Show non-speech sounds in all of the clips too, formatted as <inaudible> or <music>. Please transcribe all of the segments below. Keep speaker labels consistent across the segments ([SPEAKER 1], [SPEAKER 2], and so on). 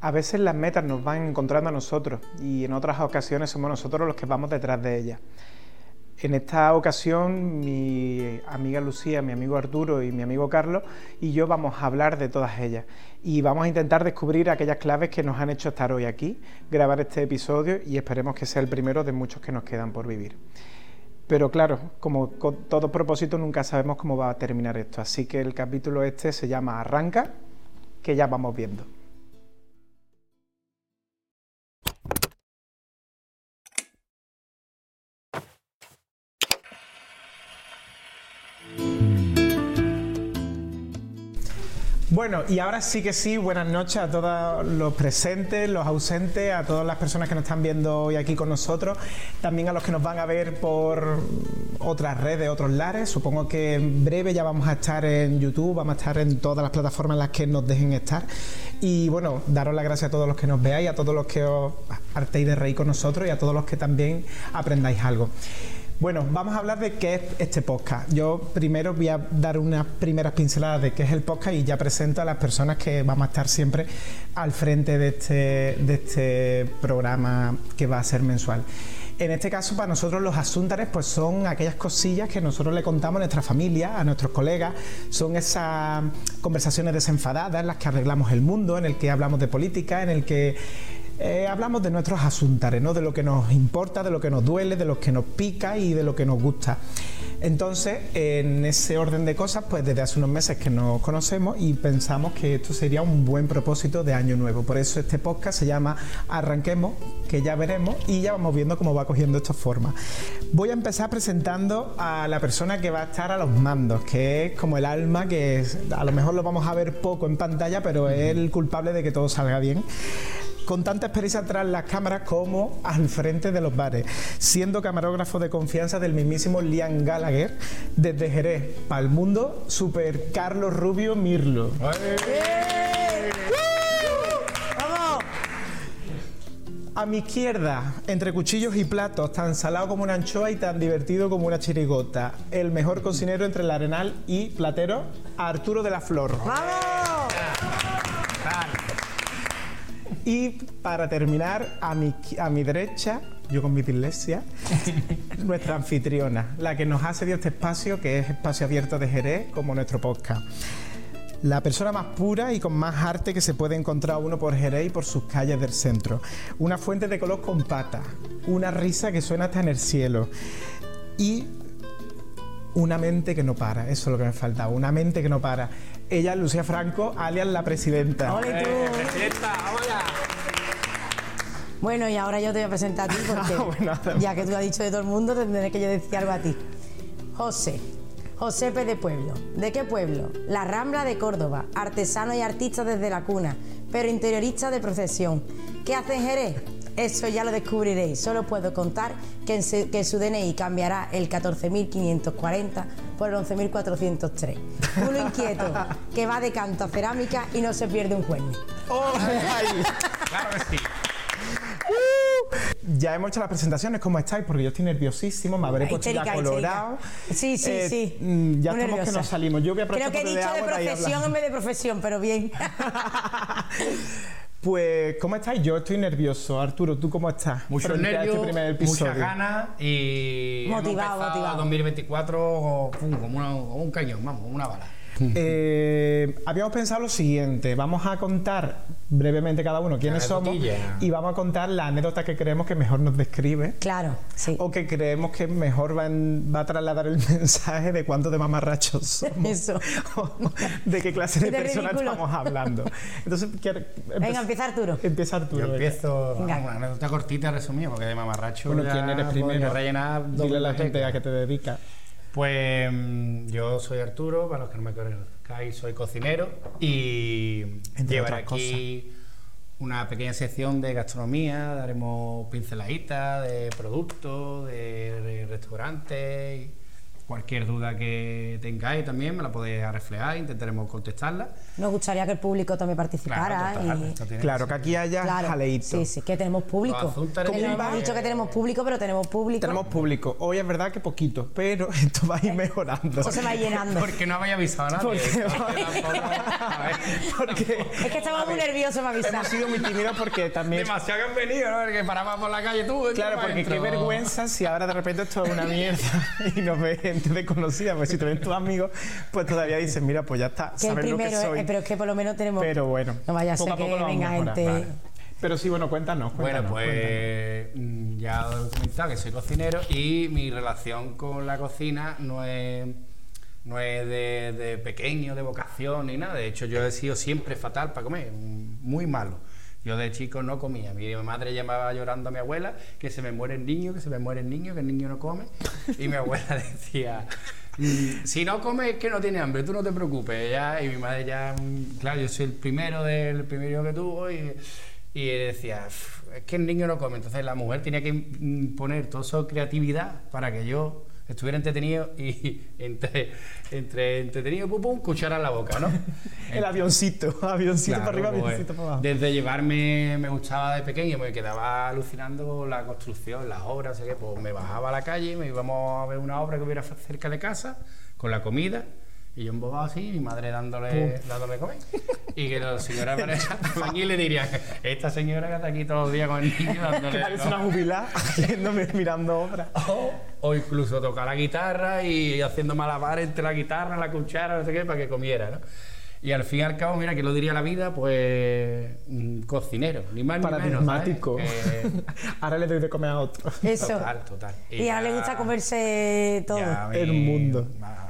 [SPEAKER 1] A veces las metas nos van encontrando a nosotros y en otras ocasiones somos nosotros los que vamos detrás de ellas. En esta ocasión, mi amiga Lucía, mi amigo Arturo y mi amigo Carlos y yo vamos a hablar de todas ellas y vamos a intentar descubrir aquellas claves que nos han hecho estar hoy aquí, grabar este episodio y esperemos que sea el primero de muchos que nos quedan por vivir. Pero claro, como con todo propósito nunca sabemos cómo va a terminar esto, así que el capítulo este se llama Arranca, que ya vamos viendo. Bueno, y ahora sí que sí, buenas noches a todos los presentes, los ausentes, a todas las personas que nos están viendo hoy aquí con nosotros, también a los que nos van a ver por otras redes, otros lares. Supongo que en breve ya vamos a estar en YouTube, vamos a estar en todas las plataformas en las que nos dejen estar. Y bueno, daros las gracias a todos los que nos veáis, a todos los que os hartéis de reír con nosotros y a todos los que también aprendáis algo. Bueno, vamos a hablar de qué es este podcast. Yo primero voy a dar unas primeras pinceladas de qué es el podcast y ya presento a las personas que vamos a estar siempre al frente de este, de este programa que va a ser mensual. En este caso, para nosotros los asúntares, pues son aquellas cosillas que nosotros le contamos a nuestra familia, a nuestros colegas, son esas conversaciones desenfadadas en las que arreglamos el mundo, en el que hablamos de política, en el que eh, hablamos de nuestros asuntares, ¿no? de lo que nos importa, de lo que nos duele, de lo que nos pica y de lo que nos gusta. Entonces, en ese orden de cosas, pues desde hace unos meses que nos conocemos y pensamos que esto sería un buen propósito de año nuevo. Por eso este podcast se llama Arranquemos, que ya veremos y ya vamos viendo cómo va cogiendo esta forma. Voy a empezar presentando a la persona que va a estar a los mandos, que es como el alma, que es, a lo mejor lo vamos a ver poco en pantalla, pero es el culpable de que todo salga bien con tanta experiencia tras las cámaras como al frente de los bares, siendo camarógrafo de confianza del mismísimo Liam Gallagher, desde Jerez para el mundo, Super Carlos Rubio Mirlo. A mi izquierda, entre cuchillos y platos, tan salado como una anchoa y tan divertido como una chirigota, el mejor cocinero entre el arenal y platero, Arturo de la Flor. Y para terminar, a mi, a mi derecha, yo con mi dislexia, nuestra anfitriona, la que nos ha cedido este espacio, que es Espacio Abierto de Jerez, como nuestro podcast. La persona más pura y con más arte que se puede encontrar uno por Jerez y por sus calles del centro. Una fuente de color con patas, una risa que suena hasta en el cielo y una mente que no para, eso es lo que me faltaba, una mente que no para. Ella es Lucía Franco, alias la presidenta.
[SPEAKER 2] Ole tú. Bueno, y ahora yo te voy a presentar a ti
[SPEAKER 1] <laughs>
[SPEAKER 2] porque
[SPEAKER 1] Ah, bueno, ahora-
[SPEAKER 2] ya que tú has dicho de todo el mundo, tendré que yo decir algo a ti. José. José P. de Pueblo. ¿De qué pueblo? La Rambla de Córdoba. Artesano y artista desde la cuna, pero interiorista de procesión. ¿Qué hace en Jerez? Eso ya lo descubriréis. Solo puedo contar que, en se- que su DNI cambiará el 14.540 por el 11.403. Culo inquieto, que va de canto a cerámica y no se pierde un cuerno.
[SPEAKER 1] ¡Oh, ahí!
[SPEAKER 3] Claro que sí.
[SPEAKER 1] Uh. Ya hemos hecho las presentaciones, ¿cómo estáis? Porque yo estoy nerviosísimo, me habré puesto ya
[SPEAKER 2] Histérica,
[SPEAKER 1] colorado.
[SPEAKER 2] histérica. Sí, sí,
[SPEAKER 1] Eh,
[SPEAKER 2] sí.
[SPEAKER 1] mm, Ya
[SPEAKER 2] Muy
[SPEAKER 1] estamos que
[SPEAKER 2] nerviosa.
[SPEAKER 1] nos salimos. Yo voy a aprovechar
[SPEAKER 2] Creo que he
[SPEAKER 1] un poco
[SPEAKER 2] dicho de
[SPEAKER 1] agua para ir
[SPEAKER 2] profesión en
[SPEAKER 1] hablando.
[SPEAKER 2] vez de profesión, pero bien.
[SPEAKER 1] <laughs> Pues, ¿cómo estáis? Yo estoy nervioso. Arturo, ¿tú cómo estás?
[SPEAKER 3] Muchos
[SPEAKER 1] Frente a
[SPEAKER 3] nervios,
[SPEAKER 1] Este primer episodio.
[SPEAKER 3] muchas ganas y hemos
[SPEAKER 2] Motivado,
[SPEAKER 3] empezado
[SPEAKER 2] motivado.
[SPEAKER 3] 2024 pum, como, una- como un cañón, vamos, como una bala.
[SPEAKER 1] Eh, habíamos pensado lo siguiente, vamos a contar brevemente cada uno quiénes somos
[SPEAKER 3] Anecdotilla.
[SPEAKER 1] y vamos a contar la anécdota que creemos que mejor nos describe
[SPEAKER 2] claro, sí.
[SPEAKER 1] o que creemos que mejor va, en- va a trasladar el <laughs> mensaje de cuánto de mamarrachos somos.
[SPEAKER 2] Eso.
[SPEAKER 1] de qué clase de
[SPEAKER 2] De
[SPEAKER 1] personas
[SPEAKER 2] ridículo.
[SPEAKER 1] estamos hablando. Entonces, quiero-
[SPEAKER 2] Venga, empieza Arturo.
[SPEAKER 1] Empieza Arturo. eh.
[SPEAKER 3] Yo
[SPEAKER 1] venga.
[SPEAKER 3] empiezo
[SPEAKER 2] Venga.
[SPEAKER 3] vamos, una anécdota cortita resumida porque de mamarracho
[SPEAKER 1] Bueno,
[SPEAKER 3] ya
[SPEAKER 1] ¿quién eres
[SPEAKER 3] podría
[SPEAKER 1] primero?
[SPEAKER 3] rellenar dos
[SPEAKER 1] Dile a la
[SPEAKER 3] bibliotecas.
[SPEAKER 1] gente a qué te dedicas.
[SPEAKER 3] Pues mm, yo soy Arturo, para los que no me conozcáis, soy cocinero y
[SPEAKER 1] Entre
[SPEAKER 3] llevaré
[SPEAKER 1] otras
[SPEAKER 3] aquí una pequeña sección de gastronomía, daremos pinceladitas de productos, de, de restaurantes y, Cualquier duda que tengáis también me la podéis reflejar, intentaremos contestarla.
[SPEAKER 2] Nos gustaría que el público también participara.
[SPEAKER 3] Claro, total,
[SPEAKER 2] y...
[SPEAKER 3] no tiene
[SPEAKER 1] Claro, que aquí haya
[SPEAKER 2] Claro,
[SPEAKER 1] jaleíto.
[SPEAKER 2] sí, sí, que tenemos público.
[SPEAKER 3] Los azúcares
[SPEAKER 2] Que no
[SPEAKER 1] tenemos-
[SPEAKER 2] hemos dicho que tenemos público, pero tenemos público.
[SPEAKER 1] Tenemos público. Hoy es verdad que poquito, pero <laughs> esto va a ir
[SPEAKER 2] Eh,
[SPEAKER 1] mejorando.
[SPEAKER 2] Eso
[SPEAKER 1] <laughs>
[SPEAKER 2] se va llenando.
[SPEAKER 3] Porque no habéis avisado a nadie.
[SPEAKER 1] Porque-
[SPEAKER 3] Tampoco- a ver,
[SPEAKER 1] Porque
[SPEAKER 2] Es que estaba muy nervioso para avisar.
[SPEAKER 1] hemos sido muy tímidos porque también...
[SPEAKER 3] Demasiado que han venido, ¿no? Porque paraba por la calle tú. entra
[SPEAKER 1] Claro,
[SPEAKER 3] pa'
[SPEAKER 1] porque qué
[SPEAKER 3] dentro.
[SPEAKER 1] vergüenza si ahora de repente esto es una mierda <laughs> y nos ve gente desconocida, pues si te ven tus amigos, pues todavía dicen, mira, pues ya está,
[SPEAKER 2] Que el
[SPEAKER 1] saben lo que
[SPEAKER 2] primero,
[SPEAKER 1] soy.
[SPEAKER 2] eh, pero es que por lo menos tenemos.
[SPEAKER 1] Pero bueno,
[SPEAKER 2] no vaya a
[SPEAKER 3] poco
[SPEAKER 2] ser
[SPEAKER 3] a poco
[SPEAKER 2] que
[SPEAKER 3] lo vamos
[SPEAKER 2] venga
[SPEAKER 3] mejorando.
[SPEAKER 2] gente.
[SPEAKER 3] Vale.
[SPEAKER 1] Pero sí, bueno, cuéntanos,
[SPEAKER 3] Bueno,
[SPEAKER 1] cuéntanos.
[SPEAKER 3] pues mm, ya os he comentado que soy cocinero y mi relación con la cocina no es, no es de, de pequeño, de vocación ni nada. De hecho, yo he sido siempre fatal para comer, mm, muy malo. Yo de chico no comía. Mi madre llamaba llorando a mi abuela que se me muere el niño, que se me muere el niño, que el niño no come. Y mi abuela <laughs> decía, mm, si no comes es que no tiene hambre, tú no te preocupes. Ya, y mi madre ya, mm, claro, yo soy el primero del primero que tuvo y... Y él decía, "Uf, es que el niño no come. Entonces la mujer tenía que mm, poner toda su creatividad para que yo estuviera entretenido y <laughs> entre, entre entretenido, pum, pum, cuchara en la boca, ¿no?
[SPEAKER 1] El avioncito, <laughs> avioncito
[SPEAKER 3] eh, Claro,
[SPEAKER 1] para arriba,
[SPEAKER 3] pues,
[SPEAKER 1] avioncito para abajo.
[SPEAKER 3] Desde llevarme, me gustaba de pequeño, me quedaba alucinando con la construcción, las obras, o sea que, pues me bajaba a la calle, me íbamos a ver una obra que hubiera cerca de casa, con la comida, y yo embobado así, y mi madre dándole, dándole comer. Y que la señora <laughs> aquí le dirían, esta señora que está aquí todos los días con el
[SPEAKER 1] <laughs>
[SPEAKER 3] niño dándole.
[SPEAKER 1] Parece
[SPEAKER 3] ¿no?".
[SPEAKER 1] una <laughs> jubilada yéndome mirando obras.
[SPEAKER 3] O, o incluso tocar la guitarra y haciendo malabar entre la guitarra, la cuchara, no sé qué, para que comiera, ¿no? Y al fin y al cabo, mira, que lo diría la vida, pues mm, cocinero, ni más ni menos. ¿sabes?
[SPEAKER 1] Paradigmático. <laughs>
[SPEAKER 3] Eh,
[SPEAKER 1] Ahora le doy de comer a otro.
[SPEAKER 2] Eso.
[SPEAKER 3] Total, total.
[SPEAKER 2] Y ahora le
[SPEAKER 3] ya-
[SPEAKER 2] gusta comerse todo.
[SPEAKER 3] ya a
[SPEAKER 1] <laughs> El mundo.
[SPEAKER 3] na-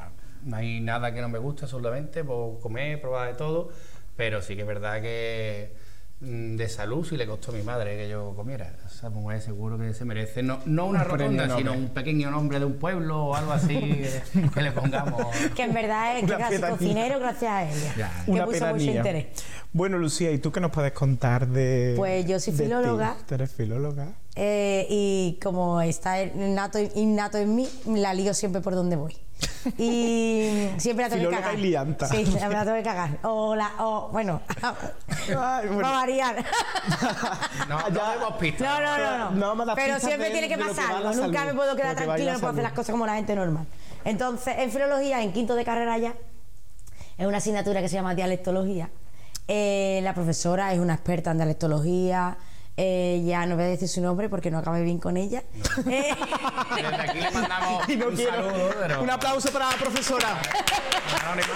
[SPEAKER 3] No hay nada que no me guste absolutamente, puedo comer, probar de todo, pero sí que es verdad que mm, de salud sí le costó a mi madre que yo comiera. Esa mujer seguro que se merece, no, no una
[SPEAKER 1] Un pequeño
[SPEAKER 3] rotonda, sino
[SPEAKER 1] nombre.
[SPEAKER 3] un pequeño nombre de un pueblo o algo así que- que le pongamos.
[SPEAKER 2] Que en verdad
[SPEAKER 1] <laughs>
[SPEAKER 2] es que
[SPEAKER 1] Una
[SPEAKER 2] casi
[SPEAKER 1] pedanía.
[SPEAKER 2] cocinero gracias a ella.
[SPEAKER 3] Ya.
[SPEAKER 1] <laughs>
[SPEAKER 2] Que
[SPEAKER 1] una
[SPEAKER 2] puso mucho
[SPEAKER 1] pedanía.
[SPEAKER 2] interés.
[SPEAKER 1] Bueno, Lucía, ¿y tú qué nos puedes contar de.?
[SPEAKER 2] Pues yo soy
[SPEAKER 1] de ti?
[SPEAKER 2] filóloga.
[SPEAKER 1] Tú eres filóloga.
[SPEAKER 2] Eh, y como está innato, innato en mí, la lío siempre por donde voy. Y
[SPEAKER 1] <laughs>
[SPEAKER 2] siempre la tengo que
[SPEAKER 1] Filóloga
[SPEAKER 2] cagar.
[SPEAKER 1] y lianta.
[SPEAKER 2] Sí, la la tengo que cagar. O la, o, bueno,
[SPEAKER 1] <laughs> Ay, bueno.
[SPEAKER 2] va a
[SPEAKER 1] <laughs>
[SPEAKER 2] variar.
[SPEAKER 3] No, no
[SPEAKER 1] Ya.
[SPEAKER 3] demos pistas.
[SPEAKER 2] No, no, no. no.
[SPEAKER 1] No me das
[SPEAKER 2] Pero
[SPEAKER 1] pistas
[SPEAKER 2] siempre
[SPEAKER 1] de-
[SPEAKER 2] tiene que
[SPEAKER 1] de lo que
[SPEAKER 2] pasar
[SPEAKER 1] va la
[SPEAKER 2] algo. Nunca
[SPEAKER 1] salud,
[SPEAKER 2] me puedo
[SPEAKER 1] de
[SPEAKER 2] quedar
[SPEAKER 1] lo que va
[SPEAKER 2] tranquila,
[SPEAKER 1] la
[SPEAKER 2] no puedo hacer
[SPEAKER 1] salud.
[SPEAKER 2] las cosas como la gente normal. Entonces, en filología, en quinto de carrera ya, es una asignatura que se llama dialectología. Eh, la profesora es una experta en dialectología. eh, ya no voy a decir su nombre porque no acabé bien con ella. <laughs> Eh,
[SPEAKER 3] Desde
[SPEAKER 1] <laughs>
[SPEAKER 3] aquí le mandamos
[SPEAKER 1] Y no
[SPEAKER 3] un
[SPEAKER 1] quiero.
[SPEAKER 3] saludo, pero-
[SPEAKER 1] Un aplauso para la <laughs> profesora
[SPEAKER 3] Anónima.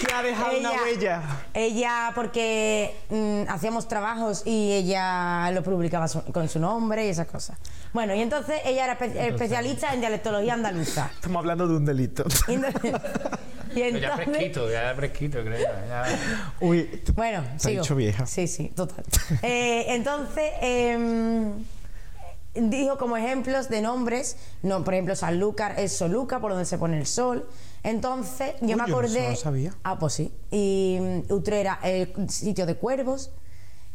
[SPEAKER 1] que ha dejado una huella.
[SPEAKER 2] Ella, porque mm, hacíamos trabajos y ella lo publicaba su- con su nombre y esas cosas. Bueno, y entonces ella era espe- especialista en dialectología andaluza.
[SPEAKER 1] Estamos hablando de un <laughs> delito.
[SPEAKER 2] Y entonces- <laughs> y
[SPEAKER 3] Pero ya
[SPEAKER 2] entonces,
[SPEAKER 3] fresquito, ya fresquito, creo.
[SPEAKER 1] <laughs>
[SPEAKER 3] ya.
[SPEAKER 1] Uy, t-
[SPEAKER 2] bueno,
[SPEAKER 1] Te ha
[SPEAKER 2] sigo.
[SPEAKER 1] dicho vieja.
[SPEAKER 2] Sí, sí,
[SPEAKER 1] <laughs>
[SPEAKER 2] total. Eh, entonces, eh, dijo como ejemplos de nombres, no, por ejemplo, Sanlúcar es Soluca, por donde se pone el sol. Entonces,
[SPEAKER 1] Uy,
[SPEAKER 2] yo me
[SPEAKER 1] yo eso
[SPEAKER 2] acordé.
[SPEAKER 1] no sabía.
[SPEAKER 2] Ah, pues sí. Y mm, Utrera, el sitio de cuervos.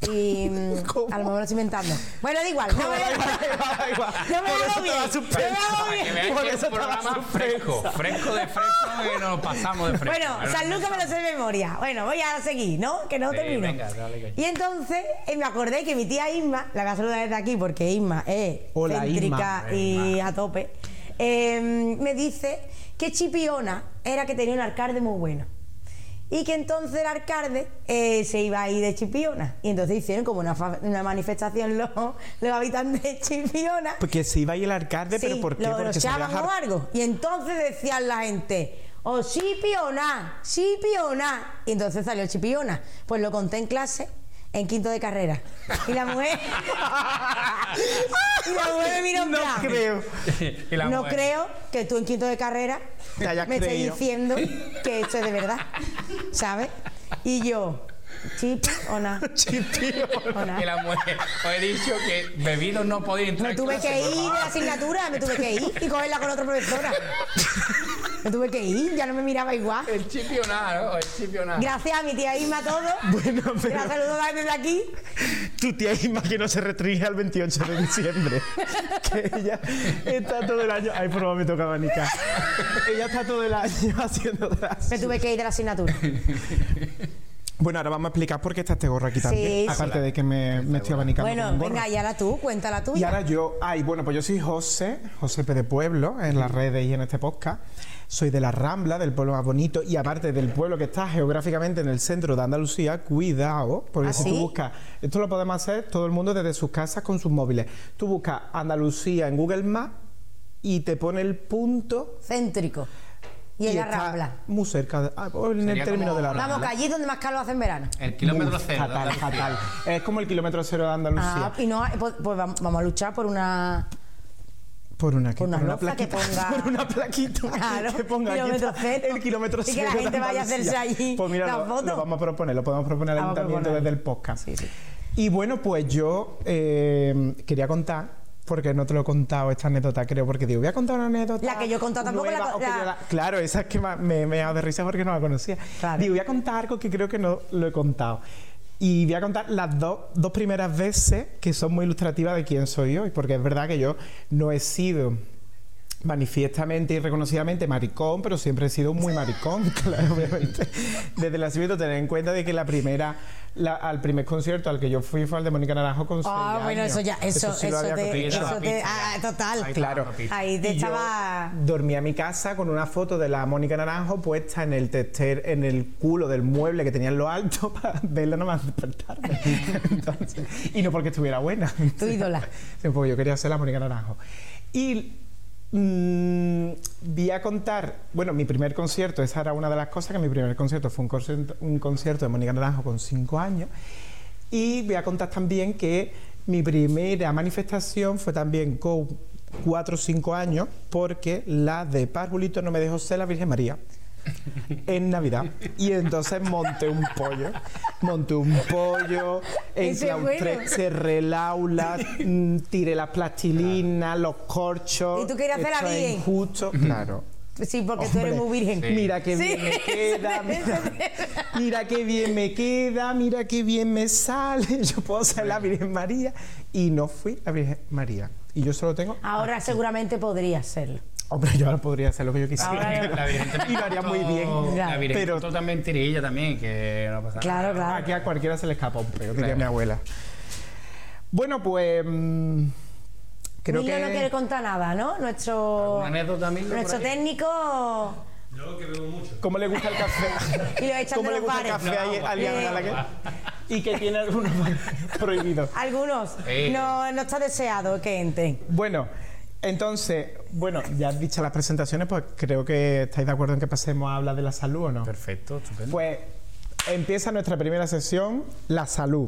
[SPEAKER 2] Y mm,
[SPEAKER 1] <laughs> ¿Cómo?
[SPEAKER 2] a lo mejor lo estoy inventando. Bueno, da
[SPEAKER 1] <laughs>
[SPEAKER 2] igual. No me,
[SPEAKER 1] Da igual, da igual.
[SPEAKER 2] no
[SPEAKER 1] Por
[SPEAKER 2] me hago
[SPEAKER 1] eso
[SPEAKER 2] bien.
[SPEAKER 1] estaba
[SPEAKER 2] No me
[SPEAKER 1] suspensa.
[SPEAKER 2] hago
[SPEAKER 3] Para
[SPEAKER 2] bien.
[SPEAKER 3] que veáis
[SPEAKER 1] Por
[SPEAKER 3] que es
[SPEAKER 1] eso
[SPEAKER 3] un
[SPEAKER 1] estaba
[SPEAKER 3] programa
[SPEAKER 1] suspensa.
[SPEAKER 3] fresco, fresco de fresco y nos pasamos de fresco.
[SPEAKER 2] Bueno, San Lucas me lo sé de memoria. Bueno, voy a seguir, ¿no? Que no
[SPEAKER 3] Sí,
[SPEAKER 2] termino.
[SPEAKER 3] venga, dale, que-
[SPEAKER 2] y entonces eh, me acordé que mi tía Isma, la voy a saludar desde aquí porque Isma es
[SPEAKER 1] Hola,
[SPEAKER 2] céntrica
[SPEAKER 1] Isma.
[SPEAKER 2] y a tope, eh, me dice que Chipiona era que tenía un alcalde muy bueno. Y que entonces el alcalde eh, se iba a ir de Chipiona. Y entonces hicieron como una, fa- una manifestación los, los habitantes de Chipiona.
[SPEAKER 1] Porque se iba a ir el alcalde, pero
[SPEAKER 2] Sí,
[SPEAKER 1] ¿por qué?
[SPEAKER 2] Lo, lo
[SPEAKER 1] Porque se
[SPEAKER 2] echaban
[SPEAKER 1] había
[SPEAKER 2] o
[SPEAKER 1] jar-
[SPEAKER 2] algo. Y entonces decían la gente, "Oh, o chipiona, chipiona. Y entonces salió chipiona. Pues lo conté en clase, en quinto de carrera. Y
[SPEAKER 1] <laughs>
[SPEAKER 2] la mujer. y la mujer me miró en
[SPEAKER 1] No <laughs>
[SPEAKER 2] plan,
[SPEAKER 1] creo.
[SPEAKER 3] <laughs> Y la
[SPEAKER 2] No
[SPEAKER 3] mujer,
[SPEAKER 2] creo que tú en quinto de carrera
[SPEAKER 1] Te hayas
[SPEAKER 2] me estés
[SPEAKER 1] creído.
[SPEAKER 2] diciendo que esto es
[SPEAKER 1] <laughs>
[SPEAKER 2] de verdad. ¿Sabes? Y yo,
[SPEAKER 1] <laughs>
[SPEAKER 2] chipiona. Chipiona.
[SPEAKER 3] Y la mujer, os he dicho que bebidos no podéis entrar.
[SPEAKER 2] Me
[SPEAKER 3] en
[SPEAKER 2] tuve
[SPEAKER 3] clase,
[SPEAKER 2] que
[SPEAKER 3] por
[SPEAKER 2] ir de
[SPEAKER 3] favor.
[SPEAKER 2] la asignatura, me tuve que ir y cogerla con otra profesora. Me tuve que ir, ya no me miraba igual.
[SPEAKER 3] El chipionar, ¿no? El chipionar.
[SPEAKER 2] Gracias a mi tía Irma todo.
[SPEAKER 1] Bueno, pero-
[SPEAKER 2] La saludo desde aquí.
[SPEAKER 1] Tu tía Isma que no se restringe al 28 de <laughs> diciembre. que ella está todo el año. Ay, por favor, me toca abanicar. ella está todo el año <laughs> haciendo drag.
[SPEAKER 2] Me tuve que ir de
[SPEAKER 1] <laughs>
[SPEAKER 2] la asignatura.
[SPEAKER 1] Bueno, ahora vamos a explicar por qué está este gorro aquí también.
[SPEAKER 2] sí.
[SPEAKER 1] Aparte de que me, me estoy abanicando. con
[SPEAKER 2] Bueno,
[SPEAKER 1] un gorro.
[SPEAKER 2] venga, y ahora tú, cuéntala tú.
[SPEAKER 1] Y ahora yo, ay, bueno, pues yo soy José, José P. de Pueblo, en las redes y en este podcast. Soy de la Rambla, del pueblo más bonito, y aparte del pueblo que está geográficamente en el centro de Andalucía, cuidado, porque
[SPEAKER 2] ¿Ah,
[SPEAKER 1] si
[SPEAKER 2] sí?
[SPEAKER 1] tú buscas, esto lo podemos hacer todo el mundo desde sus casas con sus móviles. Tú buscas Andalucía en Google Maps y te pone el punto
[SPEAKER 2] Céntrico. Y en la
[SPEAKER 1] está
[SPEAKER 2] rambla.
[SPEAKER 1] Muy cerca, de- ah, o en el
[SPEAKER 3] Sería
[SPEAKER 1] término
[SPEAKER 3] como
[SPEAKER 1] de la Rambla.
[SPEAKER 2] Vamos, que allí es donde más calor hace en verano.
[SPEAKER 3] El kilómetro
[SPEAKER 1] Muy
[SPEAKER 3] cero. de
[SPEAKER 1] Fatal,
[SPEAKER 3] Andalucía.
[SPEAKER 1] fatal. Es como el kilómetro cero de Andalucía.
[SPEAKER 2] Ah, y no, pues, pues vamos vamos a luchar por una.
[SPEAKER 1] Por una, que-
[SPEAKER 2] Por una loza que
[SPEAKER 1] plaquita. <laughs>
[SPEAKER 2] ponga-
[SPEAKER 1] Por una plaquita.
[SPEAKER 2] <laughs> Claro,
[SPEAKER 1] que ponga aquí
[SPEAKER 2] kilómetro
[SPEAKER 1] está
[SPEAKER 2] cero.
[SPEAKER 1] El kilómetro
[SPEAKER 2] Y que
[SPEAKER 1] cero.
[SPEAKER 2] la
[SPEAKER 1] de
[SPEAKER 2] gente vaya a
[SPEAKER 1] Andalucía.
[SPEAKER 2] hacerse allí
[SPEAKER 1] Pues mira,
[SPEAKER 2] la
[SPEAKER 1] lo,
[SPEAKER 2] foto.
[SPEAKER 1] lo vamos a proponer, lo podemos proponer al
[SPEAKER 2] Vamos a
[SPEAKER 1] ayuntamiento
[SPEAKER 2] proponer.
[SPEAKER 1] desde el podcast.
[SPEAKER 2] Sí, sí.
[SPEAKER 1] Y bueno, pues yo eh, quería contar. Porque no te lo he contado esta anécdota, creo, porque digo, voy a contar una anécdota.
[SPEAKER 2] La que yo he contado tampoco
[SPEAKER 1] nueva,
[SPEAKER 2] la co-
[SPEAKER 1] o que
[SPEAKER 2] la-
[SPEAKER 1] yo Claro, esa es que ma- me, me he dado de risa porque no la conocía.
[SPEAKER 2] Claro.
[SPEAKER 1] Digo, voy a contar algo que creo que no lo he contado. Y voy a contar las dos, dos primeras veces que son muy ilustrativas de quién soy hoy, porque es verdad que yo no he sido manifiestamente y reconocidamente maricón, pero siempre he sido muy maricón, <laughs> claro, obviamente. Desde el nacimiento, tener en cuenta de que la primera, la- al primer concierto al que yo fui fue al de Mónica Naranjo con
[SPEAKER 2] Ah,
[SPEAKER 1] seis
[SPEAKER 2] bueno,
[SPEAKER 1] años.
[SPEAKER 2] eso ya, eso,
[SPEAKER 1] sí lo
[SPEAKER 2] eso,
[SPEAKER 1] había
[SPEAKER 2] te,
[SPEAKER 1] contado.
[SPEAKER 3] cogido.
[SPEAKER 2] eso te, ah,
[SPEAKER 3] Ahí
[SPEAKER 2] total.
[SPEAKER 3] está.
[SPEAKER 1] Claro.
[SPEAKER 2] Ahí te
[SPEAKER 1] Y yo
[SPEAKER 2] estaba.
[SPEAKER 1] Dormí a mi casa con una foto de la Mónica Naranjo puesta en el tester, en el culo del mueble que tenía en lo alto <laughs> para verla nomás
[SPEAKER 2] <laughs>
[SPEAKER 1] despertarme. Entonces, y no porque estuviera buena.
[SPEAKER 2] Tu ídola.
[SPEAKER 1] Sí, porque yo quería ser la Mónica Naranjo. Y mm, voy a contar, bueno, mi primer concierto, esa era una de las cosas, que mi primer concierto fue un concierto, un concierto de Mónica Naranjo con cinco años. Y voy a contar también que mi primera manifestación fue también con 4 o 5 años, porque la de Parbulito no me dejó ser la Virgen María en Navidad. Y entonces monté un pollo, monté un pollo,
[SPEAKER 2] Ese es
[SPEAKER 1] enclaustré,
[SPEAKER 2] bueno.
[SPEAKER 1] cerré el aula, mm, tiré las plastilinas, los corchos.
[SPEAKER 2] Y tú querías hacer la
[SPEAKER 1] Esto es
[SPEAKER 2] Virgen.
[SPEAKER 1] injusto, claro.
[SPEAKER 2] Sí, porque tú
[SPEAKER 1] Hombre,
[SPEAKER 2] eres muy virgen.
[SPEAKER 3] sí.
[SPEAKER 1] Mira qué
[SPEAKER 2] <laughs> Sí.
[SPEAKER 1] bien me queda, mira, mira qué bien me queda, mira qué bien me sale. <laughs> Yo puedo ser la Virgen María y no fui la Virgen María. Y yo solo tengo.
[SPEAKER 2] Ahora seguramente podría serlo.
[SPEAKER 1] Hombre, yo ahora podría hacer lo que yo
[SPEAKER 2] Ahora
[SPEAKER 1] quisiera.
[SPEAKER 3] La Virgen
[SPEAKER 1] <laughs> Y lo haría muy bien.
[SPEAKER 3] La Virgen
[SPEAKER 1] Pero-
[SPEAKER 3] pero también tirilla también, que no pasa
[SPEAKER 2] Claro,
[SPEAKER 3] nada.
[SPEAKER 2] claro.
[SPEAKER 1] Aquí a cualquiera se le escapa un peo, diría
[SPEAKER 3] Claro.
[SPEAKER 1] mi abuela. Bueno, pues. mm, creo
[SPEAKER 2] Milo
[SPEAKER 1] que.
[SPEAKER 2] no quiere contar nada, ¿no? Nuestro.
[SPEAKER 3] ¿Alguna anécdota, Milo, por
[SPEAKER 2] Nuestro
[SPEAKER 3] ahí?
[SPEAKER 2] técnico.
[SPEAKER 4] Yo que bebo mucho.
[SPEAKER 1] ¿Cómo le gusta el
[SPEAKER 2] <laughs>
[SPEAKER 1] café?
[SPEAKER 2] Y lo echan
[SPEAKER 1] ¿Cómo
[SPEAKER 2] de
[SPEAKER 1] le
[SPEAKER 2] los
[SPEAKER 1] gusta el
[SPEAKER 2] bares.
[SPEAKER 1] café a- a Liana,
[SPEAKER 2] Eh.
[SPEAKER 1] la
[SPEAKER 2] <laughs>
[SPEAKER 1] que- Y que tiene algunos prohibidos.
[SPEAKER 2] Algunos.
[SPEAKER 3] Sí.
[SPEAKER 2] No, no está deseado que entren.
[SPEAKER 1] Bueno, entonces, bueno, ya dichas las presentaciones, pues creo que estáis de acuerdo en que pasemos a hablar de la salud o no.
[SPEAKER 3] Perfecto, estupendo.
[SPEAKER 1] Pues empieza nuestra primera sesión, la salud.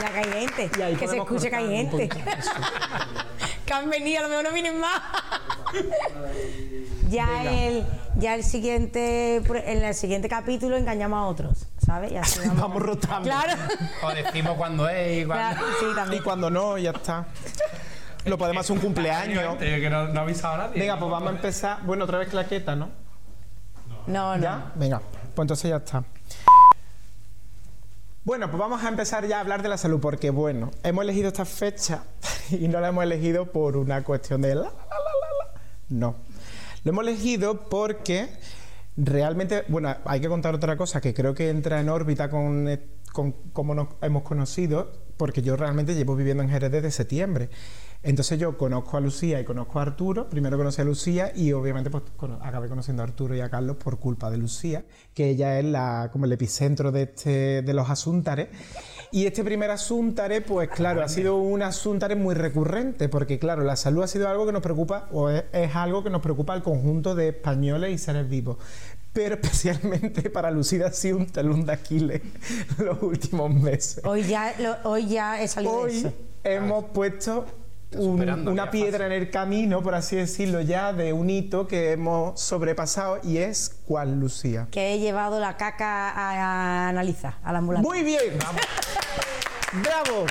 [SPEAKER 2] Ya que hay gente.
[SPEAKER 1] Y ahí
[SPEAKER 2] Que se
[SPEAKER 1] podemos
[SPEAKER 2] escuche que hay
[SPEAKER 1] cortar un
[SPEAKER 2] gente. <laughs> que han venido, a lo mejor no vienen más. ya, el, ya el siguiente, pro- en el siguiente capítulo engañamos a otros, ¿sabes? Y así
[SPEAKER 1] <laughs>
[SPEAKER 2] vamos.
[SPEAKER 1] Vamos rotando.
[SPEAKER 2] Claro.
[SPEAKER 3] O decimos cuándo es y cuándo.
[SPEAKER 2] claro. Sí,
[SPEAKER 1] Y
[SPEAKER 2] también.
[SPEAKER 1] cuando no, ya está. Lo podemos hacer un cumpleaños.
[SPEAKER 3] Gente que no, no ha avisado a nadie.
[SPEAKER 1] Venga, pues vamos a empezar. Bueno, otra vez claqueta, ¿no?
[SPEAKER 2] No, no.
[SPEAKER 1] ¿Ya? Venga, pues entonces ya está. Bueno, pues vamos a empezar ya a hablar de la salud, porque bueno, hemos elegido esta fecha <laughs> y no la hemos elegido por una cuestión de la, la, la, la, la. No. Lo hemos elegido porque realmente, bueno, hay que contar otra cosa que creo que entra en órbita con, eh, con cómo nos hemos conocido, porque yo realmente llevo viviendo en Jerez desde septiembre. Entonces yo conozco a Lucía y conozco a Arturo, primero conocí a Lucía y obviamente pues cono- acabé conociendo a Arturo y a Carlos por culpa de Lucía, que ella es la, como el epicentro de, este, de los asuntares. Y este primer asuntare, pues
[SPEAKER 3] Ah,
[SPEAKER 1] claro, ha sido un asuntare muy recurrente, porque claro, la salud ha sido algo que nos preocupa, o es, es algo que nos preocupa al conjunto de españoles y seres vivos. Pero <laughs> especialmente para Lucida ha sido un talón de Aquiles <laughs> los últimos meses.
[SPEAKER 2] Hoy ya, lo- hoy ya he salido de
[SPEAKER 1] Hoy
[SPEAKER 2] eso.
[SPEAKER 1] hemos puesto un-
[SPEAKER 3] Ah, superando,
[SPEAKER 1] una
[SPEAKER 3] ya
[SPEAKER 1] piedra en el camino, por así decirlo, ya de un hito que hemos sobrepasado y es cuál, Lucía.
[SPEAKER 2] Que he llevado la caca a, a analizar, a la ambulancia.
[SPEAKER 1] Muy bien. Bravo.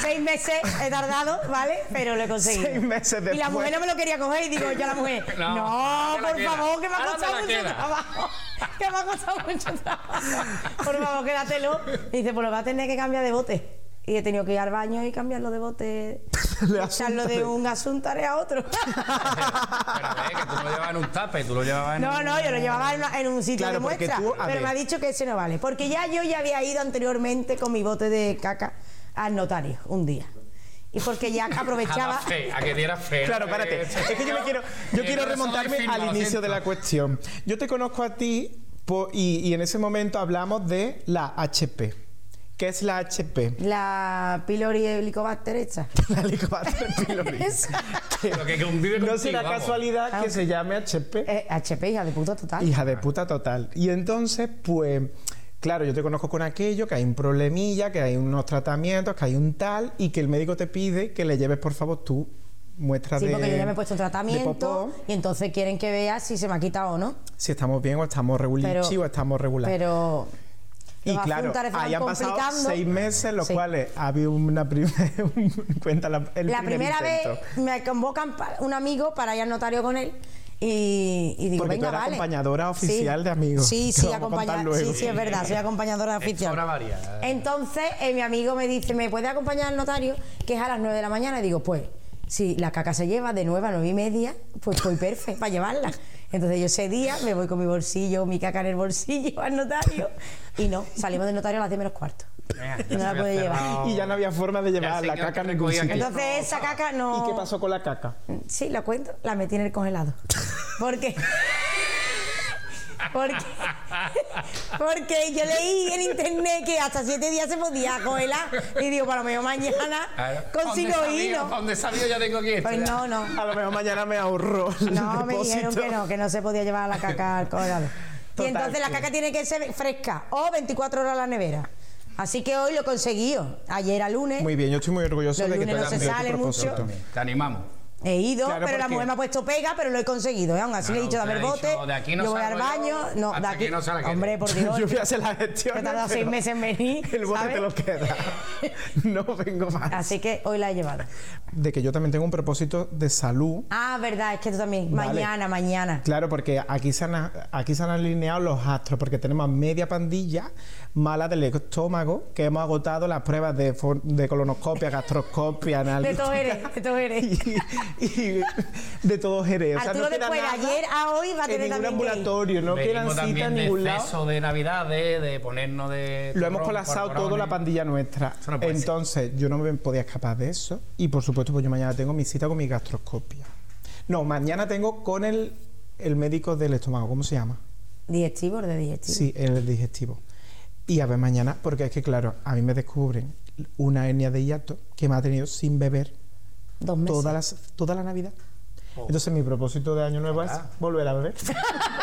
[SPEAKER 2] seis meses he tardado, ¿vale? Pero lo he conseguido.
[SPEAKER 1] Seis meses
[SPEAKER 2] Y la
[SPEAKER 1] después.
[SPEAKER 2] mujer no me lo quería coger y digo yo a la mujer,
[SPEAKER 3] No,
[SPEAKER 2] no,
[SPEAKER 3] ahora te la
[SPEAKER 2] por
[SPEAKER 3] queda.
[SPEAKER 2] favor, que me ha
[SPEAKER 3] Ahora te
[SPEAKER 2] costado
[SPEAKER 3] la
[SPEAKER 2] mucho
[SPEAKER 3] queda.
[SPEAKER 2] trabajo. <laughs> Que me ha costado mucho trabajo. Por favor, quédatelo. Y dice, pues lo va a tener que cambiar de bote. Y he tenido que ir al baño y cambiarlo de bote.
[SPEAKER 1] <laughs> Le
[SPEAKER 2] Echarlo de
[SPEAKER 1] asuntaré.
[SPEAKER 2] un asuntare
[SPEAKER 1] <laughs>
[SPEAKER 2] a otro.
[SPEAKER 3] Pero a ver, que tú lo llevabas en un tape, tú lo llevabas en
[SPEAKER 2] No,
[SPEAKER 3] un-
[SPEAKER 2] no, yo lo llevaba en, una- en un sitio
[SPEAKER 1] Claro,
[SPEAKER 2] de
[SPEAKER 1] porque
[SPEAKER 2] muestra.
[SPEAKER 1] tú, a
[SPEAKER 2] pero
[SPEAKER 1] ver.
[SPEAKER 2] me ha dicho que ese no vale. Porque ya yo ya había ido anteriormente con mi bote de caca al notario un día. Y porque
[SPEAKER 1] <laughs>
[SPEAKER 2] ya
[SPEAKER 3] A dar
[SPEAKER 2] aprovechaba.
[SPEAKER 3] fe, a que diera <laughs> fe.
[SPEAKER 1] Claro, espérate. Es que yo me quiero, yo quiero remontarme al inicio de la cuestión. Yo te conozco a ti po- y, y en ese momento hablamos de la HP. ¿Qué es la HP?
[SPEAKER 2] La pylori helicobacter esta.
[SPEAKER 1] <laughs> La Helicobacter
[SPEAKER 2] <laughs>
[SPEAKER 1] pylori.
[SPEAKER 2] Esa.
[SPEAKER 1] Que-
[SPEAKER 3] Lo que convive
[SPEAKER 1] no
[SPEAKER 3] contigo,
[SPEAKER 1] será
[SPEAKER 3] vamos.
[SPEAKER 1] casualidad que
[SPEAKER 2] Aunque-
[SPEAKER 1] se llame HP.
[SPEAKER 2] Eh, HP, hija de puta total.
[SPEAKER 1] Hija de puta total. Y entonces, pues, claro, yo te conozco con aquello, que hay un problemilla, que hay unos tratamientos, que hay un tal, y que el médico te pide que le lleves, por favor, tú muestras
[SPEAKER 2] Sí,
[SPEAKER 1] de.
[SPEAKER 2] porque yo ya me he puesto un
[SPEAKER 1] de
[SPEAKER 2] tratamiento
[SPEAKER 1] popó,
[SPEAKER 2] y entonces quieren que vea si se me ha quitado o no.
[SPEAKER 1] si estamos bien o estamos
[SPEAKER 2] Pero,
[SPEAKER 1] regular o estamos regular.
[SPEAKER 2] Pero.
[SPEAKER 1] y
[SPEAKER 2] los
[SPEAKER 1] claro,
[SPEAKER 2] asuntares se
[SPEAKER 1] ahí han
[SPEAKER 2] van
[SPEAKER 1] pasado
[SPEAKER 2] complicando.
[SPEAKER 1] seis meses, los
[SPEAKER 2] Sí.
[SPEAKER 1] cuales había una <laughs> primera. cuenta la, el
[SPEAKER 2] La
[SPEAKER 1] primer
[SPEAKER 2] primera
[SPEAKER 1] intento.
[SPEAKER 2] vez me convocan pa- un amigo para ir al notario con él y, y digo,
[SPEAKER 1] Porque tú
[SPEAKER 2] venga,
[SPEAKER 1] eras
[SPEAKER 2] vale.
[SPEAKER 1] acompañadora
[SPEAKER 2] Sí.
[SPEAKER 1] oficial de amigos,
[SPEAKER 2] Sí,
[SPEAKER 1] que
[SPEAKER 2] sí,
[SPEAKER 1] vamos a contar
[SPEAKER 2] acompaña-
[SPEAKER 1] luego.
[SPEAKER 2] sí, sí, es verdad, soy acompañadora oficial.
[SPEAKER 3] Hora varía.
[SPEAKER 2] Entonces, eh, mi amigo me dice, ¿me puede acompañar al notario? Que es a las 9 de la mañana. Y digo, pues, si la caca se lleva de 9 a 9 y media, pues voy perfecto para llevarla. Entonces yo ese día me voy con mi bolsillo, mi caca en el bolsillo al notario. Y no, salimos del notario a las 10 menos cuarto. No la puede llevar.
[SPEAKER 1] Y ya no había forma de llevar
[SPEAKER 3] sé
[SPEAKER 1] la
[SPEAKER 3] que
[SPEAKER 1] caca en ningún
[SPEAKER 3] recogía
[SPEAKER 1] sitio.
[SPEAKER 3] aquello.
[SPEAKER 2] Entonces esa caca no...
[SPEAKER 1] ¿Y qué pasó con la caca?
[SPEAKER 2] Sí, la cuento, la metí en el congelado. Porque. Porque, porque yo leí en internet que hasta siete días se podía congelar. Y digo, para lo mejor mañana consigo hilo.
[SPEAKER 3] ¿Dónde sabía? Ya tengo que ir.
[SPEAKER 2] Pues no, no.
[SPEAKER 1] <laughs> A lo mejor mañana me ahorró. el
[SPEAKER 2] No, me dijeron
[SPEAKER 1] depósito.
[SPEAKER 2] que no, que no se podía llevar la caca al congelador. Y
[SPEAKER 1] Total,
[SPEAKER 2] entonces la
[SPEAKER 1] que-
[SPEAKER 2] caca tiene que ser fresca o 24 horas a la nevera. Así que hoy lo conseguí. Ayer era lunes,
[SPEAKER 1] Muy bien, yo estoy muy orgulloso
[SPEAKER 2] Eh, Los
[SPEAKER 1] de que
[SPEAKER 2] lunes
[SPEAKER 1] tú
[SPEAKER 2] no se
[SPEAKER 1] hayas cumplido tu
[SPEAKER 2] sale mucho.
[SPEAKER 1] propósito.
[SPEAKER 3] Te animamos.
[SPEAKER 2] He ido,
[SPEAKER 1] Claro,
[SPEAKER 2] pero la
[SPEAKER 1] porque-
[SPEAKER 2] mujer me ha puesto pega, pero lo he conseguido. ¿eh? Aún así le he dicho,
[SPEAKER 3] Claro,
[SPEAKER 2] dame el
[SPEAKER 3] usted ha
[SPEAKER 2] bote,
[SPEAKER 3] dicho, de aquí no
[SPEAKER 2] yo voy al
[SPEAKER 3] salgo yo,
[SPEAKER 2] baño. no,
[SPEAKER 3] hasta
[SPEAKER 2] de
[SPEAKER 3] que
[SPEAKER 2] aquí.
[SPEAKER 3] no salga
[SPEAKER 2] hombre,
[SPEAKER 3] aquel.
[SPEAKER 2] eh, por
[SPEAKER 1] <laughs>
[SPEAKER 2] Dios.
[SPEAKER 1] Yo voy a hacer la gestión.
[SPEAKER 2] que he tardado
[SPEAKER 1] pero
[SPEAKER 2] seis meses en venir,
[SPEAKER 1] <laughs> El bote
[SPEAKER 2] ¿sabes?
[SPEAKER 1] te lo
[SPEAKER 2] <laughs>
[SPEAKER 1] queda. No vengo más.
[SPEAKER 2] Así que hoy la he llevado.
[SPEAKER 1] De que yo también tengo un propósito de salud.
[SPEAKER 2] Ah, verdad, es que tú también.
[SPEAKER 1] Vale.
[SPEAKER 2] Mañana, mañana.
[SPEAKER 1] Claro, porque aquí se, han, a- aquí se han alineado los astros, porque tenemos a media pandilla mala del estómago, que hemos agotado las pruebas de, fo- de colonoscopia, gastroscopia,
[SPEAKER 2] <laughs> De
[SPEAKER 1] análisis.
[SPEAKER 2] todos eres, de todos
[SPEAKER 1] <laughs>
[SPEAKER 2] eres.
[SPEAKER 1] y, y de todos Jerez. O sea, no
[SPEAKER 2] Arturo
[SPEAKER 1] queda
[SPEAKER 2] después de
[SPEAKER 1] nada
[SPEAKER 2] ayer a hoy va a
[SPEAKER 1] en
[SPEAKER 2] tener
[SPEAKER 1] ningún
[SPEAKER 2] también que ir.
[SPEAKER 1] ambulatorio, no quedan
[SPEAKER 3] Venimos
[SPEAKER 1] cita
[SPEAKER 3] también
[SPEAKER 1] en
[SPEAKER 3] de
[SPEAKER 1] ningún lado.
[SPEAKER 3] exceso de Navidad, de, de ponernos de...
[SPEAKER 1] Lo hemos
[SPEAKER 3] turrón,
[SPEAKER 1] colapsado
[SPEAKER 3] polvorones.
[SPEAKER 1] todo la pandilla nuestra.
[SPEAKER 3] Eso no puede ser.
[SPEAKER 1] Entonces, yo no me podía escapar de eso. Y por supuesto, pues yo mañana tengo mi cita con mi gastroscopia. No, mañana tengo con el, el médico del estómago, ¿cómo se llama?
[SPEAKER 2] Digestivo de digestivo.
[SPEAKER 1] Sí, el digestivo. Y a ver mañana, porque es que claro, a mí me descubren una hernia de hiato que me ha tenido sin beber
[SPEAKER 2] Dos meses.
[SPEAKER 1] toda, las, toda la Navidad.
[SPEAKER 3] Oh.
[SPEAKER 1] Entonces mi propósito de año nuevo es
[SPEAKER 3] Ah.
[SPEAKER 1] volver a beber. <laughs>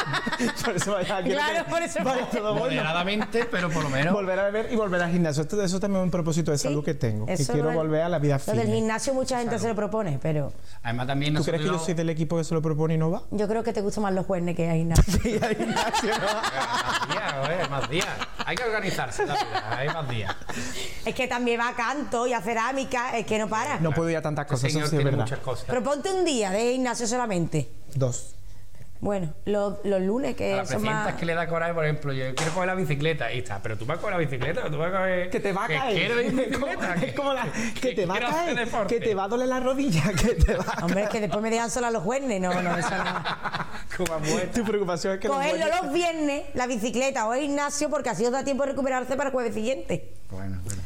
[SPEAKER 1] por eso vaya quiero
[SPEAKER 2] Claro,
[SPEAKER 1] que
[SPEAKER 2] por eso
[SPEAKER 1] vaya todo bueno.
[SPEAKER 3] Moderadamente, pero por lo menos...
[SPEAKER 1] Volver a beber y volver al gimnasio. Esto, eso también es un propósito de salud que tengo. Que
[SPEAKER 2] Eso
[SPEAKER 1] quiero
[SPEAKER 2] lo del-
[SPEAKER 1] volver a la vida
[SPEAKER 2] Lo del
[SPEAKER 1] fitness.
[SPEAKER 2] gimnasio mucha gente se lo propone, pero
[SPEAKER 3] Además también
[SPEAKER 1] ¿Tú crees que yo soy del equipo que se lo propone y no <laughs> va?
[SPEAKER 2] yo creo que te gustan más los jueves que
[SPEAKER 1] <laughs>
[SPEAKER 2] el gimnasio.
[SPEAKER 1] Y al gimnasio no va.
[SPEAKER 3] <laughs> Más días, eh, más días. Hay que organizarse la vida, hay más días.
[SPEAKER 2] es que también va a canto y a cerámica, es que no
[SPEAKER 1] <laughs>
[SPEAKER 2] para.
[SPEAKER 1] No puedo ir a tantas
[SPEAKER 3] Este
[SPEAKER 1] cosas, eso
[SPEAKER 3] señor
[SPEAKER 1] sí es
[SPEAKER 3] tiene
[SPEAKER 1] verdad.
[SPEAKER 3] muchas cosas.
[SPEAKER 2] Proponte un día de gimnasio solamente.
[SPEAKER 1] Dos.
[SPEAKER 2] Bueno, los, los lunes
[SPEAKER 3] A la
[SPEAKER 2] que son
[SPEAKER 3] presidenta
[SPEAKER 2] más.
[SPEAKER 3] es que le da coraje, por ejemplo, yo quiero coger la bicicleta y está, pero tú vas a coger la bicicleta, o tú vas a coger...
[SPEAKER 1] que te va a
[SPEAKER 3] que
[SPEAKER 1] caer.
[SPEAKER 3] quiero ir en
[SPEAKER 1] Es <laughs> como-
[SPEAKER 3] bicicleta,
[SPEAKER 1] es como la que te va a
[SPEAKER 3] quiero hacer
[SPEAKER 1] caer,
[SPEAKER 3] deporte.
[SPEAKER 1] que te va
[SPEAKER 3] <laughs>
[SPEAKER 1] a doler la rodilla, <laughs> que te va. a
[SPEAKER 2] Hombre, es que después me dejan sola los jueves, no,
[SPEAKER 3] <laughs>
[SPEAKER 2] no,
[SPEAKER 1] <laughs>
[SPEAKER 2] eso no.
[SPEAKER 3] Como muerta.
[SPEAKER 1] Tu preocupación es que los
[SPEAKER 2] Cogerlo
[SPEAKER 1] muertos-
[SPEAKER 2] los viernes, la bicicleta o el gimnasio, porque así os da tiempo de recuperarse para el jueves siguiente.
[SPEAKER 3] Bueno, bueno.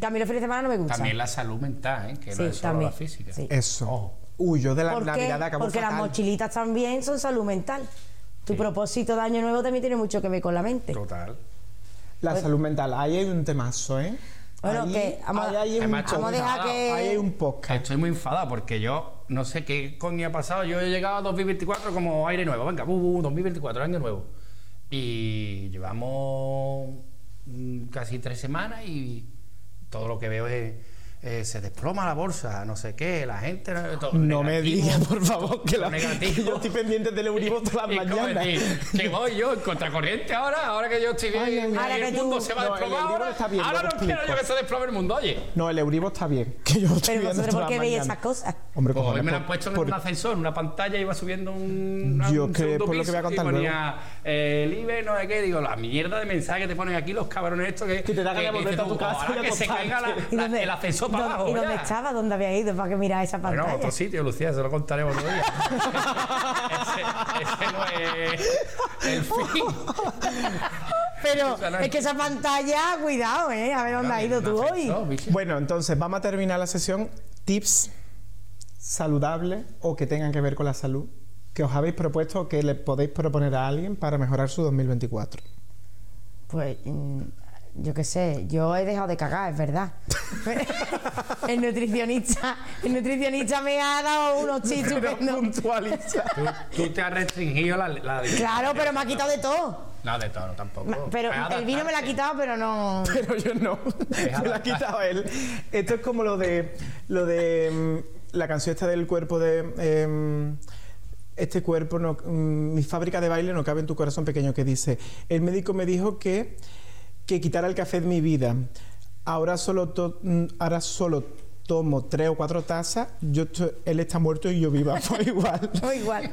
[SPEAKER 2] Que a mí los fines de semana no me gustan.
[SPEAKER 3] También la salud mental, ¿eh? que no es solo la física.
[SPEAKER 2] sí.
[SPEAKER 1] Eso.
[SPEAKER 3] Ojo.
[SPEAKER 1] Huyo de la
[SPEAKER 2] ¿Por qué?
[SPEAKER 1] Navidad acabó
[SPEAKER 2] Porque las
[SPEAKER 1] fatal.
[SPEAKER 2] mochilitas también son salud mental. Tu propósito de año nuevo también tiene mucho que ver con la mente.
[SPEAKER 3] Total.
[SPEAKER 1] La salud mental. Ahí hay un temazo, ¿eh?
[SPEAKER 2] Bueno,
[SPEAKER 1] Ahí-
[SPEAKER 2] que vamos-
[SPEAKER 1] ahí hay un
[SPEAKER 3] Además,
[SPEAKER 2] Vamos a
[SPEAKER 1] podcast.
[SPEAKER 2] dejar que.
[SPEAKER 1] Ahí hay un podcast.
[SPEAKER 3] Estoy muy enfadado porque yo no sé qué coño ha pasado. Yo he llegado a 2024 como aire nuevo. Venga, bu, bu, 2024, año nuevo. Y llevamos mm, casi tres semanas y todo lo que veo es, eh, se desploma la bolsa, no sé qué, la gente... todo
[SPEAKER 1] No me
[SPEAKER 3] negativo.
[SPEAKER 1] digas, <laughs> por favor, que, la,
[SPEAKER 3] negativo.
[SPEAKER 1] que yo estoy pendiente del Euribor
[SPEAKER 3] <laughs>
[SPEAKER 1] todas
[SPEAKER 3] Y
[SPEAKER 1] las
[SPEAKER 3] como
[SPEAKER 1] mañanas.
[SPEAKER 3] decir, que voy yo en contracorriente ahora, ahora que yo estoy bien,
[SPEAKER 1] Ay, ay,
[SPEAKER 3] y
[SPEAKER 2] ay.
[SPEAKER 3] el
[SPEAKER 2] Ahora que
[SPEAKER 3] mundo
[SPEAKER 2] tú-
[SPEAKER 3] se va a
[SPEAKER 1] No, el
[SPEAKER 3] desplomar
[SPEAKER 1] Euribor
[SPEAKER 3] ahora,
[SPEAKER 1] está bien,
[SPEAKER 3] ahora
[SPEAKER 1] luego
[SPEAKER 3] no quiero yo
[SPEAKER 1] explico.
[SPEAKER 3] que se desplome el mundo, oye.
[SPEAKER 1] No, el Euribor está bien, que yo lo estoy
[SPEAKER 2] Pero
[SPEAKER 1] viendo
[SPEAKER 2] vosotros, ¿por
[SPEAKER 1] todas
[SPEAKER 2] qué
[SPEAKER 1] las
[SPEAKER 2] veis
[SPEAKER 1] mañanas.
[SPEAKER 2] esas cosas?
[SPEAKER 1] Hombre,
[SPEAKER 3] Pues hoy
[SPEAKER 1] cojones,
[SPEAKER 3] me lo han
[SPEAKER 1] por-
[SPEAKER 3] puesto en
[SPEAKER 1] por-
[SPEAKER 3] un ascensor, en una pantalla, iba subiendo un, a
[SPEAKER 1] Yo
[SPEAKER 3] un
[SPEAKER 1] que
[SPEAKER 3] segundo
[SPEAKER 1] por lo que voy a
[SPEAKER 3] piso
[SPEAKER 1] contar
[SPEAKER 3] y ponía eh, el IBE, no sé qué, digo, la mierda de mensaje que te ponen aquí los cabrones estos que...
[SPEAKER 1] Que te da ganas de
[SPEAKER 3] dices
[SPEAKER 1] volverte a
[SPEAKER 3] tú,
[SPEAKER 1] tu casa y
[SPEAKER 3] "Ojalá que se
[SPEAKER 1] acostarte".
[SPEAKER 3] caiga la-
[SPEAKER 2] ¿Y
[SPEAKER 3] la-
[SPEAKER 2] dónde-
[SPEAKER 3] el ascensor para
[SPEAKER 2] dónde-
[SPEAKER 3] abajo.
[SPEAKER 2] ¿Y dónde
[SPEAKER 3] ya.
[SPEAKER 2] estaba? ¿Dónde había ido para que mirara esa
[SPEAKER 3] Bueno, pues,
[SPEAKER 2] pantalla?
[SPEAKER 3] otro sitio, Lucía, se lo contaré otro día. ese, ese no es el fin.
[SPEAKER 2] Pero
[SPEAKER 3] Esa no
[SPEAKER 2] es que esa pantalla, cuidado, ¿eh? A ver dónde has ido tú
[SPEAKER 3] Un
[SPEAKER 2] hoy.
[SPEAKER 3] ascensor, bicho.
[SPEAKER 1] Bueno, entonces vamos a terminar la sesión. Tips saludables o que tengan que ver con la salud que os habéis propuesto o que le podéis proponer a alguien para mejorar su 2024.
[SPEAKER 2] Pues mm, yo qué sé, yo he dejado de cagar, es verdad. el nutricionista, el nutricionista me ha dado unos chips estupendos.
[SPEAKER 1] Puntualiza.
[SPEAKER 3] Tú, tú te has restringido la, la
[SPEAKER 2] Claro, pero me ha quitado de todo.
[SPEAKER 3] No, de todo, no, tampoco.
[SPEAKER 2] Ma- Pero
[SPEAKER 3] Es
[SPEAKER 2] el vino me lo ha
[SPEAKER 3] adaptarte.
[SPEAKER 2] quitado, pero no.
[SPEAKER 1] Pero yo no. Se la ha quitado él. Esto es como lo de. Lo de. mm, La canción esta del cuerpo de. em, este cuerpo, no, mm, mi fábrica de baile no cabe en tu corazón pequeño, que dice, el médico me dijo que, que quitara el café de mi vida. Ahora solo, to- mm, ahora solo tomo tres o cuatro tazas, yo estoy- él está muerto y yo viva, <laughs> fue igual.
[SPEAKER 2] No, igual.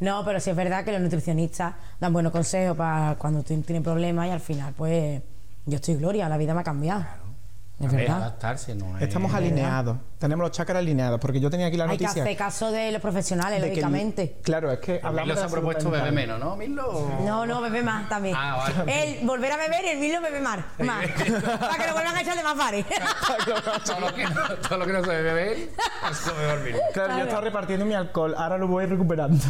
[SPEAKER 2] No, pero sí es verdad que los nutricionistas dan buenos consejos para cuando tú tienes problemas y al final, pues, yo estoy gloria, la vida me ha cambiado. Es
[SPEAKER 3] Es
[SPEAKER 2] verdad.
[SPEAKER 3] adaptarse, no es.
[SPEAKER 1] Estamos alineados, tenemos los chakras alineados, porque yo tenía aquí la
[SPEAKER 2] Hay que
[SPEAKER 1] noticia.
[SPEAKER 2] hacer caso de los profesionales,
[SPEAKER 1] de que-
[SPEAKER 2] lógicamente.
[SPEAKER 1] claro, es que hablamos
[SPEAKER 3] Milo
[SPEAKER 1] de
[SPEAKER 3] se
[SPEAKER 1] la
[SPEAKER 3] ha
[SPEAKER 1] salud
[SPEAKER 3] propuesto
[SPEAKER 1] mental.
[SPEAKER 3] beber menos, ¿no, Milo?
[SPEAKER 2] No, no, bebe más también.
[SPEAKER 3] Ah, vale.
[SPEAKER 2] El volver a beber y el vino bebe más. más. Para que lo vuelvan a echar de más bares.
[SPEAKER 3] <laughs> todo, lo que no, todo lo que no se debe beber, es lo mejor Milo.
[SPEAKER 1] Claro, yo
[SPEAKER 2] Claro.
[SPEAKER 1] estaba repartiendo mi alcohol, ahora lo voy
[SPEAKER 2] <laughs>
[SPEAKER 1] recuperando.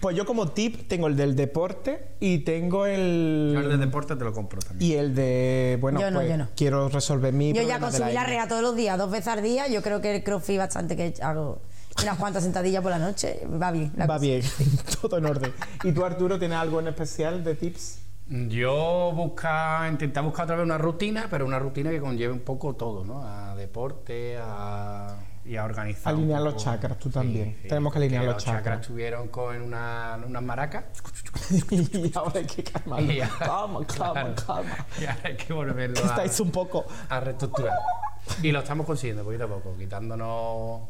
[SPEAKER 1] pues yo como tip tengo el del deporte y tengo
[SPEAKER 3] Yo
[SPEAKER 1] el
[SPEAKER 3] el de deporte te lo compro también.
[SPEAKER 1] y el de bueno,
[SPEAKER 2] Yo no,
[SPEAKER 1] pues,
[SPEAKER 2] yo no.
[SPEAKER 1] quiero resolver mi
[SPEAKER 2] Yo ya
[SPEAKER 1] problema de
[SPEAKER 2] consumí la
[SPEAKER 1] aire.
[SPEAKER 2] rea todos los días, dos veces al día. Yo creo que el crossfit bastante que hago unas cuantas sentadillas por la noche. Va bien. la
[SPEAKER 1] Va
[SPEAKER 2] cosa.
[SPEAKER 1] bien, <laughs> todo en orden. ¿Y tú Arturo tienes algo en especial de tips? <laughs>
[SPEAKER 3] Yo busca, intentar buscar otra vez una rutina, pero una rutina que conlleve un poco todo, ¿no? A deporte, a, y a organizar. un
[SPEAKER 1] Alinear
[SPEAKER 3] poco.
[SPEAKER 1] los chakras, tú también. Tenemos que alinear los
[SPEAKER 3] chakras.
[SPEAKER 1] chakras.
[SPEAKER 3] estuvieron con una, unas maracas.
[SPEAKER 1] y ahora hay que calmarlo.
[SPEAKER 3] Y ahora-
[SPEAKER 1] Calma, calma,
[SPEAKER 3] claro.
[SPEAKER 1] calma.
[SPEAKER 3] <laughs> Y ahora hay que volverlo a.
[SPEAKER 1] Estáis un poco
[SPEAKER 3] a reestructurar. Y lo estamos consiguiendo poquito a poco, quitándonos,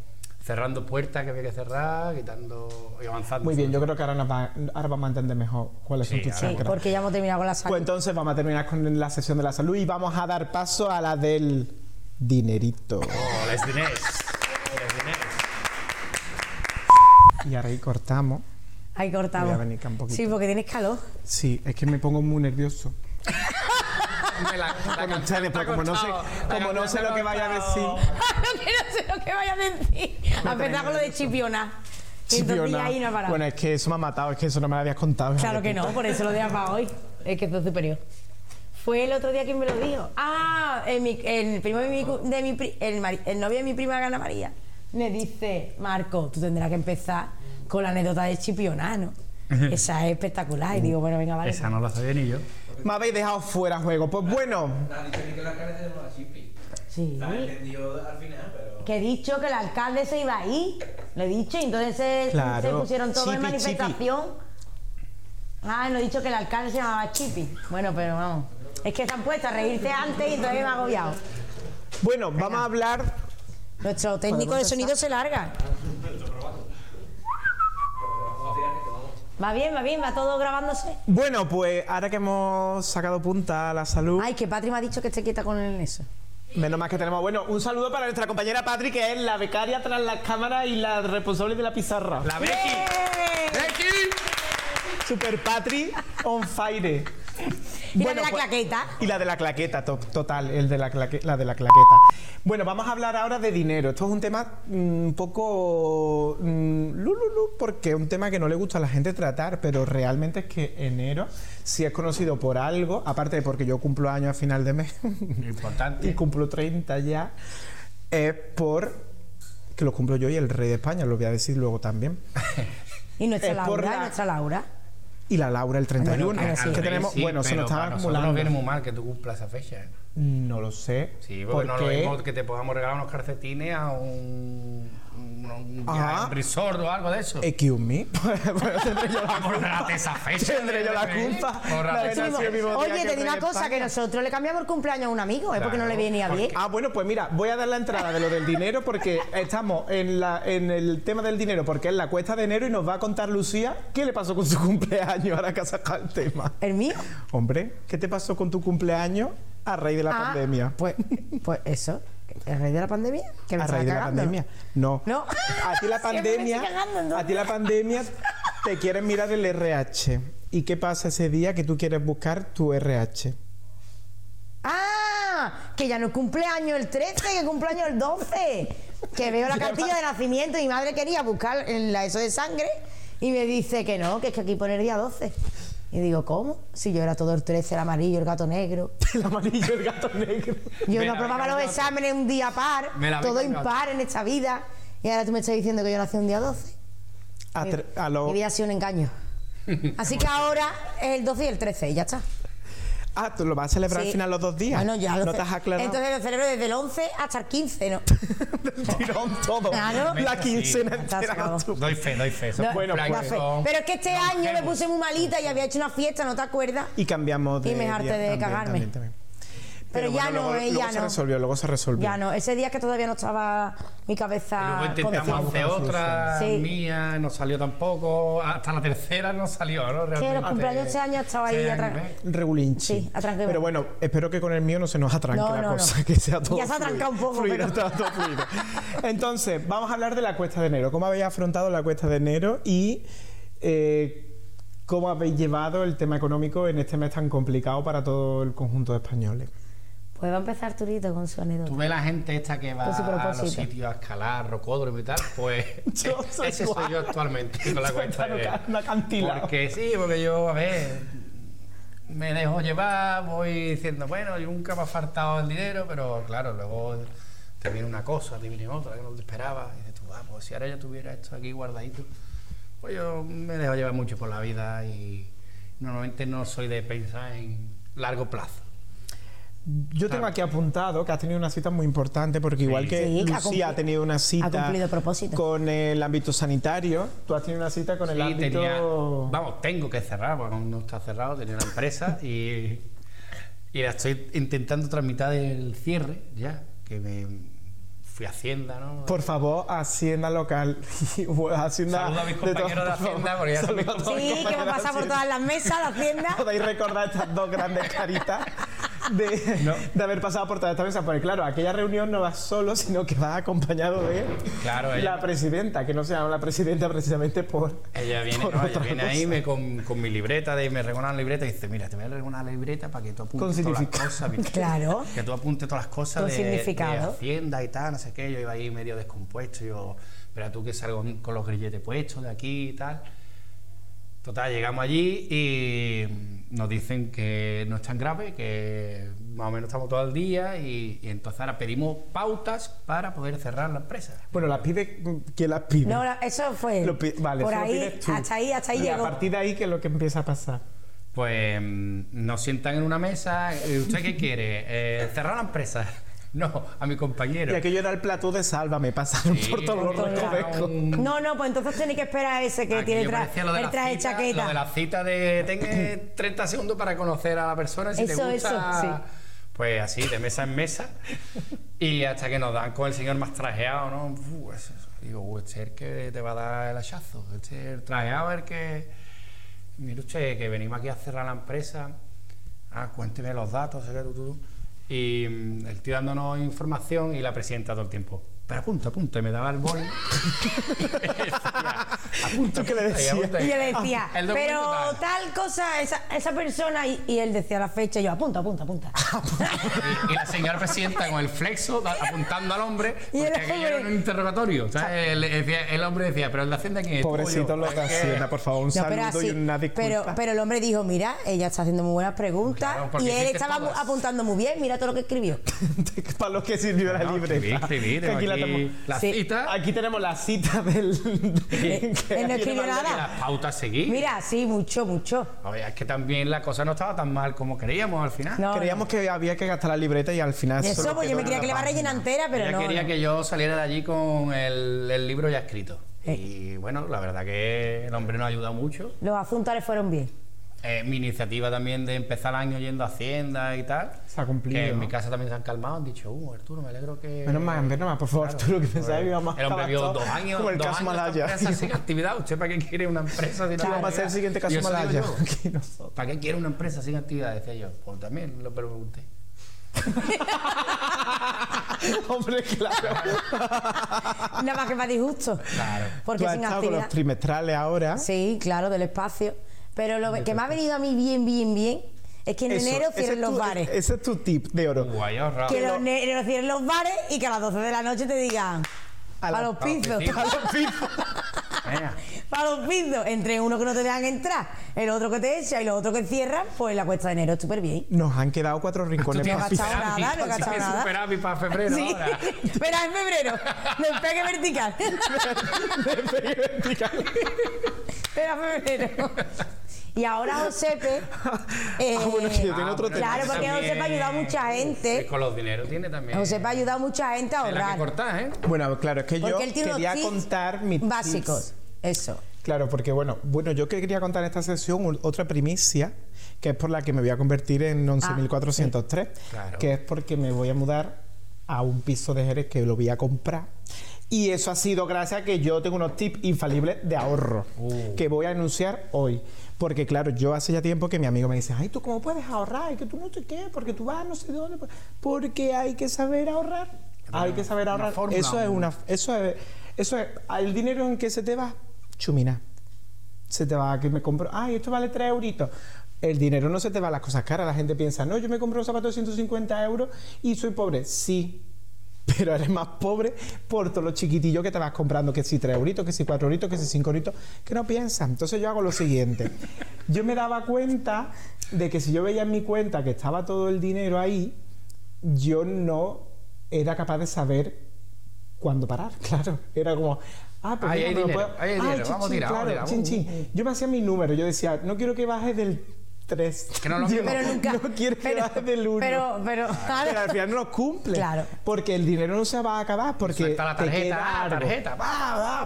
[SPEAKER 3] cerrando puertas que había que cerrar, quitando y avanzando.
[SPEAKER 1] muy bien, yo creo que ahora, nos va- ahora vamos a entender mejor cuáles
[SPEAKER 3] Sí,
[SPEAKER 1] son tus
[SPEAKER 3] ahora
[SPEAKER 2] Sí,
[SPEAKER 1] chakras.
[SPEAKER 2] porque ya hemos terminado con la salud.
[SPEAKER 1] Pues entonces vamos a terminar con la sesión de la salud y vamos a dar paso a la del dinerito.
[SPEAKER 3] Oh, les diners. Les diners.
[SPEAKER 1] Y ahora ahí cortamos.
[SPEAKER 2] Ahí cortamos.
[SPEAKER 1] Voy a venir acá un poquito.
[SPEAKER 2] Sí, porque tienes calor. <laughs>
[SPEAKER 1] Sí, es que me pongo muy nervioso.
[SPEAKER 3] Hombre, la- la
[SPEAKER 1] Con
[SPEAKER 3] canción
[SPEAKER 1] ustedes,
[SPEAKER 3] te ha
[SPEAKER 1] pero como no sé,
[SPEAKER 3] costado, la
[SPEAKER 1] como no
[SPEAKER 3] canción
[SPEAKER 1] sé
[SPEAKER 3] te ha
[SPEAKER 1] lo que vaya a decir.
[SPEAKER 3] costado.
[SPEAKER 2] no que no sé lo que vaya a decir. A empezar con lo de chipiona. Y entonces ya
[SPEAKER 1] Chipiona.
[SPEAKER 2] ahí no ha parado.
[SPEAKER 1] Bueno, es que eso me ha matado, es que eso no me lo habías contado. hija
[SPEAKER 2] Claro
[SPEAKER 1] de
[SPEAKER 2] que no,
[SPEAKER 1] puta.
[SPEAKER 2] por eso lo deja para hoy. Es que esto es superior. Fue el otro día quien me lo dijo. Ah, el, mi- el primo de mi, cu- de mi pri- el, mari- el novio de mi prima Ana María me dice, Marco, tú tendrás que empezar con la anécdota de Chipiona, ¿no? Esa es espectacular. Y digo, bueno, venga, vale.
[SPEAKER 3] Esa no la sabía ni yo.
[SPEAKER 1] Me habéis dejado fuera juego. Pues bueno,
[SPEAKER 4] Nadie dice ni que la cara se llamaba Chippy.
[SPEAKER 2] Sí.
[SPEAKER 4] La entendió al final, pero.
[SPEAKER 2] Que he dicho que el alcalde se iba ahí. Lo he dicho, y entonces se,
[SPEAKER 1] Claro.
[SPEAKER 2] se pusieron todos en
[SPEAKER 1] Chipi,
[SPEAKER 2] manifestación. Ah, no he dicho que el alcalde se llamaba Chipi. Bueno, pero vamos. Es que se han puesto a reírse antes y entonces me ha agobiado.
[SPEAKER 1] bueno, vamos a hablar.
[SPEAKER 2] Nuestro técnico de sonido se larga. Va bien, va bien, va todo grabándose.
[SPEAKER 1] Bueno, pues ahora que hemos sacado punta a la salud,
[SPEAKER 2] Ay, que Patri me ha dicho que esté quieta con el eso.
[SPEAKER 1] menos mal que tenemos. Bueno, un saludo para nuestra compañera Patri, que es la becaria tras las cámaras y la responsable de la pizarra.
[SPEAKER 3] La Becky. Becky.
[SPEAKER 1] Super Patri on fire. pues,
[SPEAKER 2] Y la de la claqueta.
[SPEAKER 1] Y la de la claqueta, to- total, el de la, claque- la de la claqueta. Bueno, vamos a hablar ahora de dinero. Esto es un tema mm, un poco mm, lululu, porque es un tema que no le gusta a la gente tratar, pero realmente es que enero, si es conocido por algo, aparte de porque yo cumplo años a final de mes, <laughs> y
[SPEAKER 3] Importante.
[SPEAKER 1] cumplo 30 ya, es por que lo cumplo yo y el rey de España, lo voy a decir luego también.
[SPEAKER 2] Y nuestra
[SPEAKER 1] Es por
[SPEAKER 2] Laura,
[SPEAKER 1] la-
[SPEAKER 2] nuestra Laura.
[SPEAKER 1] y la Laura el 31.
[SPEAKER 2] Bueno,
[SPEAKER 1] que
[SPEAKER 2] sí.
[SPEAKER 1] tenemos,
[SPEAKER 3] ah, Sí,
[SPEAKER 1] bueno, se
[SPEAKER 3] pero
[SPEAKER 1] nos
[SPEAKER 3] para
[SPEAKER 1] está
[SPEAKER 3] nosotros
[SPEAKER 1] acumulando.
[SPEAKER 3] Nos viene muy mal que tú cumplas esa fecha. ¿eh?
[SPEAKER 1] No lo sé.
[SPEAKER 3] Sí, porque no es lo
[SPEAKER 1] porque-
[SPEAKER 3] mismo que te podamos regalar unos calcetines a un, un, un-
[SPEAKER 1] Ajá.
[SPEAKER 3] un resort o algo de eso.
[SPEAKER 1] Excuse <laughs> me. Pues tendré yo
[SPEAKER 3] <laughs>
[SPEAKER 1] la culpa.
[SPEAKER 3] Acordate esa fecha. ¿eh?
[SPEAKER 1] Tendré yo la culpa.
[SPEAKER 3] Por
[SPEAKER 1] La verdad,
[SPEAKER 3] haber nacido
[SPEAKER 1] sí,
[SPEAKER 3] en
[SPEAKER 1] mi
[SPEAKER 3] ese-
[SPEAKER 1] mismo día
[SPEAKER 2] Oye,
[SPEAKER 1] que
[SPEAKER 2] te digo
[SPEAKER 1] el
[SPEAKER 2] una
[SPEAKER 1] rey de
[SPEAKER 2] cosa, que
[SPEAKER 1] España.
[SPEAKER 2] nosotros le cambiamos el cumpleaños a un amigo, es porque no le
[SPEAKER 3] Claro,
[SPEAKER 2] venía bien.
[SPEAKER 1] Ah, bueno, pues mira, voy a dar la entrada de lo del dinero porque estamos en, la, en el tema del dinero, porque es la cuesta de enero y nos va a contar Lucía qué le pasó con su <laughs> cumpleaños ahora que ha sacado el tema.
[SPEAKER 2] ¿El mío?
[SPEAKER 1] Hombre, ¿qué te pasó con tu cumpleaños a raíz de la
[SPEAKER 2] Ah,
[SPEAKER 1] pandemia?
[SPEAKER 2] Pues, pues eso, a raíz de la pandemia. Que me
[SPEAKER 1] a
[SPEAKER 2] estaba
[SPEAKER 1] raíz de la
[SPEAKER 2] cagando.
[SPEAKER 1] pandemia. No.
[SPEAKER 2] No.
[SPEAKER 1] A ti la
[SPEAKER 2] <laughs> Siempre me estoy
[SPEAKER 1] pandemia,
[SPEAKER 2] cagando, entonces.
[SPEAKER 1] a ti la pandemia te quieren mirar el RH. ¿Y qué pasa ese día que tú quieres buscar tu RH?
[SPEAKER 2] ¡Ah! Que ya no es cumpleaños el 13, que cumpleaños el 12. Que veo la cartilla de nacimiento y mi madre quería buscar en la eso de sangre y me dice que no, que es que aquí pone el día 12. Y digo, ¿cómo? Si yo era todo el 13, el amarillo, <laughs> el gato negro.
[SPEAKER 1] El amarillo, el gato negro.
[SPEAKER 2] Yo
[SPEAKER 3] Me la
[SPEAKER 2] no
[SPEAKER 3] vi
[SPEAKER 2] aprobaba
[SPEAKER 3] con
[SPEAKER 2] los
[SPEAKER 3] gato.
[SPEAKER 2] exámenes un día par,
[SPEAKER 3] Me la vi
[SPEAKER 2] todo
[SPEAKER 3] con gato.
[SPEAKER 2] impar en esta vida. Y ahora tú me estás diciendo que yo nací un día 12.
[SPEAKER 1] A, tre- a lo-
[SPEAKER 2] Mi vida ha sido un engaño. Así que ahora es el 12 y el 13 y ya está.
[SPEAKER 1] ah, tú lo vas a celebrar
[SPEAKER 2] Sí.
[SPEAKER 1] al final los dos días.
[SPEAKER 2] Bueno, ya lo
[SPEAKER 1] no
[SPEAKER 2] ce-
[SPEAKER 1] te has aclarado.
[SPEAKER 2] Entonces lo celebro desde el 11 hasta el 15, ¿no?
[SPEAKER 1] <laughs> Del tirón todo.
[SPEAKER 2] Claro.
[SPEAKER 1] La quincena
[SPEAKER 2] Ya está, se
[SPEAKER 1] entera.
[SPEAKER 2] acabó.
[SPEAKER 1] tú.
[SPEAKER 3] Doy fe, doy fe. Son
[SPEAKER 2] No,
[SPEAKER 1] Bueno, pues,
[SPEAKER 2] la
[SPEAKER 3] cumpleaños
[SPEAKER 2] fe.
[SPEAKER 3] que son-
[SPEAKER 2] Pero es que este
[SPEAKER 3] son
[SPEAKER 2] año me
[SPEAKER 3] gemos.
[SPEAKER 2] puse muy malita y había hecho una fiesta, ¿no te acuerdas?
[SPEAKER 1] Y cambiamos de.
[SPEAKER 2] Y me
[SPEAKER 1] día
[SPEAKER 2] harté de
[SPEAKER 1] también,
[SPEAKER 2] cagarme.
[SPEAKER 1] también, también.
[SPEAKER 2] Pero ya no,
[SPEAKER 1] luego,
[SPEAKER 2] eh,
[SPEAKER 1] luego
[SPEAKER 2] ya
[SPEAKER 1] se
[SPEAKER 2] no.
[SPEAKER 1] resolvió, luego se resolvió.
[SPEAKER 2] Ya no, ese día es que todavía no estaba mi cabeza
[SPEAKER 3] Luego intentamos
[SPEAKER 2] consciente.
[SPEAKER 3] hacer
[SPEAKER 1] Solución.
[SPEAKER 3] otra
[SPEAKER 2] Sí.
[SPEAKER 3] mía, no salió tampoco, hasta la tercera no salió, ¿no?
[SPEAKER 2] Que
[SPEAKER 3] Realmente,
[SPEAKER 2] los cumpleaños de este año estaba ahí
[SPEAKER 3] seis
[SPEAKER 2] atrás.
[SPEAKER 3] años, ¿eh?
[SPEAKER 1] Regulinchi.
[SPEAKER 2] Sí, atranque.
[SPEAKER 1] Pero bueno, espero que con el mío no se nos atranque
[SPEAKER 2] No,
[SPEAKER 1] la
[SPEAKER 2] no,
[SPEAKER 1] cosa,
[SPEAKER 2] no.
[SPEAKER 1] que sea todo.
[SPEAKER 2] Ya se ha atrancado un
[SPEAKER 1] fluido,
[SPEAKER 2] poco,
[SPEAKER 1] fluido,
[SPEAKER 2] pero-
[SPEAKER 1] está todo fluido. Entonces, vamos a hablar de la cuesta de enero. ¿Cómo habéis afrontado la cuesta de enero y eh, cómo habéis llevado el tema económico en este mes tan complicado para todo el conjunto de españoles?
[SPEAKER 2] Pues va a empezar Turito con su anécdota.
[SPEAKER 3] Tú ves la gente esta que va
[SPEAKER 2] Con su
[SPEAKER 3] a los
[SPEAKER 2] propósito.
[SPEAKER 3] sitios a escalar, rocódromo y tal,
[SPEAKER 2] <laughs>
[SPEAKER 3] pues
[SPEAKER 1] Yo soy
[SPEAKER 3] ese
[SPEAKER 1] igual.
[SPEAKER 3] soy yo actualmente con la
[SPEAKER 1] Soy
[SPEAKER 3] cuenta
[SPEAKER 1] tan
[SPEAKER 3] de
[SPEAKER 1] aca- un acantilado.
[SPEAKER 3] Porque sí, porque yo, a ver, me dejo llevar, voy diciendo, bueno, yo nunca me ha faltado el dinero, pero claro, luego te viene una cosa, te viene otra que no te esperaba, y dices tú, ah, pues si ahora yo tuviera esto aquí guardadito, pues yo me dejo llevar mucho por la vida y normalmente no soy de pensar en largo plazo.
[SPEAKER 1] Yo
[SPEAKER 3] Ah.
[SPEAKER 1] tengo aquí apuntado que has tenido una cita muy importante, porque igual que
[SPEAKER 2] Sí, que ha
[SPEAKER 1] Lucía
[SPEAKER 2] cumpli-
[SPEAKER 1] ha tenido una
[SPEAKER 2] ha
[SPEAKER 1] cita
[SPEAKER 2] cumplido propósito.
[SPEAKER 1] con el ámbito sanitario, tú has tenido una cita con el
[SPEAKER 3] Sí,
[SPEAKER 1] ámbito.
[SPEAKER 3] tenía- vamos, tengo que cerrar, porque aún no está cerrado, tenía una empresa y, y la estoy intentando tramitar el cierre ya, que me fui a Hacienda, ¿no?
[SPEAKER 1] Por favor, Hacienda local. <laughs> Hacienda
[SPEAKER 3] Saluda a mis compañeros
[SPEAKER 1] todas,
[SPEAKER 3] de
[SPEAKER 1] por favor.
[SPEAKER 3] Hacienda, porque ya son
[SPEAKER 1] Saluda a
[SPEAKER 3] mis
[SPEAKER 1] todos mis
[SPEAKER 2] Sí, que me
[SPEAKER 1] compañeros de
[SPEAKER 2] pasa por
[SPEAKER 1] Hacienda.
[SPEAKER 2] todas las mesas, la
[SPEAKER 3] <laughs>
[SPEAKER 2] hacienda.
[SPEAKER 1] Podéis recordar estas dos grandes caritas de,
[SPEAKER 3] <laughs> No.
[SPEAKER 1] de haber pasado por todas estas mesas. Porque claro, aquella reunión no vas solo, sino que vas acompañado de
[SPEAKER 3] Claro,
[SPEAKER 1] la
[SPEAKER 3] ella-
[SPEAKER 1] presidenta, que no se llama la presidenta precisamente por.
[SPEAKER 3] Ella viene,
[SPEAKER 1] por
[SPEAKER 3] ¿no? Ella
[SPEAKER 1] otra
[SPEAKER 3] viene
[SPEAKER 1] cosa.
[SPEAKER 3] ahí me, con, con mi libreta, de, me regala una libreta y dice, mira, te voy a regalar una libreta para que tú apuntes
[SPEAKER 1] Con
[SPEAKER 3] todas las
[SPEAKER 1] significado.
[SPEAKER 3] cosas. ¿viste?
[SPEAKER 2] Claro.
[SPEAKER 3] Que tú apuntes todas las cosas
[SPEAKER 2] Con
[SPEAKER 3] de, de
[SPEAKER 2] significado.
[SPEAKER 3] Hacienda y tal, no sé qué. Yo iba ahí medio descompuesto, yo, pero tú que salgo con los grilletes puestos de aquí y tal. Total, llegamos allí y nos dicen que no es tan grave, que más o menos estamos todo el día y, y entonces ahora pedimos pautas para poder cerrar la empresa.
[SPEAKER 1] Bueno, las pide. ¿Quién las pide?
[SPEAKER 2] No, la- eso fue.
[SPEAKER 1] Lo pi- vale,
[SPEAKER 2] por
[SPEAKER 1] eso lo
[SPEAKER 2] ahí,
[SPEAKER 1] pides tú.
[SPEAKER 2] hasta ahí, hasta ahí
[SPEAKER 1] y
[SPEAKER 2] llegó.
[SPEAKER 1] a partir de ahí, ¿qué es lo que empieza a pasar?
[SPEAKER 3] Pues mm, nos sientan en una mesa. eh, ¿Usted qué quiere? Eh, ¿Cerrar la empresa? <laughs> No, a mi compañero.
[SPEAKER 1] Y aquello era el plató de sálvame, pasaron
[SPEAKER 3] Sí,
[SPEAKER 1] por todos los
[SPEAKER 3] por
[SPEAKER 2] todos lados.
[SPEAKER 1] recovecos.
[SPEAKER 2] No, no, pues entonces tiene que esperar a ese que
[SPEAKER 3] Aquello
[SPEAKER 2] tiene tra-
[SPEAKER 3] Ah, parecía lo de
[SPEAKER 2] el
[SPEAKER 3] la
[SPEAKER 2] traje
[SPEAKER 3] cita-
[SPEAKER 2] chaqueta.
[SPEAKER 3] Lo de la cita de
[SPEAKER 2] <clears throat>
[SPEAKER 3] tenga 30 segundos para conocer a la persona si
[SPEAKER 2] Eso,
[SPEAKER 3] te gusta.
[SPEAKER 2] eso, sí.
[SPEAKER 3] Pues así, de mesa en mesa. Y hasta que nos dan con el señor más trajeado, ¿no? Uf, eso, eso. Digo, "Uh, este es el que te va a dar el hachazo. Este es el trajeado, el que. Mire usted, que venimos aquí a cerrar la empresa. Ah, cuénteme los datos, no sé qué, tú, tú, tú. Y mm, el tío dándonos información y la presidenta todo el tiempo. Pero apunta, apunta, y me daba el boli. apunta,
[SPEAKER 1] <laughs> ¿Tú qué le
[SPEAKER 3] apunta,
[SPEAKER 1] decías?
[SPEAKER 3] apunta.
[SPEAKER 2] Y yo
[SPEAKER 1] Ah,
[SPEAKER 2] le decía,
[SPEAKER 3] El documento
[SPEAKER 2] pero
[SPEAKER 3] tal".
[SPEAKER 2] tal cosa, esa, esa persona, y, y él decía la fecha, y yo, apunta,
[SPEAKER 1] <laughs>
[SPEAKER 2] apunta, apunta.
[SPEAKER 3] Y, y la señora presidenta con el flexo da- apuntando al hombre
[SPEAKER 2] Y el
[SPEAKER 3] porque aquello
[SPEAKER 2] hombre-
[SPEAKER 3] era un interrogatorio. ¿sabes? El, decía- el hombre decía, pero el de Hacienda quién es? ¿Tú o yo?".
[SPEAKER 1] Pobrecito los de
[SPEAKER 3] Es que-
[SPEAKER 1] Hacienda, por favor, un
[SPEAKER 2] No,
[SPEAKER 1] saludo
[SPEAKER 2] pero así.
[SPEAKER 1] y una disculpa.
[SPEAKER 2] Pero,
[SPEAKER 1] <laughs>
[SPEAKER 2] pero el hombre dijo, mira, ella está haciendo muy buenas preguntas,
[SPEAKER 3] Claro, porque
[SPEAKER 2] y él
[SPEAKER 3] hiciste
[SPEAKER 2] estaba
[SPEAKER 3] todas.
[SPEAKER 2] apuntando muy bien, mira todo lo que escribió.
[SPEAKER 1] para los que sirvió la
[SPEAKER 3] No,
[SPEAKER 1] libreta.
[SPEAKER 3] escribí, escribí,
[SPEAKER 1] que
[SPEAKER 3] tengo
[SPEAKER 1] aquí la tratamos.
[SPEAKER 3] la
[SPEAKER 2] Sí.
[SPEAKER 3] cita.
[SPEAKER 1] Aquí tenemos la cita del. <laughs>
[SPEAKER 2] Eh,
[SPEAKER 1] que
[SPEAKER 2] Él no
[SPEAKER 1] aquí
[SPEAKER 2] escribió
[SPEAKER 1] además-
[SPEAKER 2] nada.
[SPEAKER 3] y las pautas seguir.
[SPEAKER 2] Mira, sí, mucho, mucho.
[SPEAKER 3] A ver, es que también la cosa no estaba tan mal como creíamos al final.
[SPEAKER 2] No,
[SPEAKER 1] Creíamos que había que gastar la libreta y al final.
[SPEAKER 2] Y eso,
[SPEAKER 1] solo
[SPEAKER 2] pues yo
[SPEAKER 1] quedó
[SPEAKER 2] me creía
[SPEAKER 1] una
[SPEAKER 2] que le iba a
[SPEAKER 1] página.
[SPEAKER 2] rellenar entera, pero
[SPEAKER 3] Ella
[SPEAKER 2] no.
[SPEAKER 3] quería
[SPEAKER 2] no.
[SPEAKER 3] que yo saliera de allí con el, el libro ya escrito. Y bueno, la verdad que el hombre nos ha ayudado mucho.
[SPEAKER 2] Los afuntales fueron bien.
[SPEAKER 3] Eh, mi iniciativa también de empezar el año yendo a Hacienda y tal.
[SPEAKER 1] Se ha cumplido.
[SPEAKER 3] Que en mi casa también se han calmado, han dicho, uh, Arturo, me alegro que.
[SPEAKER 1] Menos mal, menos mal, por favor,
[SPEAKER 3] Claro,
[SPEAKER 1] Arturo, que
[SPEAKER 3] pues,
[SPEAKER 1] pensaba que íbamos a
[SPEAKER 3] El hombre
[SPEAKER 1] acabar
[SPEAKER 3] vio
[SPEAKER 1] todo
[SPEAKER 3] dos años.
[SPEAKER 1] como el
[SPEAKER 3] dos
[SPEAKER 1] caso
[SPEAKER 3] años de
[SPEAKER 1] Malaya.
[SPEAKER 3] empresa sin actividad. ¿Usted para qué quiere una empresa sin
[SPEAKER 1] ¿Quién va a ser el siguiente caso Malaya? Aquí no.
[SPEAKER 2] <laughs>
[SPEAKER 3] ¿Para qué quiere una empresa sin actividad? Decía yo. Pues también lo pregunté.
[SPEAKER 1] Hombre, claro.
[SPEAKER 2] Nada más que para disgusto.
[SPEAKER 3] Claro.
[SPEAKER 2] <laughs> Porque
[SPEAKER 1] Tú has
[SPEAKER 2] sin
[SPEAKER 1] estado con
[SPEAKER 2] actividad.
[SPEAKER 1] los trimestrales ahora.
[SPEAKER 2] Sí, claro, del espacio. Pero lo que me ha venido a mí bien, bien, bien, es que en
[SPEAKER 1] Eso,
[SPEAKER 2] enero
[SPEAKER 1] ese
[SPEAKER 2] cierren
[SPEAKER 1] es
[SPEAKER 2] los
[SPEAKER 1] tu-
[SPEAKER 2] bares.
[SPEAKER 1] Ese es tu tip de oro.
[SPEAKER 3] Guay, ahorrado.
[SPEAKER 2] que los enero cierren los bares y que a las 12 de la noche te digan.
[SPEAKER 1] A la-
[SPEAKER 2] Para los
[SPEAKER 3] pa' los
[SPEAKER 2] pisos. <laughs>
[SPEAKER 3] piscinas".
[SPEAKER 1] A los pijos.
[SPEAKER 3] Venga.
[SPEAKER 2] Para los pisos. Entre uno que no te dejan entrar, el otro que te echa y los otros que cierran, pues la cuesta de enero es súper bien.
[SPEAKER 1] Nos han quedado cuatro
[SPEAKER 3] Tú
[SPEAKER 1] rincones
[SPEAKER 3] tienes
[SPEAKER 1] más
[SPEAKER 2] has gastado
[SPEAKER 1] fijas.
[SPEAKER 3] superávit,
[SPEAKER 2] nada, no he
[SPEAKER 3] tú
[SPEAKER 2] gastado
[SPEAKER 3] tienes
[SPEAKER 2] nada.
[SPEAKER 3] superávit para febrero
[SPEAKER 2] Sí, <laughs>
[SPEAKER 3] ahora.
[SPEAKER 2] pero en febrero, despegue vertical. Era febrero. Y ahora Josepe. eh,
[SPEAKER 1] Ah, bueno, es que tiene otro tema.
[SPEAKER 3] pero
[SPEAKER 2] Claro, porque
[SPEAKER 3] también-
[SPEAKER 2] Josepe ha ayudado a mucha gente.
[SPEAKER 3] Con los dineros tiene también.
[SPEAKER 2] Josepe ha ayudado a mucha gente a
[SPEAKER 3] Tela que
[SPEAKER 2] ahorrar.
[SPEAKER 3] cortar, ¿eh?
[SPEAKER 2] <laughs>
[SPEAKER 1] Bueno, claro, es que yo
[SPEAKER 2] Porque él tiene
[SPEAKER 1] quería
[SPEAKER 2] unos tips
[SPEAKER 1] contar mis tips.
[SPEAKER 2] Básicos. Eso.
[SPEAKER 1] Claro, porque bueno, bueno, yo que quería contar en esta sesión un- otra primicia, que es por la que me voy a convertir en 11.403,
[SPEAKER 3] Ah, Claro.
[SPEAKER 1] que es porque me voy a mudar a un piso de Jerez que lo voy a comprar. Y eso ha sido gracias a que yo tengo unos tips infalibles de ahorro
[SPEAKER 3] Uh.
[SPEAKER 1] que voy a anunciar hoy. Porque claro, yo hace ya tiempo que mi amigo me dice, ay, ¿tú cómo puedes ahorrar? Y que tú no sé qué, porque tú vas no sé dónde. Porque hay que saber ahorrar. Hay que saber
[SPEAKER 3] una
[SPEAKER 1] ahorrar.
[SPEAKER 3] fórmula,
[SPEAKER 1] Eso es
[SPEAKER 3] un-
[SPEAKER 1] una eso es, eso es, el dinero en que se te va, chumina. Se te va, que me compro, ay, esto vale 3 euritos. El dinero no se te va a las cosas caras. La gente piensa, no, yo me compro un zapato de 150 euros y soy pobre. Sí, pero eres más pobre por todos los chiquitillos que te vas comprando, que si 3 euritos, que si 4 euritos, que si 5 euritos, que no piensas. Entonces yo hago lo siguiente. Yo me daba cuenta de que si yo veía en mi cuenta que estaba todo el dinero ahí, yo no era capaz de saber cuándo parar, <laughs> claro. Era como, ah, pues
[SPEAKER 3] Ahí
[SPEAKER 1] mira,
[SPEAKER 3] hay
[SPEAKER 1] me lo
[SPEAKER 3] dinero,
[SPEAKER 1] puedo-
[SPEAKER 3] ahí hay
[SPEAKER 1] Ay,
[SPEAKER 3] dinero,
[SPEAKER 1] chin,
[SPEAKER 3] vamos
[SPEAKER 1] chin,
[SPEAKER 3] tirando,
[SPEAKER 1] claro,
[SPEAKER 3] vamos
[SPEAKER 1] chin,
[SPEAKER 3] tirando.
[SPEAKER 1] chin. Yo me hacía mi número, yo decía, no quiero que bajes del 3. <laughs>
[SPEAKER 3] Que no lo
[SPEAKER 1] Digo,
[SPEAKER 3] cumpla.
[SPEAKER 2] Pero nunca.
[SPEAKER 1] No quiero que
[SPEAKER 2] pero-
[SPEAKER 1] bajes del 1.
[SPEAKER 2] Pero, pero,
[SPEAKER 1] Pero al final no lo cumple.
[SPEAKER 2] Ah. Claro.
[SPEAKER 1] Porque el dinero no se va a acabar. Porque
[SPEAKER 3] Suelta la
[SPEAKER 1] te queda
[SPEAKER 3] tarjeta, la
[SPEAKER 1] algo.
[SPEAKER 3] tarjeta. Va, va,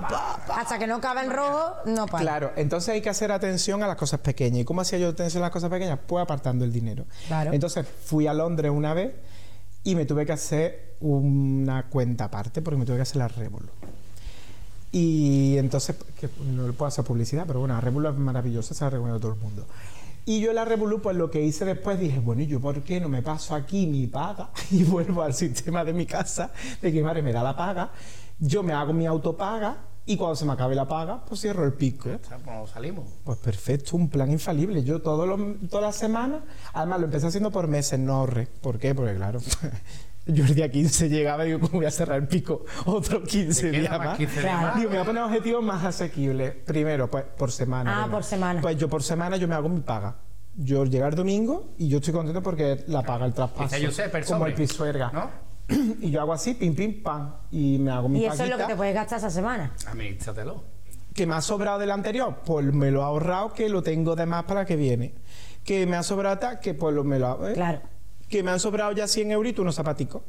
[SPEAKER 2] <laughs>
[SPEAKER 3] va.
[SPEAKER 2] Hasta que no cabe en rojo, no para.
[SPEAKER 1] Claro, entonces hay que hacer atención a las cosas pequeñas. ¿Y cómo hacía yo atención a las cosas pequeñas? Pues apartando el dinero.
[SPEAKER 2] Claro.
[SPEAKER 1] Entonces fui a Londres una vez y me tuve que hacer una cuenta aparte porque me tuve que hacer la Révolo. Y entonces, que no le puedo hacer publicidad, pero bueno, la Revolut es maravillosa, se la recomiendo a todo el mundo. Y yo en la Revolut, pues lo que hice después dije, bueno, ¿y yo por qué no me paso aquí mi paga <laughs> y vuelvo al sistema de mi casa, de que mi madre me da la paga, yo me hago mi autopaga y cuando se me acabe la paga, pues cierro el pico.
[SPEAKER 3] O sea, pues nos salimos.
[SPEAKER 1] Pues perfecto, un plan infalible. Yo todos los- todas las semanas, además lo empecé haciendo por meses, no ahorré. ¿Por qué? Porque claro, <laughs> yo el día 15 llegaba y digo, ¿cómo voy a cerrar el pico? Otro 15
[SPEAKER 3] queda
[SPEAKER 1] días
[SPEAKER 3] más
[SPEAKER 1] más.
[SPEAKER 3] 15 días
[SPEAKER 2] más.
[SPEAKER 1] Digo, me voy a poner objetivos más asequibles. Primero, pues por semana.
[SPEAKER 2] Ah,
[SPEAKER 1] venga.
[SPEAKER 2] por semana.
[SPEAKER 1] Pues yo por semana yo me hago mi paga. Yo llega el domingo y yo estoy contento porque la paga el traspaso.
[SPEAKER 3] Dice Josep, el
[SPEAKER 1] como
[SPEAKER 3] sobre,
[SPEAKER 1] el pisuerga.
[SPEAKER 3] ¿no?
[SPEAKER 1] <clears throat> Y yo hago así, pim, pim, pam. Y me hago mi
[SPEAKER 2] Y
[SPEAKER 1] paguita.
[SPEAKER 2] eso es lo que te puedes gastar esa semana.
[SPEAKER 3] Amízatelo.
[SPEAKER 1] ¿Que me ha sobrado del anterior? Pues me lo ha ahorrado, que lo tengo de más para que viene. ¿Que me ha sobrado tal? Que pues lo, me lo ha... ¿eh?
[SPEAKER 2] Claro.
[SPEAKER 1] Que me han sobrado ya 100 euritos unos zapaticos.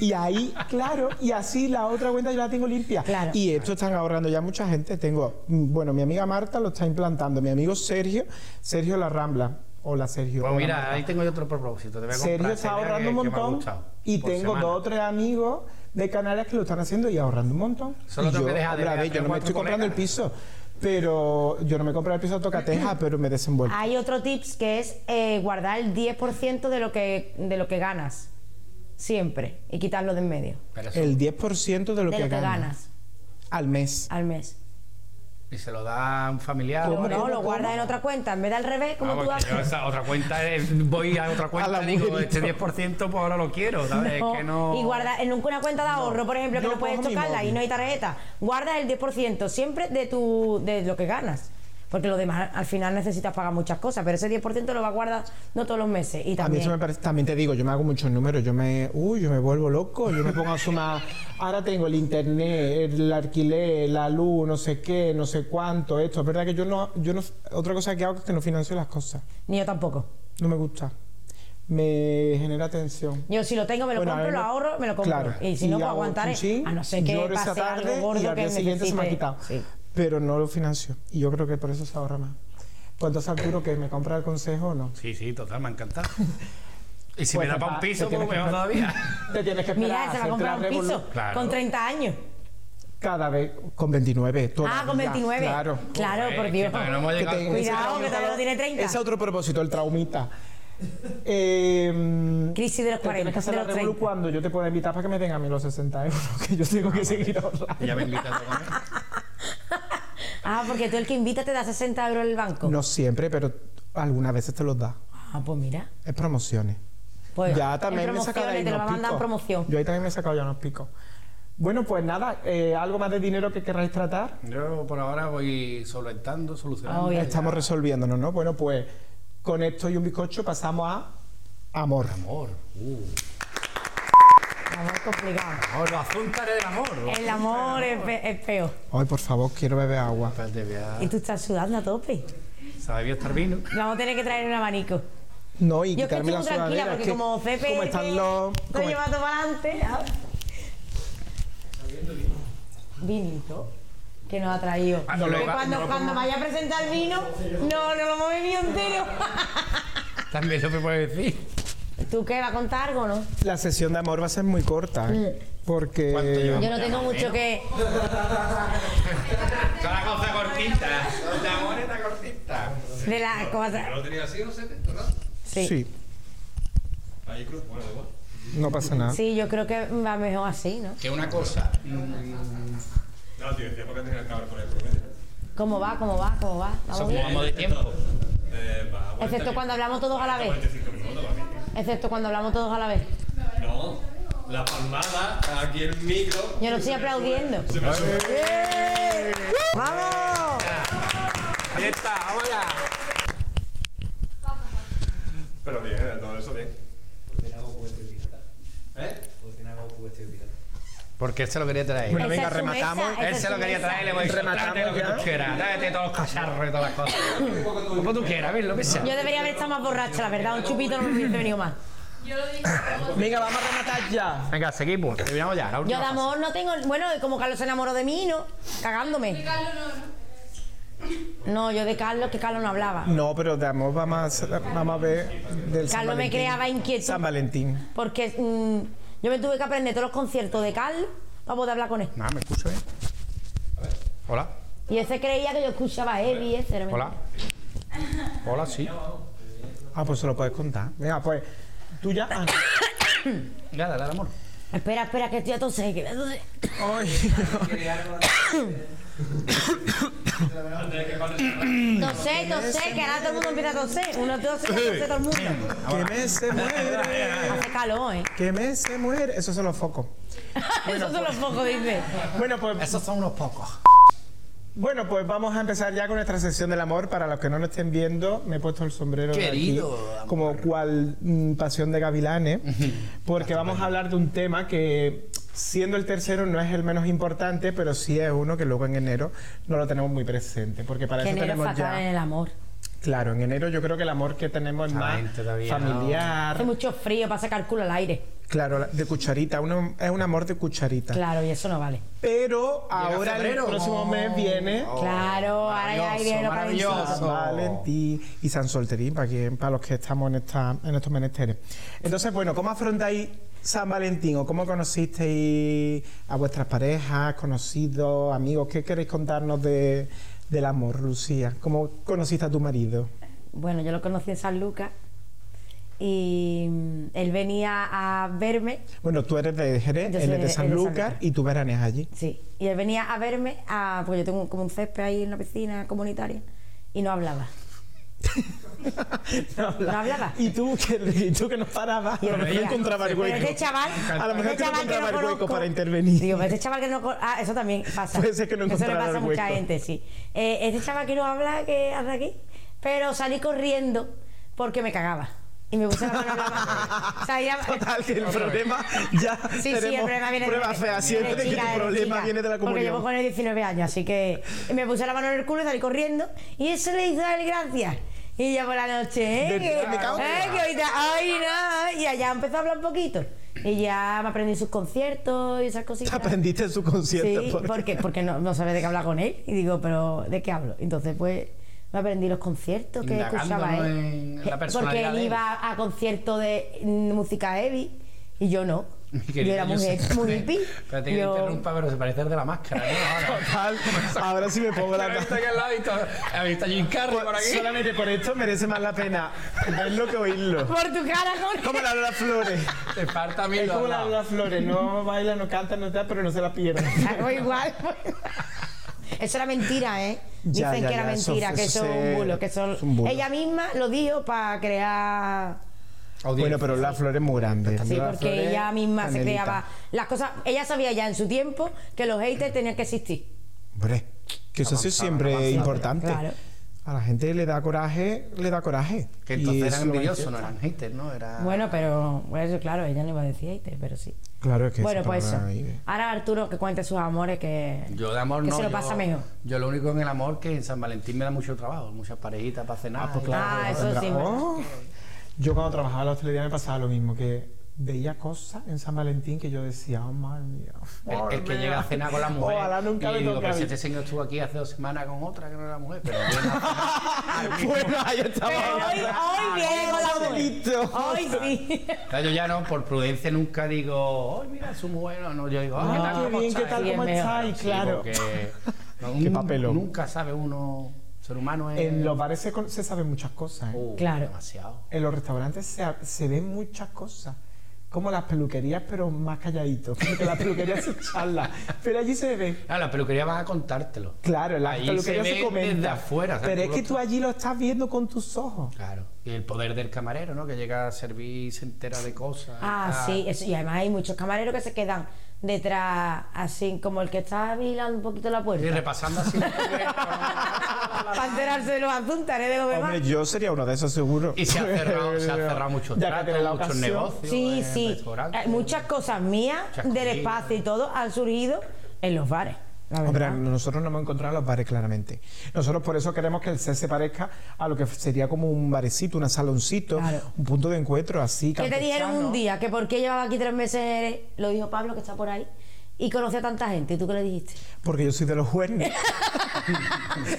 [SPEAKER 1] Y
[SPEAKER 2] <laughs>
[SPEAKER 1] ahí, claro, y así la otra cuenta yo la tengo limpia.
[SPEAKER 2] Claro.
[SPEAKER 1] Y esto están ahorrando ya mucha gente. Tengo, mm, bueno, mi amiga Marta lo está implantando, mi amigo Sergio, Sergio La Rambla. Hola Sergio.
[SPEAKER 3] Pues
[SPEAKER 1] Hola,
[SPEAKER 3] mira,
[SPEAKER 1] Marta.
[SPEAKER 3] ahí tengo yo otro propósito. Te voy a comprar
[SPEAKER 1] Sergio está
[SPEAKER 3] cereal que-
[SPEAKER 1] ahorrando un
[SPEAKER 3] eh, que me ha
[SPEAKER 1] montón.
[SPEAKER 3] gustado.
[SPEAKER 1] Y
[SPEAKER 3] Por
[SPEAKER 1] tengo
[SPEAKER 3] semana.
[SPEAKER 1] dos o tres amigos de Canarias que lo están haciendo y ahorrando un montón.
[SPEAKER 3] Solo
[SPEAKER 1] Y
[SPEAKER 3] tengo
[SPEAKER 1] yo,
[SPEAKER 3] que dejar de
[SPEAKER 1] otra
[SPEAKER 3] ver a
[SPEAKER 1] vez,
[SPEAKER 3] tres
[SPEAKER 1] yo
[SPEAKER 3] o
[SPEAKER 1] no me estoy
[SPEAKER 3] cuatro
[SPEAKER 1] comprando el
[SPEAKER 3] colegas.
[SPEAKER 1] piso, pero yo no me compré el piso de Tocateja, pero me desenvuelvo.
[SPEAKER 2] Hay otro tips que es eh, guardar el 10% de lo, que, de lo que ganas. Siempre. Y quitarlo de en medio.
[SPEAKER 3] Pero eso-
[SPEAKER 1] El 10% de lo
[SPEAKER 2] Ah, de
[SPEAKER 1] que
[SPEAKER 2] lo que
[SPEAKER 1] gana
[SPEAKER 2] ganas
[SPEAKER 1] al mes.
[SPEAKER 2] al mes.
[SPEAKER 3] Y se lo da a un familiar.
[SPEAKER 2] No,
[SPEAKER 1] ¿Cómo,
[SPEAKER 2] no,
[SPEAKER 1] cómo,
[SPEAKER 2] lo
[SPEAKER 1] cómo?
[SPEAKER 2] guardas en otra cuenta. En vez de al revés, como
[SPEAKER 3] Ah,
[SPEAKER 2] tú
[SPEAKER 3] porque
[SPEAKER 2] haces.
[SPEAKER 3] yo esa otra cuenta es- voy a
[SPEAKER 1] <laughs>
[SPEAKER 3] otra cuenta
[SPEAKER 1] la
[SPEAKER 3] y digo,
[SPEAKER 1] mujerito.
[SPEAKER 3] este 10% pues ahora lo quiero, ¿sabes? Es que
[SPEAKER 2] No,
[SPEAKER 3] no... pues,
[SPEAKER 2] Y guarda en una cuenta de ahorro, por ejemplo, que
[SPEAKER 1] Yo
[SPEAKER 2] no Porque lo demás al final necesitas pagar muchas cosas, pero ese 10% lo vas guardando todos los meses. Y
[SPEAKER 1] A mí
[SPEAKER 2] también.
[SPEAKER 1] eso me parece- también te digo, yo me hago muchos números, yo me, uy, yo me vuelvo loco, yo me pongo a sumar, ahora tengo el internet, el alquiler, la luz, no sé qué, no sé cuánto, esto, es verdad que yo no, yo no, otra cosa que hago es que no financio las cosas,
[SPEAKER 2] Ni yo tampoco.
[SPEAKER 1] no me gusta, me genera tensión.
[SPEAKER 2] Yo si lo tengo, me lo
[SPEAKER 1] Bueno, a
[SPEAKER 2] compro,
[SPEAKER 1] ver,
[SPEAKER 2] lo
[SPEAKER 1] no-
[SPEAKER 2] ahorro, me lo compro.
[SPEAKER 1] Claro.
[SPEAKER 2] Y si no, pues
[SPEAKER 1] hago
[SPEAKER 2] aguantaré.
[SPEAKER 1] chin-chin,
[SPEAKER 2] A no ser que
[SPEAKER 1] lloro esa
[SPEAKER 2] pase
[SPEAKER 1] tarde
[SPEAKER 2] algo gordo
[SPEAKER 1] y al
[SPEAKER 2] que
[SPEAKER 1] día siguiente se me ha
[SPEAKER 2] necesite.
[SPEAKER 1] quitado.
[SPEAKER 2] Sí.
[SPEAKER 1] Pero no lo financio. Y yo creo que por eso se ahorra más. Pues entonces, Arturo, que me compra el consejo o no.
[SPEAKER 3] Sí, sí, total, me ha
[SPEAKER 1] <laughs>
[SPEAKER 3] encantado. Y si
[SPEAKER 1] Pues
[SPEAKER 3] me da para
[SPEAKER 1] papá,
[SPEAKER 3] un
[SPEAKER 1] te
[SPEAKER 3] piso,
[SPEAKER 1] tienes
[SPEAKER 3] pues
[SPEAKER 1] que
[SPEAKER 3] mejor
[SPEAKER 1] comprar-
[SPEAKER 3] todavía.
[SPEAKER 1] Te tienes que esperar.
[SPEAKER 2] Mira, se va a
[SPEAKER 1] hacerte la
[SPEAKER 2] comprar un
[SPEAKER 1] revolu-
[SPEAKER 2] piso
[SPEAKER 3] Claro.
[SPEAKER 2] con 30 años.
[SPEAKER 1] Cada vez con 29.
[SPEAKER 2] Ah, con
[SPEAKER 1] todavía,
[SPEAKER 2] 29.
[SPEAKER 1] <laughs> Claro.
[SPEAKER 3] <laughs>
[SPEAKER 2] Claro,
[SPEAKER 3] Eh,
[SPEAKER 2] por
[SPEAKER 3] que
[SPEAKER 2] Dios.
[SPEAKER 3] todavía no hemos
[SPEAKER 1] Que
[SPEAKER 3] llegado.
[SPEAKER 1] te-
[SPEAKER 2] Cuidado,
[SPEAKER 1] ese
[SPEAKER 2] que
[SPEAKER 1] traumita-
[SPEAKER 2] todavía no tiene 30.
[SPEAKER 1] Ese es otro propósito, el traumita. Eh,
[SPEAKER 2] Crisis de los
[SPEAKER 1] te Tienes que
[SPEAKER 2] 40,
[SPEAKER 1] hacer
[SPEAKER 2] de
[SPEAKER 1] la
[SPEAKER 2] los
[SPEAKER 1] revolu
[SPEAKER 2] 30.
[SPEAKER 1] cuando yo te pueda invitar para que me den a mí los 60 euros, <laughs> que yo tengo que seguir ahorrando.
[SPEAKER 3] Ya me invitas a comer.
[SPEAKER 1] <laughs>
[SPEAKER 2] Ah, porque tú el que invita te da 60 euros el banco.
[SPEAKER 1] No siempre, pero algunas veces te los da.
[SPEAKER 2] Ah, pues mira.
[SPEAKER 1] Es promociones.
[SPEAKER 2] Pues
[SPEAKER 1] ya
[SPEAKER 2] en
[SPEAKER 1] también me he sacado
[SPEAKER 2] promociones,
[SPEAKER 1] ahí
[SPEAKER 2] te lo va
[SPEAKER 1] unos
[SPEAKER 2] a mandar en
[SPEAKER 1] picos.
[SPEAKER 2] promoción.
[SPEAKER 1] Yo ahí también me he sacado ya unos picos. Bueno, pues nada, eh, algo más de dinero que queráis tratar.
[SPEAKER 3] Yo por ahora voy solventando, solucionando.
[SPEAKER 2] Ah, Ya
[SPEAKER 1] Estamos resolviéndonos, ¿no? Bueno, pues con esto y un bizcocho pasamos a amor.
[SPEAKER 3] Amor. Uh,
[SPEAKER 2] Amor complicado.
[SPEAKER 3] amor, los azúcares del amor. los
[SPEAKER 2] El amor es, pe- es peor.
[SPEAKER 1] Ay, por favor, quiero beber agua.
[SPEAKER 3] azúcares del amor.
[SPEAKER 2] Y tú estás sudando a tope.
[SPEAKER 3] Sabe bien estar vino.
[SPEAKER 2] Vamos a tener que traer un abanico.
[SPEAKER 1] No, y
[SPEAKER 2] Yo es que
[SPEAKER 1] quitarme
[SPEAKER 2] estoy
[SPEAKER 1] la
[SPEAKER 2] muy tranquila
[SPEAKER 1] sudadera.
[SPEAKER 2] porque
[SPEAKER 1] es que
[SPEAKER 2] como Pepe este
[SPEAKER 1] como
[SPEAKER 2] es
[SPEAKER 1] están
[SPEAKER 2] que
[SPEAKER 1] los...
[SPEAKER 2] estoy
[SPEAKER 1] como-
[SPEAKER 2] llevando para adelante. ah. Vinito que nos ha traído.
[SPEAKER 3] Ah, no lo
[SPEAKER 2] que
[SPEAKER 3] va-
[SPEAKER 2] cuando,
[SPEAKER 3] no lo
[SPEAKER 2] cuando
[SPEAKER 3] pongo.
[SPEAKER 2] vaya a presentar vino, no, no lo hemos bebido entero.
[SPEAKER 3] También lo que puedo decir.
[SPEAKER 2] <laughs> ¿Tú qué? ¿Vas a contar algo no?
[SPEAKER 1] La sesión de amor va a ser muy corta, ¿eh? porque...
[SPEAKER 3] ¿Cuánto llevamos?
[SPEAKER 2] Yo no tengo mucho que.
[SPEAKER 3] Son las cosas cortitas. El amor está cortita.
[SPEAKER 2] De las cosas.
[SPEAKER 4] ¿Lo tenía así, José? ¿No?
[SPEAKER 2] Sí. sí.
[SPEAKER 1] sí,
[SPEAKER 4] Ahí cruz, bueno, igual.
[SPEAKER 1] no pasa nada.
[SPEAKER 2] yo creo que va mejor así, ¿no?
[SPEAKER 3] Que una cosa.
[SPEAKER 4] No, tío, decía porque tenía que acabar con el promedio.
[SPEAKER 2] ¿Cómo va? ¿Cómo va? ¿Cómo va? ¿Vamos
[SPEAKER 3] Somos
[SPEAKER 2] bien?
[SPEAKER 3] vamos de tiempo.
[SPEAKER 4] Eh, va, bueno,
[SPEAKER 2] Excepto cuando hablamos todos a la vez.
[SPEAKER 4] 45 minutos, papi.
[SPEAKER 2] Excepto cuando hablamos todos a la vez.
[SPEAKER 4] No, la palmada, aquí el micro.
[SPEAKER 2] Yo no estoy aplaudiendo.
[SPEAKER 4] Se me sube.
[SPEAKER 2] ¡Vamos!
[SPEAKER 3] Ahí está, vamos allá.
[SPEAKER 4] Pero bien, eh, todo eso bien. ¿Eh?
[SPEAKER 3] Porque él se lo quería traer.
[SPEAKER 1] Bueno,
[SPEAKER 2] Esa
[SPEAKER 1] venga,
[SPEAKER 2] es su
[SPEAKER 1] rematamos.
[SPEAKER 2] mesa, esa
[SPEAKER 3] él
[SPEAKER 2] es
[SPEAKER 3] se
[SPEAKER 2] su
[SPEAKER 3] lo quería
[SPEAKER 2] mesa.
[SPEAKER 3] traer, le voy a decir,
[SPEAKER 1] Rematamos
[SPEAKER 3] tráete lo que
[SPEAKER 1] ya.
[SPEAKER 3] tú quieras, tráete todos los cacharros y todas las cosas. Como tú quieras, ves lo que sea.
[SPEAKER 2] Yo debería haber estado más borracha, la verdad. Un chupito no me hubiese venido más.
[SPEAKER 1] Venga, vamos a rematar ya.
[SPEAKER 3] Venga, seguimos, terminamos ya. La
[SPEAKER 2] Yo
[SPEAKER 3] última
[SPEAKER 2] de amor no tengo. Bueno, como Carlos se enamoró de mí, ¿no? Cagándome. No, yo de Carlos, que Carlos no hablaba.
[SPEAKER 1] No, pero de amor vamos a, hacer- vamos a ver del San
[SPEAKER 2] Carlos me
[SPEAKER 1] Valentín.
[SPEAKER 2] creaba inquietud.
[SPEAKER 1] San Valentín.
[SPEAKER 2] Porque mm, yo me tuve que aprender todos los conciertos de Carlos para poder hablar con él.
[SPEAKER 3] Nada, me escucho, ¿eh? Hola,
[SPEAKER 2] Y ese creía que yo escuchaba heavy, ese era
[SPEAKER 3] hola. Hola, sí.
[SPEAKER 1] Ah, pues se lo puedes contar. Venga, pues tú ya. ah, <laughs> no.
[SPEAKER 3] Ya, dale al amor.
[SPEAKER 2] Espera, espera, que estoy a toser, que estoy a
[SPEAKER 3] <clears throat>
[SPEAKER 2] toser.
[SPEAKER 1] Ay.
[SPEAKER 2] Tosé, tosé, que ahora todo el mundo empieza a toser. Uno tose, que tose todo el mundo.
[SPEAKER 1] que me <laughs> se muere.
[SPEAKER 2] Hace calor,
[SPEAKER 3] <laughs>
[SPEAKER 2] ¿eh?
[SPEAKER 1] Que me se muere. Eso son los focos.
[SPEAKER 2] Esos
[SPEAKER 3] pues.
[SPEAKER 2] son los focos, dice.
[SPEAKER 1] Bueno, pues
[SPEAKER 3] Esos son unos pocos.
[SPEAKER 1] bueno, pues vamos a empezar ya con nuestra sesión del amor. Para los que no lo estén viendo, me he puesto el sombrero de aquí,
[SPEAKER 3] Querido amor.
[SPEAKER 1] como cual mm, pasión de gavilanes, porque vamos a hablar de un tema que siendo el tercero no es el menos importante, pero sí es uno que luego en enero no lo tenemos muy presente, porque para
[SPEAKER 2] Que
[SPEAKER 1] eso
[SPEAKER 2] negro es
[SPEAKER 1] tenemos ya
[SPEAKER 2] fatal en el amor.
[SPEAKER 1] Claro, en enero yo creo que el amor que tenemos es
[SPEAKER 3] La
[SPEAKER 1] más
[SPEAKER 3] gente todavía
[SPEAKER 2] Hace
[SPEAKER 1] familiar.
[SPEAKER 2] mucho frío para sacar culo al aire.
[SPEAKER 1] Claro, la- de cucharita, uno, es un amor de cucharita.
[SPEAKER 2] Claro, y eso no vale.
[SPEAKER 1] Pero ahora
[SPEAKER 3] febrero.
[SPEAKER 1] el próximo mes viene
[SPEAKER 3] Oh,
[SPEAKER 2] claro, ahora ya hay dinero para
[SPEAKER 3] maravilloso,
[SPEAKER 2] eso.
[SPEAKER 1] San
[SPEAKER 3] maravilloso.
[SPEAKER 1] Valentín y San Solterín, para, quien, para los que estamos en, esta, en estos menesteres. Entonces, bueno, ¿cómo afrontáis San Valentín o cómo conocisteis a vuestras parejas, conocidos, amigos? ¿Qué queréis contarnos de, del amor, Lucía? ¿Cómo conociste a tu marido?
[SPEAKER 2] Bueno, yo lo conocí en San Lucas y mm, él venía a verme,
[SPEAKER 1] Bueno, tú eres de Jerez,
[SPEAKER 2] Yo
[SPEAKER 1] él
[SPEAKER 2] soy
[SPEAKER 1] es
[SPEAKER 2] de-
[SPEAKER 1] de San
[SPEAKER 2] él de San
[SPEAKER 1] Lucas
[SPEAKER 2] Lucas.
[SPEAKER 1] y tú veraneas allí. <laughs>
[SPEAKER 2] sí, y él venía a verme, a, porque yo tengo como un césped ahí en la piscina comunitaria y no hablaba.
[SPEAKER 1] No habla.
[SPEAKER 2] No hablaba.
[SPEAKER 1] Y tú que, y tú que no parabas, a lo mejor
[SPEAKER 2] Mira,
[SPEAKER 1] encontraba el
[SPEAKER 2] pero
[SPEAKER 1] hueco.
[SPEAKER 2] este chaval,
[SPEAKER 1] a lo mejor
[SPEAKER 2] este
[SPEAKER 1] que no
[SPEAKER 2] chaval que no
[SPEAKER 1] encontraba el hueco
[SPEAKER 2] conozco.
[SPEAKER 1] para intervenir.
[SPEAKER 2] Digo, este chaval que no. co- Ah, eso también pasa.
[SPEAKER 1] Puede ser que no
[SPEAKER 2] Eso le
[SPEAKER 1] encontrara
[SPEAKER 2] pasa a
[SPEAKER 1] el
[SPEAKER 2] mucha
[SPEAKER 1] hueco.
[SPEAKER 2] gente, sí. Eh, este chaval que no habla, que hace aquí. Pero salí corriendo porque me cagaba. Y me puse la mano en
[SPEAKER 1] <laughs>
[SPEAKER 2] la mano. O sea, ya-
[SPEAKER 1] Total, que el
[SPEAKER 3] Otra vez.
[SPEAKER 1] problema ya tenemos
[SPEAKER 2] Sí, sí, el problema viene
[SPEAKER 1] prueba
[SPEAKER 2] de
[SPEAKER 1] fea siempre de que
[SPEAKER 2] chica,
[SPEAKER 1] tu
[SPEAKER 2] de
[SPEAKER 1] problema
[SPEAKER 2] chica.
[SPEAKER 1] viene de la
[SPEAKER 2] Porque llevo
[SPEAKER 1] comunión.
[SPEAKER 2] con él 19 años, así que me puse la mano en el culo y salí corriendo. Y eso le hizo a él gracias. Y ya por la noche, ¿eh?
[SPEAKER 1] De-
[SPEAKER 2] que,
[SPEAKER 1] me cago en
[SPEAKER 2] eh,
[SPEAKER 1] la-
[SPEAKER 2] que ahorita, ay, no, y allá empezó a hablar un poquito. Y ya me aprendí sus conciertos y esas
[SPEAKER 1] Te
[SPEAKER 2] cositas.
[SPEAKER 1] aprendiste en su concierto.
[SPEAKER 2] Sí,
[SPEAKER 1] porque-
[SPEAKER 2] porque, porque no, no sabía de qué hablar con él. Y digo, pero ¿de qué hablo? Entonces, pues me aprendí los conciertos que
[SPEAKER 3] Indagando,
[SPEAKER 2] escuchaba
[SPEAKER 3] ¿no?
[SPEAKER 2] él.
[SPEAKER 3] en la
[SPEAKER 2] Eh, porque
[SPEAKER 3] personalidad
[SPEAKER 2] él
[SPEAKER 3] de él.
[SPEAKER 2] iba a conciertos de mm, música heavy y yo
[SPEAKER 3] <laughs>
[SPEAKER 2] no. Yo
[SPEAKER 3] Querida,
[SPEAKER 2] era muy,
[SPEAKER 3] sé-
[SPEAKER 2] he-
[SPEAKER 3] <laughs>
[SPEAKER 2] muy hippie.
[SPEAKER 3] Espérate que te
[SPEAKER 2] Yo-
[SPEAKER 3] interrumpa, pero se parece al de la máscara, ¿no? Ahora.
[SPEAKER 1] <laughs>
[SPEAKER 3] <laughs>
[SPEAKER 1] Total, ahora sí me pongo la
[SPEAKER 3] Pero está aquí al lado y está- ahí está Jim Carrey
[SPEAKER 1] Pues,
[SPEAKER 3] por aquí.
[SPEAKER 1] Solamente por esto merece más la pena verlo que oírlo.
[SPEAKER 2] Por tu cara, Jorge.
[SPEAKER 1] Como la Lola
[SPEAKER 3] <laughs>
[SPEAKER 1] Flores.
[SPEAKER 3] Te falta mil
[SPEAKER 1] Es como la
[SPEAKER 3] dólares.
[SPEAKER 1] Lola Flores. No baila, no canta, no está, pero no se la pierde.
[SPEAKER 2] <laughs> Hago igual. Eso era mentira, ¿eh? Dicen
[SPEAKER 1] Ya, ya,
[SPEAKER 2] que era
[SPEAKER 1] ya, eso-
[SPEAKER 2] mentira, que
[SPEAKER 1] eso
[SPEAKER 2] eso es
[SPEAKER 1] se-
[SPEAKER 2] un bulo, que eso...
[SPEAKER 1] es un bulo.
[SPEAKER 2] Ella misma lo dijo para crear
[SPEAKER 1] Bueno, pero Lola Flores es muy grande.
[SPEAKER 2] Sí,
[SPEAKER 1] Lola
[SPEAKER 2] porque
[SPEAKER 1] Flores,
[SPEAKER 2] ella misma se
[SPEAKER 1] Canelita.
[SPEAKER 2] creaba las cosas. Ella sabía ya en su tiempo que los haters tenían que existir.
[SPEAKER 1] Hombre, que eso sí
[SPEAKER 3] Avanzada,
[SPEAKER 1] siempre es
[SPEAKER 3] avanzada.
[SPEAKER 1] importante.
[SPEAKER 2] Claro.
[SPEAKER 1] A la gente le da coraje, le da coraje.
[SPEAKER 3] Que
[SPEAKER 1] Y
[SPEAKER 3] entonces
[SPEAKER 1] eso
[SPEAKER 3] eran
[SPEAKER 1] lo
[SPEAKER 3] envidiosos,
[SPEAKER 1] mantiene.
[SPEAKER 3] no eran haters, ¿no? Era...
[SPEAKER 1] Ah.
[SPEAKER 2] Bueno, pero bueno, eso, claro, ella no iba a decir hater, pero sí.
[SPEAKER 1] Claro, es que
[SPEAKER 2] bueno,
[SPEAKER 1] esa
[SPEAKER 2] pues eso.
[SPEAKER 1] palabra ahí-
[SPEAKER 2] Ahora Arturo que cuente sus amores que,
[SPEAKER 3] Yo de amor
[SPEAKER 2] que
[SPEAKER 3] no.
[SPEAKER 2] se lo
[SPEAKER 3] yo-
[SPEAKER 2] pasa
[SPEAKER 3] <laughs>
[SPEAKER 2] mejor.
[SPEAKER 3] Yo lo único en el amor que en San Valentín me da mucho trabajo, muchas parejitas para cenar.
[SPEAKER 1] Ah, pues
[SPEAKER 3] y-
[SPEAKER 1] claro,
[SPEAKER 2] Ah,
[SPEAKER 1] claro, claro.
[SPEAKER 2] eso sí,
[SPEAKER 1] Oh. Yo cuando trabajaba en la hostelería me pasaba lo mismo, que veía cosas en San Valentín que yo decía, oh, madre mía.
[SPEAKER 3] El, el que
[SPEAKER 1] Madre
[SPEAKER 3] llega a
[SPEAKER 1] mía.
[SPEAKER 3] cenar con la mujer.
[SPEAKER 1] Ojalá nunca
[SPEAKER 3] y
[SPEAKER 1] le
[SPEAKER 3] digo,
[SPEAKER 1] toque a
[SPEAKER 3] pero si
[SPEAKER 1] mí.
[SPEAKER 3] este señor estuvo aquí hace dos semanas con otra que no era mujer,
[SPEAKER 1] <laughs>
[SPEAKER 3] pero viene a
[SPEAKER 1] Bueno, ahí estamos.
[SPEAKER 2] Pero <laughs> hoy, hoy viene con la Ah, mujer.
[SPEAKER 1] Delito.
[SPEAKER 2] Hoy sí.
[SPEAKER 3] Claro, yo ya no, por prudencia nunca digo, ay, mira, su mujer, no, no, yo digo,
[SPEAKER 1] Ah,
[SPEAKER 3] ay,
[SPEAKER 1] qué
[SPEAKER 3] ¿cómo
[SPEAKER 1] bien, qué
[SPEAKER 3] estáis?".
[SPEAKER 1] tal,
[SPEAKER 2] Sí,
[SPEAKER 1] cómo
[SPEAKER 2] es mejor.
[SPEAKER 1] estáis,
[SPEAKER 3] Sí,
[SPEAKER 1] claro. <laughs>
[SPEAKER 3] porque no,
[SPEAKER 1] Qué
[SPEAKER 3] un-
[SPEAKER 1] papelón.
[SPEAKER 3] Nunca sabe uno, ser humano es...
[SPEAKER 1] En los bares se, con- se saben muchas cosas, ¿eh?
[SPEAKER 3] Uh,
[SPEAKER 2] Claro.
[SPEAKER 3] Demasiado.
[SPEAKER 1] En los restaurantes se, se ven muchas cosas. Como las peluquerías, pero más calladitos. Porque las peluquerías
[SPEAKER 3] <laughs>
[SPEAKER 1] se charlan. Pero allí se ve.
[SPEAKER 3] Ah, la peluquería vas a contártelo.
[SPEAKER 1] Claro, en las
[SPEAKER 3] Ahí
[SPEAKER 1] peluquerías
[SPEAKER 3] se
[SPEAKER 1] se,
[SPEAKER 3] ve
[SPEAKER 1] comenta.
[SPEAKER 3] desde afuera, ¿sabes?
[SPEAKER 1] pero es
[SPEAKER 3] Tú
[SPEAKER 1] que
[SPEAKER 3] lo-
[SPEAKER 1] tú allí lo estás viendo con tus ojos.
[SPEAKER 3] Claro. Y el poder del camarero, ¿no? Que llega a servir y se entera de cosas.
[SPEAKER 2] <laughs> Ah, sí, eso. y además hay muchos camareros que se quedan detrás, así como el que está vigilando un poquito la <laughs>
[SPEAKER 3] Y
[SPEAKER 2] puerta.
[SPEAKER 3] repasando así. la cubierta.
[SPEAKER 1] <laughs>
[SPEAKER 2] Para enterarse de los asuntos, ¿eh? De los demás.
[SPEAKER 1] Hombre, yo sería uno de esos seguro.
[SPEAKER 3] y se ha cerrado,
[SPEAKER 1] <laughs>
[SPEAKER 3] se ha cerrado muchos
[SPEAKER 1] Ya que tiene la
[SPEAKER 3] tratos, muchos
[SPEAKER 1] ocasión.
[SPEAKER 3] negocios.
[SPEAKER 2] Sí,
[SPEAKER 3] eh,
[SPEAKER 2] sí.
[SPEAKER 3] restaurantes.
[SPEAKER 2] Eh, Muchas cosas mías
[SPEAKER 3] Muchas
[SPEAKER 2] del
[SPEAKER 3] comidas.
[SPEAKER 2] espacio y todo han surgido en los bares. La
[SPEAKER 1] Hombre,
[SPEAKER 2] verdad.
[SPEAKER 1] nosotros no hemos encontrado los bares claramente. Nosotros por eso queremos que el CES se parezca a lo que sería como un barecito, un saloncito,
[SPEAKER 2] Claro.
[SPEAKER 1] un punto de encuentro así.
[SPEAKER 2] ¿Qué te dijeron
[SPEAKER 1] campechano.
[SPEAKER 2] un día? Que por qué llevaba aquí tres meses, lo dijo Pablo, que está por ahí, y conocía a tanta gente. ¿Y tú qué le dijiste?
[SPEAKER 1] Porque yo soy de los
[SPEAKER 2] <laughs>
[SPEAKER 1] jueves.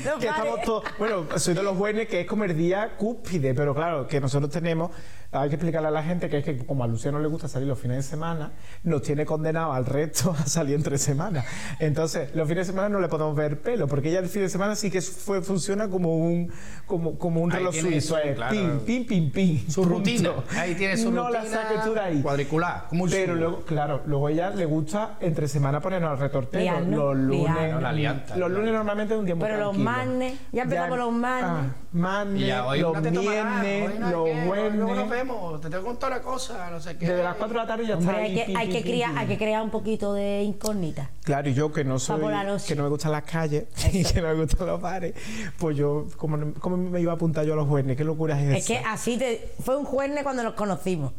[SPEAKER 2] Los
[SPEAKER 1] <laughs> <laughs> que
[SPEAKER 2] bares.
[SPEAKER 1] estamos todos, bueno, soy de los buenos que es como el día cúspide, pero claro, que nosotros tenemos, hay que explicarle a la gente que es que como a Luciano le gusta salir los fines de semana, nos tiene condenado al resto <laughs> a salir entre semanas. Entonces, los fines de semana no le podemos ver pelo, porque ella el fin de semana sí que fue, funciona como un como, como un
[SPEAKER 3] Ahí
[SPEAKER 1] reloj
[SPEAKER 3] tiene
[SPEAKER 1] suizo, eh,
[SPEAKER 3] su-
[SPEAKER 1] es
[SPEAKER 3] claro.
[SPEAKER 1] pim, pim, pim, pim.
[SPEAKER 3] Su
[SPEAKER 1] punto.
[SPEAKER 3] rutina. Ahí tiene su
[SPEAKER 1] no la
[SPEAKER 3] rutina
[SPEAKER 1] saques tú de ahí.
[SPEAKER 3] cuadricular, como un
[SPEAKER 1] Pero
[SPEAKER 3] zumo.
[SPEAKER 1] luego, claro, luego a ella le gusta entre semana ponernos al retortero.
[SPEAKER 2] Liarnos,
[SPEAKER 1] los lunes.
[SPEAKER 2] liarnos.
[SPEAKER 3] La lianta,
[SPEAKER 1] los lunes
[SPEAKER 3] claro.
[SPEAKER 1] normalmente es un tiempo
[SPEAKER 2] Pero los
[SPEAKER 1] tranquilo. ah,
[SPEAKER 2] manes, ya empezamos con los manes.
[SPEAKER 1] manes,
[SPEAKER 3] Y ya, hoy
[SPEAKER 1] los
[SPEAKER 3] una te tomará,
[SPEAKER 1] viernes,
[SPEAKER 3] hoy no hay
[SPEAKER 1] los
[SPEAKER 3] qué, hoy Luego nos
[SPEAKER 1] jueves.
[SPEAKER 3] vemos, te tengo que contar una cosa, no sé qué.
[SPEAKER 1] Desde las 4 de la tarde ya
[SPEAKER 2] Hombre,
[SPEAKER 1] está
[SPEAKER 2] hay
[SPEAKER 1] ahí,
[SPEAKER 2] que,
[SPEAKER 1] pim,
[SPEAKER 2] hay,
[SPEAKER 1] pim,
[SPEAKER 2] que
[SPEAKER 1] pim,
[SPEAKER 2] criar-
[SPEAKER 1] pim.
[SPEAKER 2] hay que crear un poquito de incógnita.
[SPEAKER 1] Claro, y yo que no soy,
[SPEAKER 2] por la noche.
[SPEAKER 1] que no me gustan las calles <laughs> y que no me gustan los bares, pues yo, como, no- ¿cómo me iba a apuntar yo a los jueves? ¿Qué locura es esa?
[SPEAKER 2] Es que así te, fue un jueves cuando nos conocimos.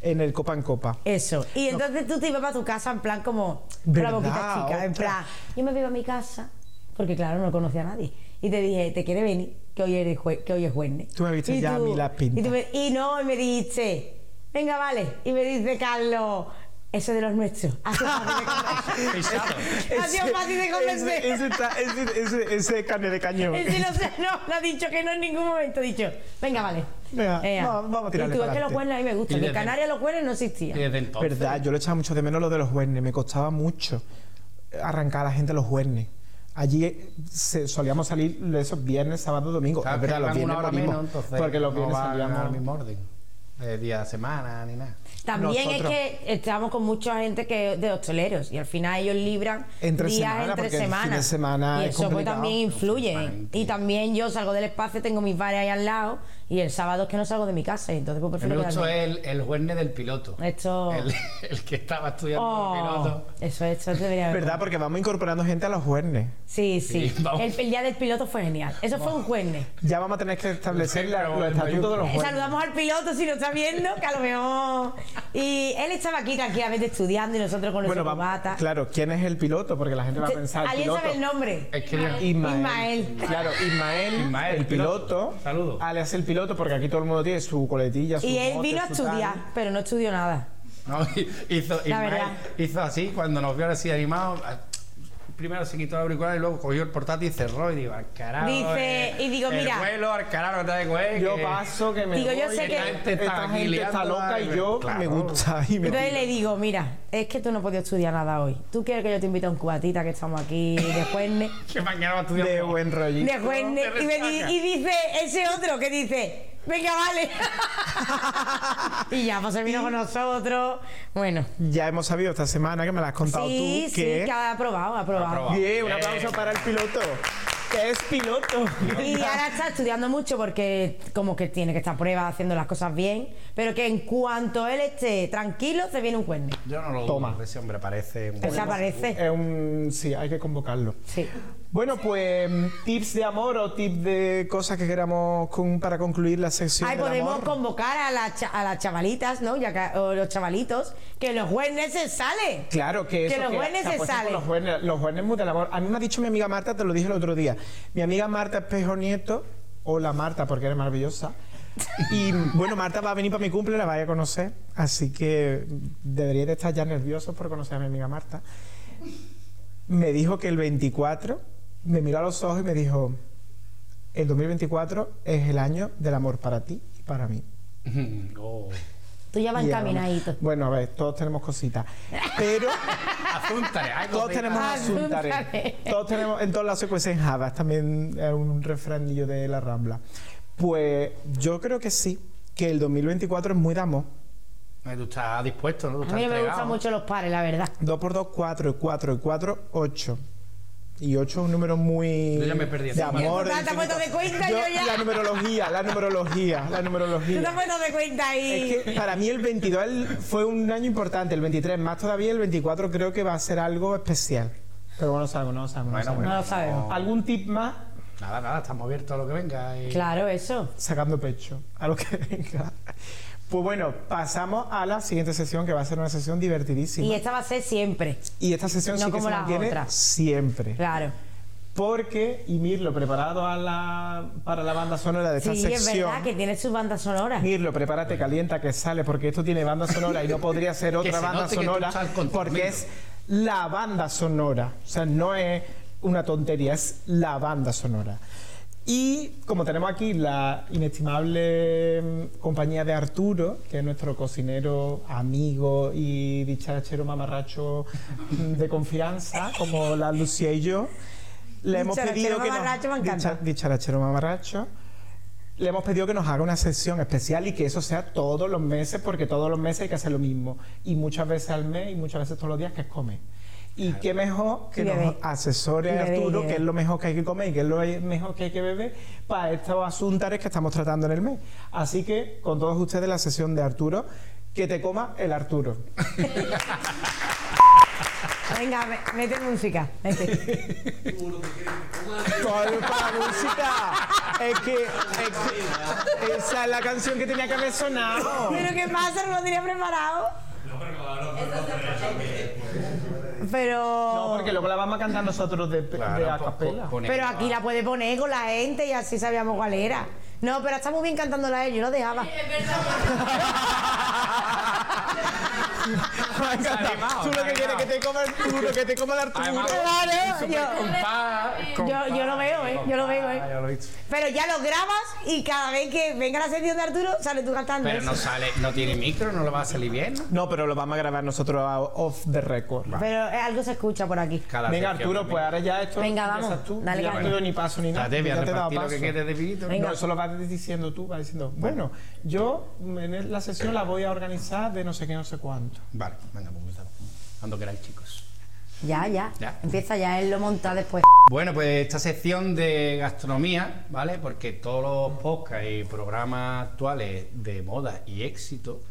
[SPEAKER 1] En el Copa en Copa.
[SPEAKER 2] Eso. Y entonces tú te ibas para tu casa en plan como con la
[SPEAKER 1] ¿Verdad?
[SPEAKER 2] boquita chica, en
[SPEAKER 1] Ostras.
[SPEAKER 2] plan, yo me iba a mi casa, porque claro, no conocía a nadie. Y te dije, ¿te quiere venir? Que hoy eres jue- que hoy es jueves.
[SPEAKER 1] Tú me viste
[SPEAKER 2] Y
[SPEAKER 1] ya a mí la pinta.
[SPEAKER 2] Y, tú me- y no, y me dijiste, venga, vale. Y me dice Carlos, eso de los nuestros. <laughs> Ha sido fácil de convencer.
[SPEAKER 1] <laughs>
[SPEAKER 2] <laughs>
[SPEAKER 3] Pesado.
[SPEAKER 2] Ha sido fácil de convencer.
[SPEAKER 1] Ese,
[SPEAKER 2] <laughs>
[SPEAKER 1] ese, está- ese, ese- ese carne de cañón.
[SPEAKER 2] Él sí no, sé, no, no ha dicho que no en ningún momento ha dicho, venga, vale.
[SPEAKER 1] Venga,
[SPEAKER 2] Ea.
[SPEAKER 1] vamos- vamos a tirarle
[SPEAKER 2] Y tú es
[SPEAKER 1] para
[SPEAKER 2] que los
[SPEAKER 1] adelante.
[SPEAKER 2] cuernos a mí me
[SPEAKER 3] Y
[SPEAKER 2] gustan. que En
[SPEAKER 3] desde-
[SPEAKER 2] Canarias los cuernos no existían.
[SPEAKER 3] Y desde entonces.
[SPEAKER 1] Verdad, yo lo echaba mucho de menos lo de los juernes, me costaba mucho arrancar a la gente los juernes. Allí eh, se- solíamos salir de esos viernes, sábado, domingo.
[SPEAKER 3] Sabes
[SPEAKER 1] Es
[SPEAKER 3] que
[SPEAKER 1] verdad, los
[SPEAKER 3] van
[SPEAKER 1] viernes
[SPEAKER 3] una hora
[SPEAKER 1] morimos,
[SPEAKER 3] menos, entonces
[SPEAKER 1] porque los
[SPEAKER 3] no
[SPEAKER 1] viernes
[SPEAKER 3] van al
[SPEAKER 1] salíamos
[SPEAKER 3] mismo orden. De día de semana, ni nada.
[SPEAKER 2] También
[SPEAKER 1] Nosotros.
[SPEAKER 2] es que estamos con mucha gente que de hosteleros y al final ellos libran
[SPEAKER 1] Entre
[SPEAKER 2] días
[SPEAKER 1] semana,
[SPEAKER 2] entre
[SPEAKER 1] porque el fin de
[SPEAKER 2] semana.
[SPEAKER 1] semana
[SPEAKER 2] y
[SPEAKER 1] es
[SPEAKER 2] eso pues
[SPEAKER 1] complicado.
[SPEAKER 2] también influye.
[SPEAKER 3] Efectivamente.
[SPEAKER 2] Y también yo salgo del espacio, tengo mis bares ahí al lado Y el sábado es que no salgo de mi casa y entonces pues prefiero
[SPEAKER 3] El gusto
[SPEAKER 2] quedarme.
[SPEAKER 3] es el, el jueves del piloto.
[SPEAKER 2] Esto...
[SPEAKER 3] El, el que estaba estudiando el
[SPEAKER 2] Oh,
[SPEAKER 3] piloto.
[SPEAKER 2] eso, eso debería haber.
[SPEAKER 1] ¿Verdad? Porque vamos incorporando gente a los jueves.
[SPEAKER 2] Sí, sí.
[SPEAKER 3] Sí, vamos.
[SPEAKER 2] el, el día del piloto fue genial. Eso fue un cuerne.
[SPEAKER 1] Ya vamos a tener que establecer
[SPEAKER 3] Sí,
[SPEAKER 1] la-
[SPEAKER 3] pero
[SPEAKER 1] los
[SPEAKER 3] en
[SPEAKER 1] estatutos de los
[SPEAKER 2] Eh,
[SPEAKER 1] jueves.
[SPEAKER 2] Saludamos al piloto si lo está viendo, que a lo mejor. Y él estaba aquí tranquilamente estudiando y nosotros con nuestro
[SPEAKER 1] vamos-
[SPEAKER 2] corbata.
[SPEAKER 1] Claro, ¿quién es el piloto? Porque la gente va a pensar.
[SPEAKER 2] ¿Alguien
[SPEAKER 1] piloto.
[SPEAKER 2] sabe el nombre?
[SPEAKER 3] Es que yo-
[SPEAKER 1] Ismael.
[SPEAKER 2] Ismael.
[SPEAKER 1] Claro, Ismael,
[SPEAKER 3] Ismael,
[SPEAKER 1] el piloto.
[SPEAKER 3] piloto. Saludo.
[SPEAKER 1] Alias el piloto, porque aquí todo el mundo tiene su coletilla, su
[SPEAKER 2] Y él
[SPEAKER 1] mote,
[SPEAKER 2] vino a
[SPEAKER 1] su
[SPEAKER 2] estudiar,
[SPEAKER 1] tal.
[SPEAKER 2] pero no estudió nada.
[SPEAKER 3] No, <laughs> hizo,
[SPEAKER 2] La
[SPEAKER 3] Ismael
[SPEAKER 2] verdad.
[SPEAKER 3] hizo así, cuando nos vio así animados, ah, primero se quitó el auricular y luego cogió el portátil y cerró y digo, al carajo. eh,
[SPEAKER 2] Dice, y digo,
[SPEAKER 3] el
[SPEAKER 2] mira.
[SPEAKER 3] vuelo, al carajo, no te da de coger,
[SPEAKER 1] Yo
[SPEAKER 3] que-
[SPEAKER 1] paso que me
[SPEAKER 2] Eh, Digo, yo
[SPEAKER 1] voy,
[SPEAKER 2] sé que-
[SPEAKER 1] esta gente está,
[SPEAKER 3] Esta gente está
[SPEAKER 1] loca y yo
[SPEAKER 3] Claro.
[SPEAKER 1] me gusta y me
[SPEAKER 2] Entonces le digo, mira, es que tú no podías estudiar nada hoy. ¿Tú quieres que yo te invite a un cubatita que estamos aquí de jueves?
[SPEAKER 3] <laughs> Que mañana va a estudiar.
[SPEAKER 1] de buen rollito.
[SPEAKER 2] De jueves. <laughs> Y, me di- y dice ese otro que dice, venga, vale. <laughs> y ya, pues se vino con nosotros. Bueno.
[SPEAKER 1] Ya hemos sabido esta semana que me la has contado
[SPEAKER 2] Sí,
[SPEAKER 1] tú
[SPEAKER 2] sí,
[SPEAKER 1] que
[SPEAKER 2] que ha aprobado, ha aprobado.
[SPEAKER 3] aprobado.
[SPEAKER 1] Bien, un aplauso para el piloto. Eh. Que es piloto. <laughs>
[SPEAKER 2] Y ahora está estudiando mucho porque como que tiene que estar a prueba haciendo las cosas bien, pero que en cuanto él esté tranquilo se viene un cuerno.
[SPEAKER 3] Yo no lo dudo,
[SPEAKER 1] Toma.
[SPEAKER 3] ese hombre parece... muy-
[SPEAKER 2] Se
[SPEAKER 3] <laughs>
[SPEAKER 2] aparece.
[SPEAKER 1] Es un- sí, hay que convocarlo.
[SPEAKER 2] Sí.
[SPEAKER 1] Bueno, pues tips de amor o tips de cosas que queramos con- para concluir la sección.
[SPEAKER 2] Ahí
[SPEAKER 1] del
[SPEAKER 2] podemos
[SPEAKER 1] amor.
[SPEAKER 2] convocar a, las cha- a las chavalitas, ¿no? Ya que- o los chavalitos, que los jueves se sale.
[SPEAKER 1] Claro que eso
[SPEAKER 2] Que los jueves
[SPEAKER 1] se ha
[SPEAKER 2] se
[SPEAKER 1] puesto
[SPEAKER 2] salen.
[SPEAKER 1] con Los jueves, los jueves muy del amor. A mí me ha dicho mi amiga Marta, te lo dije el otro día. Mi amiga Marta Espejo Nieto, hola Marta, porque eres maravillosa. Y bueno, Marta va a venir para mi cumple, la vaya a conocer. Así que deberíais de estar ya nerviosos por conocer a mi amiga Marta. Me dijo que el 24 me miró a los ojos y me dijo: El 2024 es el año del amor para ti y para mí.
[SPEAKER 3] <laughs> Oh.
[SPEAKER 2] Tú ya vas
[SPEAKER 1] Y ahora-
[SPEAKER 2] encaminadito.
[SPEAKER 1] Bueno, a ver, todos tenemos cositas. Pero.
[SPEAKER 3] Azúntale, hay
[SPEAKER 1] Todos
[SPEAKER 3] cositas.
[SPEAKER 1] tenemos
[SPEAKER 2] Ah, <laughs>
[SPEAKER 1] asuntares.
[SPEAKER 2] asuntares.
[SPEAKER 1] Todos tenemos, en todos lados se cuecen habas, también es un refranillo de la Rambla. Pues yo creo que sí, que el 2024 es muy damo.
[SPEAKER 3] Eh, Tú estás dispuesto, ¿no? Tú
[SPEAKER 2] A
[SPEAKER 3] estás
[SPEAKER 2] mí no me
[SPEAKER 3] entregado.
[SPEAKER 2] gustan mucho los pares, la verdad.
[SPEAKER 1] 2 por 2, 4, y 4, y 4, 8. Y 8 es un número muy.
[SPEAKER 3] Yo ya me perdí.
[SPEAKER 1] De
[SPEAKER 3] Ya te
[SPEAKER 1] amor.
[SPEAKER 2] has
[SPEAKER 1] infinito.
[SPEAKER 2] puesto de cuenta, yo ya.
[SPEAKER 1] La numerología, la numerología, la
[SPEAKER 2] Tú te
[SPEAKER 1] numerología.
[SPEAKER 2] puedes dar cuenta ahí.
[SPEAKER 1] Es que para mí el 22 el- fue un año importante, el 23 más todavía, el 24 creo que va a ser algo especial. Pero bueno, no sabemos, no lo sabemos. no
[SPEAKER 3] Bueno,
[SPEAKER 1] sabemos.
[SPEAKER 3] bueno.
[SPEAKER 2] No lo sabemos.
[SPEAKER 1] ¿Algún tip más?
[SPEAKER 3] Nada, nada, estamos abiertos a lo que venga. eh. y-
[SPEAKER 2] Claro, eso.
[SPEAKER 1] Sacando pecho a lo que venga. Pues bueno, pasamos a la siguiente sesión que va a ser una sesión divertidísima.
[SPEAKER 2] Y
[SPEAKER 1] Y,
[SPEAKER 2] esta va a ser siempre.
[SPEAKER 1] esta sesión sí
[SPEAKER 2] no
[SPEAKER 1] que
[SPEAKER 2] como
[SPEAKER 1] se
[SPEAKER 2] las
[SPEAKER 1] mantiene
[SPEAKER 2] otras.
[SPEAKER 1] siempre.
[SPEAKER 2] Claro.
[SPEAKER 1] Porque, y Mirlo, preparado a la, para la banda sonora de esta
[SPEAKER 2] Sí, es
[SPEAKER 1] sección.
[SPEAKER 2] verdad que tiene sus bandas sonoras.
[SPEAKER 1] Mirlo, prepárate, calienta, que sale, porque esto tiene banda sonora y no podría ser otra
[SPEAKER 3] se
[SPEAKER 1] banda
[SPEAKER 3] note <laughs> que tú
[SPEAKER 1] sonora,
[SPEAKER 3] estás con tu
[SPEAKER 1] porque
[SPEAKER 3] Mirlo.
[SPEAKER 1] es la banda sonora. O sea, no es una tontería, es la banda sonora. Y como tenemos aquí la inestimable mm, compañía de Arturo, que es nuestro cocinero, amigo y dicharachero mamarracho <laughs> mm, de confianza, como la Lucía y yo, le hemos
[SPEAKER 2] Dicharachero
[SPEAKER 1] pedido que nos-
[SPEAKER 2] mamarracho me encanta.
[SPEAKER 1] dicha- dicharachero mamarracho, le hemos pedido que nos haga una sesión especial y que eso sea todos los meses, porque todos los meses hay que hacer lo mismo. Y muchas veces al mes y muchas veces todos los días que es comer. Y qué mejor que
[SPEAKER 2] Y
[SPEAKER 1] nos
[SPEAKER 2] beber.
[SPEAKER 1] asesore
[SPEAKER 2] Y beber, y
[SPEAKER 1] Arturo,
[SPEAKER 2] beber.
[SPEAKER 1] que es lo mejor que hay que comer y que es lo mejor que hay que beber para estos asuntares que estamos tratando en el mes. Así que, con todos ustedes, la sesión de Arturo, que te coma el Arturo.
[SPEAKER 2] Venga, me- mete música.
[SPEAKER 1] <laughs>
[SPEAKER 2] Mete.
[SPEAKER 1] Todo para la música. Es que, es que esa es la canción que tenía que haber sonado.
[SPEAKER 2] Pero ¿qué pasa? No lo tenía preparado.
[SPEAKER 1] No,
[SPEAKER 2] Pero.
[SPEAKER 1] porque luego la vamos a cantar nosotros de, de
[SPEAKER 3] Claro, pues,
[SPEAKER 1] a
[SPEAKER 3] po-
[SPEAKER 1] capela.
[SPEAKER 3] po- pone-
[SPEAKER 2] Pero aquí la puede poner con la gente y así sabíamos cuál era. No, pero está muy bien cantándola él, yo lo dejaba.
[SPEAKER 1] Me ha encantado.
[SPEAKER 3] animado,
[SPEAKER 1] Tú
[SPEAKER 3] <laughs> se
[SPEAKER 1] lo
[SPEAKER 3] ha
[SPEAKER 1] que quieres que
[SPEAKER 3] animado.
[SPEAKER 1] te coma el Arturo, que te coma el Arturo.
[SPEAKER 3] Además,
[SPEAKER 2] Claro,
[SPEAKER 3] Súper
[SPEAKER 2] yo,
[SPEAKER 3] compás, compás,
[SPEAKER 2] yo lo veo, ¿eh? Yo lo veo, ¿eh?
[SPEAKER 3] compás, yo Ah, lo he visto.
[SPEAKER 2] pero ya lo grabas y cada vez que venga la sección de Arturo, sale tú cantando.
[SPEAKER 3] Pero no sale, no tiene micro, no lo va a salir bien. ¿no?
[SPEAKER 1] No, pero lo vamos a grabar nosotros a- off the record.
[SPEAKER 2] Pero, eh, algo se escucha por aquí.
[SPEAKER 3] Cada
[SPEAKER 1] Venga,
[SPEAKER 3] sección
[SPEAKER 1] Arturo,
[SPEAKER 3] también.
[SPEAKER 1] pues ahora ya esto.
[SPEAKER 2] Venga, vamos.
[SPEAKER 1] empiezas Tú.
[SPEAKER 2] Dale,
[SPEAKER 1] Yo no
[SPEAKER 2] caña.
[SPEAKER 1] te doy ni paso ni nada.
[SPEAKER 3] Espérate, voy a
[SPEAKER 1] Ya te he dado
[SPEAKER 3] repartir lo que
[SPEAKER 1] paso.
[SPEAKER 3] quede de vinito.
[SPEAKER 2] Venga.
[SPEAKER 1] No, eso lo vas diciendo tú, vas diciendo, bueno, yo en la sesión la voy a organizar de no sé qué, no sé cuánto.
[SPEAKER 3] Vale, venga, pues empezamos. Cuando queráis, chicos.
[SPEAKER 2] Ya, ya,
[SPEAKER 3] Ya.
[SPEAKER 2] Empieza ya, él lo monta después.
[SPEAKER 3] Bueno, pues esta sección de gastronomía, ¿vale? Porque todos los podcasts y programas actuales de moda y éxito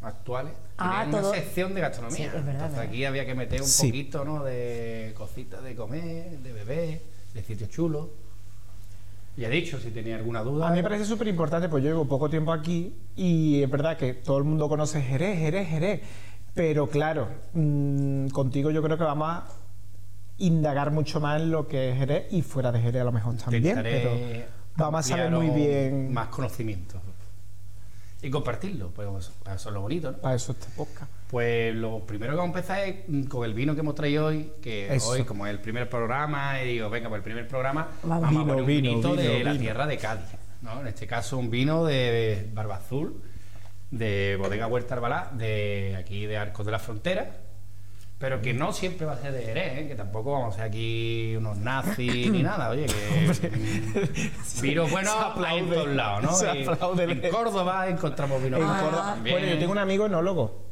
[SPEAKER 3] actuales
[SPEAKER 2] Ah,
[SPEAKER 3] tienen
[SPEAKER 2] todo-
[SPEAKER 3] una sección de gastronomía.
[SPEAKER 2] Sí, es verdad,
[SPEAKER 3] Entonces
[SPEAKER 2] verdad.
[SPEAKER 3] aquí había que meter un
[SPEAKER 1] Sí.
[SPEAKER 3] poquito, ¿no? De cositas de comer, de beber, de sitios chulos. Ya he dicho, si tenía alguna duda.
[SPEAKER 1] A mí me parece súper importante, pues yo llevo poco tiempo aquí y es verdad que todo el mundo conoce Jerez, Jerez, Jerez. Pero claro, mm, contigo yo creo que vamos a indagar mucho más en lo que es Jerez y fuera de Jerez a lo mejor también. Pero
[SPEAKER 3] Intentaré
[SPEAKER 1] vamos a saber
[SPEAKER 3] ampliar
[SPEAKER 1] muy
[SPEAKER 3] un-
[SPEAKER 1] bien.
[SPEAKER 3] Más conocimiento. Y compartirlo, pues eso, eso es lo bonito, ¿no?
[SPEAKER 1] Para eso este
[SPEAKER 3] <laughs>
[SPEAKER 1] podcast.
[SPEAKER 3] Pues lo primero que vamos a empezar es mm, con el vino que hemos traído hoy, que
[SPEAKER 1] Eso.
[SPEAKER 3] hoy como es el primer programa, y digo, venga, por el primer programa,
[SPEAKER 2] Vamos.
[SPEAKER 3] vamos
[SPEAKER 1] Vino,
[SPEAKER 3] a poner un
[SPEAKER 1] vino,
[SPEAKER 3] vinito de
[SPEAKER 1] vino,
[SPEAKER 3] la
[SPEAKER 1] vino.
[SPEAKER 3] tierra de Cádiz, ¿no? En este caso un vino de Barbazul, de Bodega Huerta Arbalá, de aquí de Arcos de la Frontera, pero que no siempre va a ser de Jerez, ¿eh? que tampoco vamos a ser aquí unos
[SPEAKER 1] <laughs>
[SPEAKER 3] nazis ni nada, oye, que mm, vino bueno
[SPEAKER 1] Se
[SPEAKER 3] hay en
[SPEAKER 1] aplaude.
[SPEAKER 3] todos lados, ¿no?
[SPEAKER 1] <laughs> Se
[SPEAKER 3] Y
[SPEAKER 1] aplaude.
[SPEAKER 3] en Córdoba encontramos vino Ah.
[SPEAKER 1] En
[SPEAKER 3] bueno
[SPEAKER 1] Córdoba-
[SPEAKER 3] también.
[SPEAKER 1] Bueno, yo tengo un amigo enólogo.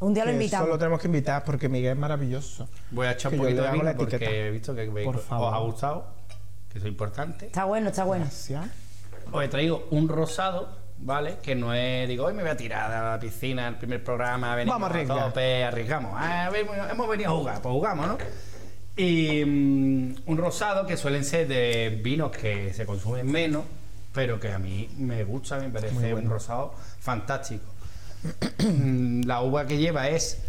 [SPEAKER 2] Un día lo
[SPEAKER 1] que
[SPEAKER 2] invitamos.
[SPEAKER 1] Solo tenemos que invitar porque Miguel es maravilloso.
[SPEAKER 3] Voy a echar
[SPEAKER 1] Que
[SPEAKER 3] un
[SPEAKER 1] yo
[SPEAKER 3] poquito
[SPEAKER 1] le
[SPEAKER 3] de
[SPEAKER 1] hago
[SPEAKER 3] vino
[SPEAKER 1] la
[SPEAKER 3] porque
[SPEAKER 1] etiqueta.
[SPEAKER 3] he visto que me-
[SPEAKER 1] Por
[SPEAKER 3] os
[SPEAKER 1] favor.
[SPEAKER 3] ha gustado, que eso es importante.
[SPEAKER 2] Está bueno, está bueno.
[SPEAKER 1] Gracias.
[SPEAKER 3] Os he traído un rosado, ¿vale? Que no es, digo, hoy me voy a tirar a la piscina, el primer programa, venimos
[SPEAKER 1] Vamos a arriesgar.
[SPEAKER 3] tope, arriesgamos. Ah, hemos- hemos venido a jugar, pues jugamos, ¿no? Y mm, un rosado que suelen ser de vinos que se consumen menos, pero que a mí me gusta, me parece un rosado fantástico. <clears throat> la uva que lleva es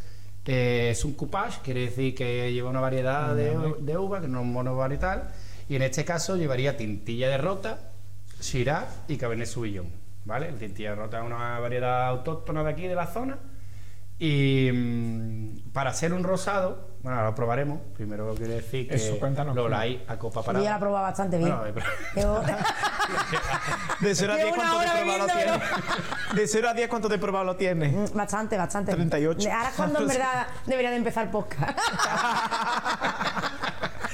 [SPEAKER 3] eh, es un coupage, quiere decir que lleva una variedad de, de uva, que no es monovarietal, y en este caso llevaría tintilla de rota, Shiraz y Cabernet Sauvignon, ¿vale? El tintilla de rota es una variedad autóctona de aquí, de la zona, y mm, para hacer un rosado, bueno, ahora lo probaremos, primero quiere decir que
[SPEAKER 1] Eso, cuéntanos.
[SPEAKER 3] lo hay a copa
[SPEAKER 2] Yo ya la he
[SPEAKER 3] parada.
[SPEAKER 2] probado bastante bien.
[SPEAKER 3] Bueno, pero-
[SPEAKER 2] <laughs> Llevo-
[SPEAKER 1] De 0 a
[SPEAKER 2] Llevo
[SPEAKER 1] 10,
[SPEAKER 2] una
[SPEAKER 1] ¿cuánto de
[SPEAKER 2] hora
[SPEAKER 1] probado lo
[SPEAKER 2] bebiéndolo.
[SPEAKER 1] tienes? De 0 a 10, ¿cuánto de probado lo tienes?
[SPEAKER 2] Mm, Bastante, bastante.
[SPEAKER 1] 38.
[SPEAKER 2] Ahora es cuando en verdad debería de empezar
[SPEAKER 1] <laughs>
[SPEAKER 2] podcast.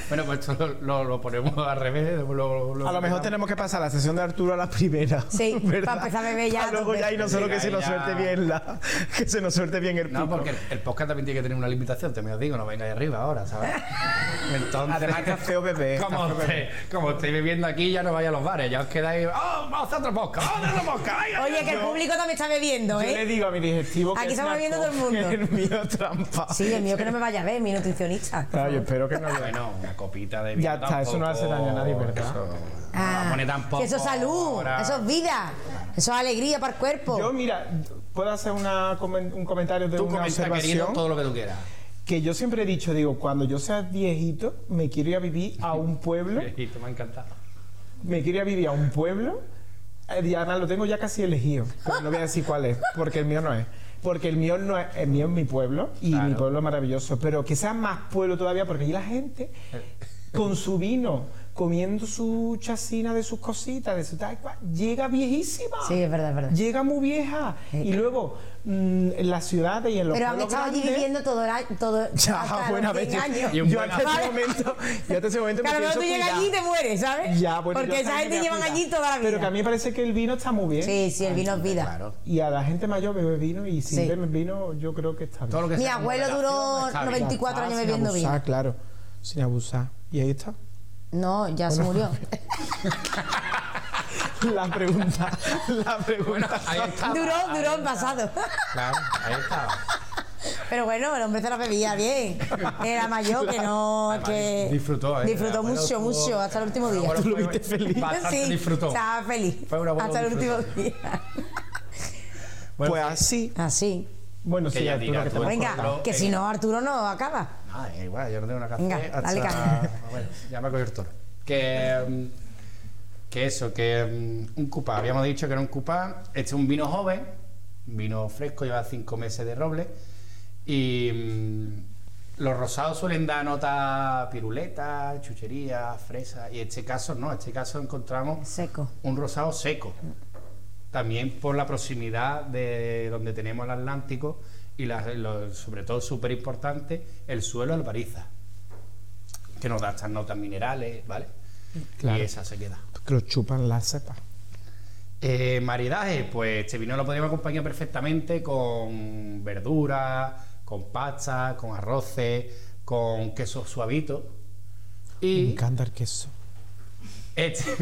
[SPEAKER 3] Bueno, pues esto lo, lo- lo ponemos al revés. lo- lo- lo-
[SPEAKER 1] A lo mejor
[SPEAKER 3] lo-
[SPEAKER 1] tenemos que pasar la sesión de Arturo a la primera.
[SPEAKER 2] <laughs> Sí,
[SPEAKER 1] ¿verdad?
[SPEAKER 2] para empezar a beber ya,
[SPEAKER 1] Pa' luego
[SPEAKER 2] entonces.
[SPEAKER 1] ya y nosotros que se nos
[SPEAKER 3] Ya, ya.
[SPEAKER 1] suelte bien la, que se nos suelte bien el
[SPEAKER 3] No,
[SPEAKER 1] pico.
[SPEAKER 3] porque el, el podcast también tiene que tener una limitación, te me lo digo, no vengáis arriba
[SPEAKER 1] <laughs>
[SPEAKER 3] ahora, ¿sabes? Entonces,
[SPEAKER 1] Además, está <laughs> feo beber,
[SPEAKER 3] <laughs> Como,
[SPEAKER 1] está feo
[SPEAKER 3] esté- como estáis viviendo aquí, ya no vais a los bares, ya os quedáis. ¡Oh, vamos a hacer otro podcast! ¡Vamos a hacer otro podcast! venga,
[SPEAKER 2] Oye, que el público también está bebiendo,
[SPEAKER 1] Yo le
[SPEAKER 2] ¿eh?
[SPEAKER 1] digo a mi digestivo que
[SPEAKER 2] Aquí
[SPEAKER 1] es
[SPEAKER 2] estamos bebiendo todo el
[SPEAKER 1] narco,
[SPEAKER 2] mundo.
[SPEAKER 1] que <laughs> El mío es trampa. <laughs>
[SPEAKER 2] Sí, el mío que no me vaya a ver, mi nutricionista.
[SPEAKER 1] Claro, yo espero que no. lo-
[SPEAKER 3] Bueno, una copita de vino.
[SPEAKER 1] Ya está, eso no hace daño a nadie, ¿verdad?
[SPEAKER 3] Eso, no
[SPEAKER 2] Ah,
[SPEAKER 3] la pone tampoco.
[SPEAKER 2] que eso es salud,
[SPEAKER 3] ahora.
[SPEAKER 2] eso es vida, eso es alegría para el cuerpo.
[SPEAKER 1] Yo, mira, puedo hacer una comen- un comentario de
[SPEAKER 3] Tú
[SPEAKER 1] una
[SPEAKER 3] comenta, querido,
[SPEAKER 1] observación.
[SPEAKER 3] todo lo que tú quieras. <laughs>
[SPEAKER 1] Que yo siempre he dicho, digo, cuando yo sea viejito, me quiero ir a vivir a un pueblo
[SPEAKER 3] Viejito, me ha encantado.
[SPEAKER 1] me quería vivir a un pueblo. eh, y Además, lo tengo ya casi elegido. Pero no voy a decir cuál es, porque el mío no es. Porque el mío no es, el mío es mi pueblo y mi
[SPEAKER 3] Claro.
[SPEAKER 1] pueblo es maravilloso. Pero que sea más pueblo todavía, porque allí la gente
[SPEAKER 3] Eh.
[SPEAKER 1] con su vino, comiendo su chacina de sus cositas, de su tal cual, llega viejísima.
[SPEAKER 2] Sí, es verdad, es verdad.
[SPEAKER 1] Llega muy vieja. Y luego, mm, en las ciudades y en los
[SPEAKER 2] Pero han
[SPEAKER 1] pueblos
[SPEAKER 2] estado allí
[SPEAKER 1] grandes-
[SPEAKER 2] viviendo todo el año, todo
[SPEAKER 1] <laughs> Ya,
[SPEAKER 2] hasta
[SPEAKER 1] buena
[SPEAKER 2] los
[SPEAKER 1] vez.
[SPEAKER 2] 100 años.
[SPEAKER 3] Y
[SPEAKER 1] Yo,
[SPEAKER 3] un
[SPEAKER 1] yo
[SPEAKER 3] buen
[SPEAKER 1] hasta ese
[SPEAKER 2] año.
[SPEAKER 1] momento, yo hasta ese momento
[SPEAKER 2] Claro,
[SPEAKER 1] me pienso
[SPEAKER 2] luego tú llegas
[SPEAKER 1] cuidado.
[SPEAKER 2] allí y te mueres, ¿sabes?
[SPEAKER 1] Ya, bueno, yo
[SPEAKER 2] Porque esa
[SPEAKER 1] también
[SPEAKER 2] gente
[SPEAKER 1] me
[SPEAKER 2] llevan
[SPEAKER 1] cuidado.
[SPEAKER 2] allí toda la vida.
[SPEAKER 1] Pero que a mí me parece que el vino está muy bien.
[SPEAKER 2] Sí, sí, el vino es vida.
[SPEAKER 3] Claro.
[SPEAKER 1] Y a la gente mayor bebe vino y si
[SPEAKER 2] Sí.
[SPEAKER 1] bebe vino yo creo que está bien.
[SPEAKER 3] Todo lo que
[SPEAKER 2] Mi
[SPEAKER 3] sea con
[SPEAKER 2] abuelo
[SPEAKER 3] moderación
[SPEAKER 2] duró
[SPEAKER 3] está bien.
[SPEAKER 2] 94 años
[SPEAKER 1] sin
[SPEAKER 2] bebiendo
[SPEAKER 1] abusar,
[SPEAKER 2] vino.
[SPEAKER 1] claro. Sin abusar. Y ahí está.
[SPEAKER 2] No, ya se
[SPEAKER 1] <laughs>
[SPEAKER 2] murió.
[SPEAKER 1] La pregunta. la pregunta.
[SPEAKER 3] Ahí
[SPEAKER 2] <laughs>
[SPEAKER 3] está.
[SPEAKER 2] Duró, duró el pasado. <laughs>
[SPEAKER 3] Claro, ahí está.
[SPEAKER 2] Pero bueno, el hombre se la bebía bien. Era mayor que no, que
[SPEAKER 3] disfrutó, ¿eh?
[SPEAKER 2] disfrutó
[SPEAKER 3] Abuelo
[SPEAKER 2] mucho,
[SPEAKER 3] tuvo-
[SPEAKER 2] mucho, hasta el último día.
[SPEAKER 3] Abuelo
[SPEAKER 1] Tú lo
[SPEAKER 3] fue-
[SPEAKER 1] viste feliz.
[SPEAKER 3] Bastante
[SPEAKER 2] sí,
[SPEAKER 3] disfrutó.
[SPEAKER 2] Estaba feliz.
[SPEAKER 3] Fue un abuelo
[SPEAKER 2] hasta el último
[SPEAKER 3] disfrutón.
[SPEAKER 2] día.
[SPEAKER 3] Bueno,
[SPEAKER 1] pues así.
[SPEAKER 2] Así.
[SPEAKER 1] Bueno, sí,
[SPEAKER 3] ya
[SPEAKER 1] Arturo,
[SPEAKER 3] dirá
[SPEAKER 1] que
[SPEAKER 3] tú.
[SPEAKER 1] te hemos
[SPEAKER 2] Venga,
[SPEAKER 1] cortado.
[SPEAKER 2] que si no, Arturo no acaba.
[SPEAKER 3] Ah, igual, yo no tengo una café
[SPEAKER 2] Venga,
[SPEAKER 3] hasta...
[SPEAKER 2] dale caña.
[SPEAKER 3] Bueno, ya me ha cogido el toro. Que, mm, que eso, que mm, un cupá. Habíamos dicho que era un cupá. Este es un vino joven, un vino fresco, lleva cinco meses de roble. Y mm, los rosados suelen dar nota piruleta, chuchería, fresa. Y en este caso no, en este caso encontramos
[SPEAKER 2] Seco.
[SPEAKER 3] un rosado seco. También por la proximidad de donde tenemos el Atlántico y la- lo- sobre todo súper importante, el suelo albariza, que nos da estas notas minerales, ¿vale?
[SPEAKER 1] Claro.
[SPEAKER 3] Y esa se queda.
[SPEAKER 1] Que lo chupan la cepa.
[SPEAKER 3] Eh, maridaje, pues este vino lo podríamos acompañar perfectamente con verduras, con pasta, con arroces, con queso suavito.
[SPEAKER 1] Me
[SPEAKER 3] Y
[SPEAKER 1] encanta el queso.
[SPEAKER 3] este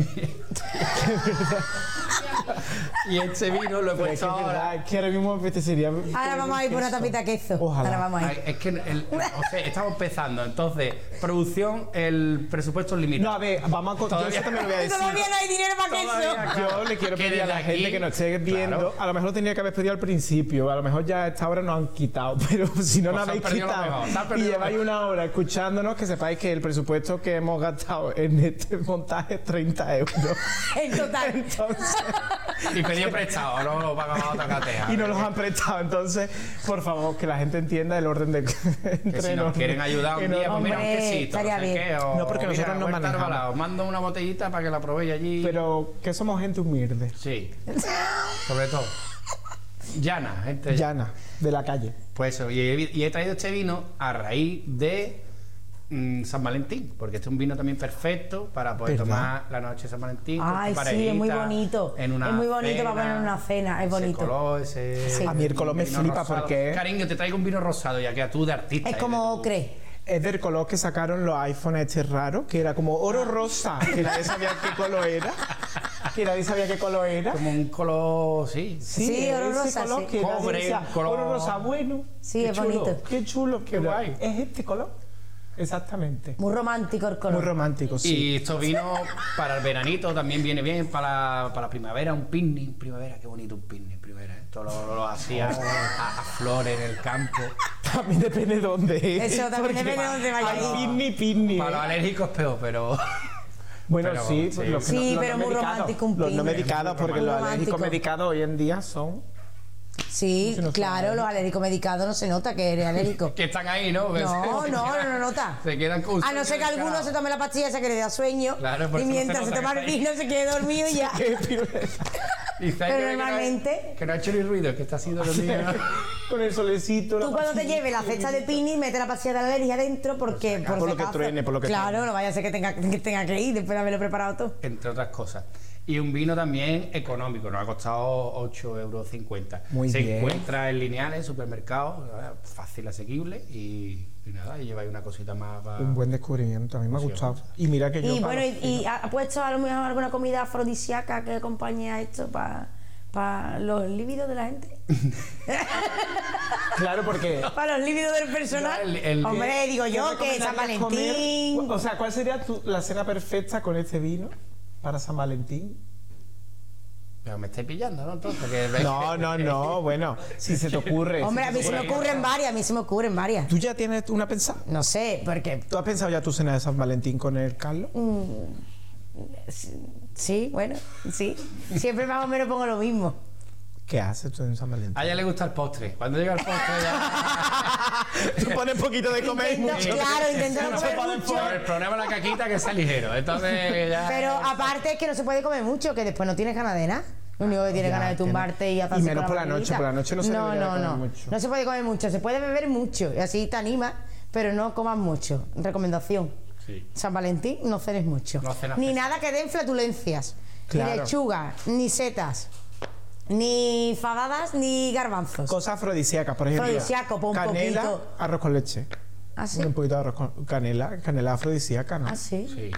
[SPEAKER 3] y este vino lo
[SPEAKER 1] Pero
[SPEAKER 3] he
[SPEAKER 1] es que
[SPEAKER 3] puesto
[SPEAKER 1] es verdad,
[SPEAKER 3] ahora.
[SPEAKER 1] es que ahora mismo me apetecería.
[SPEAKER 2] Ahora vamos a ir por una tapita de queso.
[SPEAKER 1] Ojalá.
[SPEAKER 2] Ahora vamos a
[SPEAKER 3] Ay,
[SPEAKER 2] ir.
[SPEAKER 3] es que el- o sea, estamos empezando. Entonces, producción, el presupuesto es
[SPEAKER 1] No, a
[SPEAKER 3] limitado.
[SPEAKER 1] ver, vamos a. co- Yo
[SPEAKER 3] Todavía-
[SPEAKER 1] eso también lo voy a decir.
[SPEAKER 2] Todavía no hay dinero para
[SPEAKER 3] Todavía-
[SPEAKER 2] queso.
[SPEAKER 1] Yo le quiero
[SPEAKER 3] Que
[SPEAKER 1] pedir a
[SPEAKER 3] desde
[SPEAKER 1] la
[SPEAKER 3] aquí,
[SPEAKER 1] gente que nos esté viendo,
[SPEAKER 3] claro.
[SPEAKER 1] a lo mejor lo tenía que haber pedido al principio, a lo mejor ya a esta hora nos han quitado, <laughs> pero si no
[SPEAKER 3] Pues
[SPEAKER 1] nos
[SPEAKER 3] han
[SPEAKER 1] habéis
[SPEAKER 3] perdido lo
[SPEAKER 1] quitado
[SPEAKER 3] mejor, se han
[SPEAKER 1] y
[SPEAKER 3] perdido lo
[SPEAKER 1] lleváis
[SPEAKER 3] mejor.
[SPEAKER 1] una hora escuchándonos, que sepáis que el presupuesto que hemos gastado en este <laughs> montaje es 30 euros.
[SPEAKER 2] <laughs>
[SPEAKER 1] <laughs>
[SPEAKER 2] En
[SPEAKER 3] <laughs>
[SPEAKER 2] total.
[SPEAKER 1] Entonces,
[SPEAKER 3] Y pedí prestado, no lo pagaba otra catea.
[SPEAKER 1] y nos los han prestado, entonces, por favor, que la gente entienda el <laughs> orden de...
[SPEAKER 3] que si nos quieren ayudar un día, pues mira, un
[SPEAKER 2] Hombre,
[SPEAKER 3] quesito.
[SPEAKER 2] estaría bien.
[SPEAKER 3] qué, o,
[SPEAKER 1] No, porque
[SPEAKER 3] mira,
[SPEAKER 1] nosotros no
[SPEAKER 3] huerta
[SPEAKER 1] manejamos.
[SPEAKER 3] Arbalá, os mando una botellita para que la probéis allí.
[SPEAKER 1] Pero que somos gente humilde, <laughs>
[SPEAKER 3] Sí, sobre todo. este, Llana, gente.
[SPEAKER 1] llana, de la calle.
[SPEAKER 3] Pues eso, y he, y he traído este vino a raíz de mm, San Valentín, porque este es un vino también perfecto para poder
[SPEAKER 1] ¿Verdad?
[SPEAKER 3] tomar la noche de San Valentín. con
[SPEAKER 2] Ay,
[SPEAKER 3] tu
[SPEAKER 2] sí, es muy
[SPEAKER 3] parejita,
[SPEAKER 2] bonito.
[SPEAKER 3] en una
[SPEAKER 2] Es muy bonito para poner en una cena, es bonito.
[SPEAKER 3] Ese color, ese-
[SPEAKER 2] Sí.
[SPEAKER 1] A mí el color me
[SPEAKER 3] vino
[SPEAKER 1] flipa
[SPEAKER 3] rosado.
[SPEAKER 1] porque-
[SPEAKER 3] Cariño, te traigo un vino rosado, ya que tú de artista.
[SPEAKER 2] Es
[SPEAKER 3] eres
[SPEAKER 2] como
[SPEAKER 3] tú.
[SPEAKER 2] ocre.
[SPEAKER 1] Es del color que sacaron los iPhones este raro, que era como oro rosa, que nadie sabía qué color era. Que nadie sabía qué color era.
[SPEAKER 3] Como un color, sí.
[SPEAKER 2] Sí,
[SPEAKER 1] era
[SPEAKER 2] oro
[SPEAKER 1] ese
[SPEAKER 2] rosa,
[SPEAKER 1] color
[SPEAKER 2] sí.
[SPEAKER 1] que nadie
[SPEAKER 3] Cobre,
[SPEAKER 1] decía,
[SPEAKER 3] un color-
[SPEAKER 1] Oro rosa, bueno.
[SPEAKER 2] Sí,
[SPEAKER 1] qué
[SPEAKER 2] es
[SPEAKER 1] chulo,
[SPEAKER 2] bonito.
[SPEAKER 1] Qué chulo, qué
[SPEAKER 3] guay.
[SPEAKER 1] guay. Es este color. Exactamente.
[SPEAKER 2] Muy romántico el
[SPEAKER 1] Muy
[SPEAKER 2] color.
[SPEAKER 1] romántico, sí. <laughs>
[SPEAKER 3] Y estos vinos para el veranito también viene bien, para, para primavera, un picnic en primavera, qué bonito un picnic en primavera. ¿eh? Esto lo, lo- lo hacía
[SPEAKER 2] Oh.
[SPEAKER 3] a, a flores en el campo.
[SPEAKER 1] También depende de dónde es.
[SPEAKER 2] Eso también
[SPEAKER 1] porque
[SPEAKER 2] depende de dónde vaya
[SPEAKER 1] hay
[SPEAKER 2] a ir.
[SPEAKER 1] pinni, pinni,
[SPEAKER 3] Para los
[SPEAKER 1] ¿eh?
[SPEAKER 3] alérgicos peor, pero... <laughs>
[SPEAKER 1] Bueno,
[SPEAKER 3] Pero,
[SPEAKER 1] sí,
[SPEAKER 3] sí.
[SPEAKER 1] los que
[SPEAKER 2] Sí,
[SPEAKER 1] los
[SPEAKER 2] pero muy
[SPEAKER 1] medicados,
[SPEAKER 2] romántico un
[SPEAKER 1] Los no
[SPEAKER 2] pinni.
[SPEAKER 1] medicados,
[SPEAKER 3] Muy
[SPEAKER 1] porque los
[SPEAKER 2] romántico.
[SPEAKER 1] alérgicos medicados hoy en día
[SPEAKER 2] <laughs>
[SPEAKER 1] son. <laughs>
[SPEAKER 2] Sí,
[SPEAKER 1] Si no se
[SPEAKER 2] claro, los alérgicos medicados no se nota que eres
[SPEAKER 3] <laughs>
[SPEAKER 2] alérgico.
[SPEAKER 3] Que están ahí, ¿no?
[SPEAKER 2] No,
[SPEAKER 3] Se
[SPEAKER 2] no, no,
[SPEAKER 3] quedan-
[SPEAKER 2] no nota.
[SPEAKER 3] Se quedan con
[SPEAKER 2] A no ser que alguno se tome la pastilla esa que le da sueño.
[SPEAKER 3] Claro, por
[SPEAKER 2] y
[SPEAKER 3] eso no se
[SPEAKER 2] mientras se
[SPEAKER 3] nota
[SPEAKER 2] toma
[SPEAKER 3] que
[SPEAKER 2] el
[SPEAKER 3] está ahí.
[SPEAKER 2] vino se quede
[SPEAKER 3] <laughs>
[SPEAKER 2] dormido y ya. Pero normalmente-
[SPEAKER 3] Que no ha hecho ni ruido, que está haciendo
[SPEAKER 2] <laughs>
[SPEAKER 3] lo mío.
[SPEAKER 1] Con el solecito. la
[SPEAKER 2] Tú cuando te
[SPEAKER 1] pasilla.
[SPEAKER 2] lleves la cesta de pini, mete la pastilla de la alergia adentro porque...
[SPEAKER 1] Por
[SPEAKER 2] si
[SPEAKER 1] lo que
[SPEAKER 2] acaso.
[SPEAKER 1] truene, por lo que
[SPEAKER 2] Claro, no vaya a ser que tenga que, tenga que ir después de haberlo preparado tú.
[SPEAKER 3] Entre otras cosas. Y un vino también económico, nos ha costado 8,50 euros.
[SPEAKER 1] Muy
[SPEAKER 3] se
[SPEAKER 1] bien.
[SPEAKER 3] encuentra en lineales, en supermercados, fácil, asequible y, y nada, y lleváis una cosita más. pa-
[SPEAKER 1] Un buen descubrimiento, a mí me ha gustado. Y mira que yo.
[SPEAKER 2] Y
[SPEAKER 1] para
[SPEAKER 2] bueno,
[SPEAKER 1] los
[SPEAKER 2] y, y ha ha puesto a lo mejor alguna comida afrodisíaca que acompañe a esto para los líbidos de la
[SPEAKER 1] <laughs>
[SPEAKER 2] gente.
[SPEAKER 1] Claro, porque.
[SPEAKER 2] para los líbidos del personal.
[SPEAKER 3] No, el- el-
[SPEAKER 2] Hombre, Eh, digo yo que San
[SPEAKER 1] eh, recomendarías
[SPEAKER 2] Valentín.
[SPEAKER 1] comer? O sea, ¿cuál sería tu- la cena perfecta con este vino para San Valentín?
[SPEAKER 3] Pero me estáis pillando, ¿no? Entonces, que-
[SPEAKER 1] No, no, no. bueno, si se te ocurre.
[SPEAKER 2] Hombre, a mí se me ocurren varias, a mí se me ocurren varias.
[SPEAKER 1] ¿Tú ya tienes una pensada?
[SPEAKER 2] No sé, porque
[SPEAKER 1] ¿Tú has pensado ya tu cena de San Valentín con el Carlos?
[SPEAKER 2] Mm. sí, bueno, sí. Siempre más o menos pongo lo mismo.
[SPEAKER 1] ¿Qué haces tú en San <laughs> Valentín?
[SPEAKER 3] A ella le gusta el postre. Cuando llega el postre,
[SPEAKER 2] <laughs>
[SPEAKER 3] ya.
[SPEAKER 1] Tú pones poquito de comer y
[SPEAKER 2] Intento-
[SPEAKER 1] mucho.
[SPEAKER 2] claro, intento no
[SPEAKER 3] <laughs>
[SPEAKER 1] Se
[SPEAKER 2] comer
[SPEAKER 1] pone
[SPEAKER 2] mucho.
[SPEAKER 3] Pero el problema es la caquita que sea ligero. Entonces, ya.
[SPEAKER 2] Pero aparte es que no se puede comer mucho, que después no tienes ganas de nada. Lo único que tienes
[SPEAKER 1] Ah, Ya,
[SPEAKER 2] ganas de
[SPEAKER 1] que no.
[SPEAKER 2] tumbarte y hacer
[SPEAKER 1] Y menos por la noche, por la noche no se
[SPEAKER 2] no,
[SPEAKER 1] debería
[SPEAKER 2] no,
[SPEAKER 1] de
[SPEAKER 2] no.
[SPEAKER 1] comer mucho.
[SPEAKER 2] No se puede comer mucho, se puede beber mucho y así te animas, pero no comas mucho. Recomendación.
[SPEAKER 3] Sí.
[SPEAKER 2] San Valentín no cenes mucho.
[SPEAKER 3] No cenas
[SPEAKER 2] ni
[SPEAKER 3] pesado.
[SPEAKER 2] nada que den flatulencias. Ni
[SPEAKER 1] Claro.
[SPEAKER 2] lechuga, ni setas, ni fadadas, ni garbanzos.
[SPEAKER 1] Cosas afrodisíacas, por ejemplo.
[SPEAKER 2] Afrodisíaco, pon
[SPEAKER 1] canela,
[SPEAKER 2] poquito. Ah,
[SPEAKER 1] arroz con leche.
[SPEAKER 2] Así.
[SPEAKER 1] Un poquito de arroz con canela, canela afrodisíaca, ¿no?
[SPEAKER 2] Así.
[SPEAKER 3] Sí.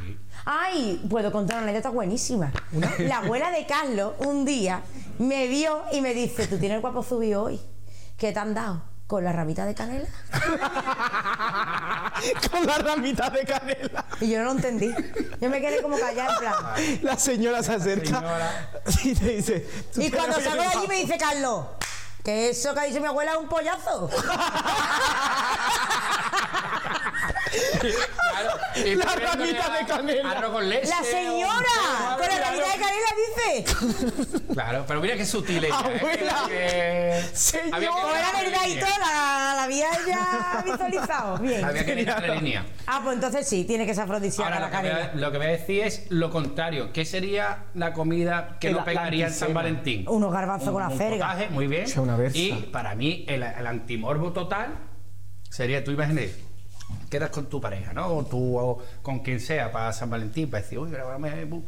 [SPEAKER 2] Ay, puedo contar una anécdota buenísima. La abuela de Carlos un día me vio y me dice, tú tienes el guapo subido hoy. ¿Qué te han dado? Con la ramita de canela.
[SPEAKER 1] <laughs> con la ramita de canela.
[SPEAKER 2] Y yo no lo entendí. Yo me quedé como callada en plan.
[SPEAKER 1] La señora se acerca
[SPEAKER 3] señora.
[SPEAKER 1] y te dice. "Tú
[SPEAKER 2] Y
[SPEAKER 1] te
[SPEAKER 2] cuando
[SPEAKER 1] oyes
[SPEAKER 2] salgo de
[SPEAKER 1] el
[SPEAKER 2] allí me dice Carlos, que eso que ha dicho mi abuela es un pollazo.
[SPEAKER 3] Claro,
[SPEAKER 1] <laughs>
[SPEAKER 3] y
[SPEAKER 1] La
[SPEAKER 3] tú viendo
[SPEAKER 1] ramita
[SPEAKER 3] ya
[SPEAKER 1] de canela.
[SPEAKER 3] Arroz con leche.
[SPEAKER 2] La señora, con la ramita de canela dice.
[SPEAKER 3] Claro, pero mira qué sutil ella. ¿eh?
[SPEAKER 1] Abuela.
[SPEAKER 3] Que- que-
[SPEAKER 1] Señora.
[SPEAKER 3] Había que
[SPEAKER 2] Como
[SPEAKER 3] leer
[SPEAKER 2] era
[SPEAKER 3] entre
[SPEAKER 2] verdad y todo,
[SPEAKER 3] líneas.
[SPEAKER 2] la, la había ya visualizado. Bien.
[SPEAKER 3] Había que leer entre líneas.
[SPEAKER 2] Ah, pues entonces sí, tiene que ser afrodisíaca
[SPEAKER 3] Ahora,
[SPEAKER 2] la
[SPEAKER 3] lo que, voy a,
[SPEAKER 2] canela.
[SPEAKER 3] lo que voy a decir es lo contrario. ¿Qué sería la comida que
[SPEAKER 1] El
[SPEAKER 3] no pegaría en San
[SPEAKER 1] anticena.
[SPEAKER 3] Valentín?
[SPEAKER 2] Unos garbanzos con la ferga.
[SPEAKER 3] potaje, muy bien.
[SPEAKER 1] O sea, una berza.
[SPEAKER 3] y para mí, el, el antimorbo total sería, tú imagínate, quedas con tu pareja, ¿no? O tú, o con quien sea, para San Valentín, para decir, uy, ahora me- bu-".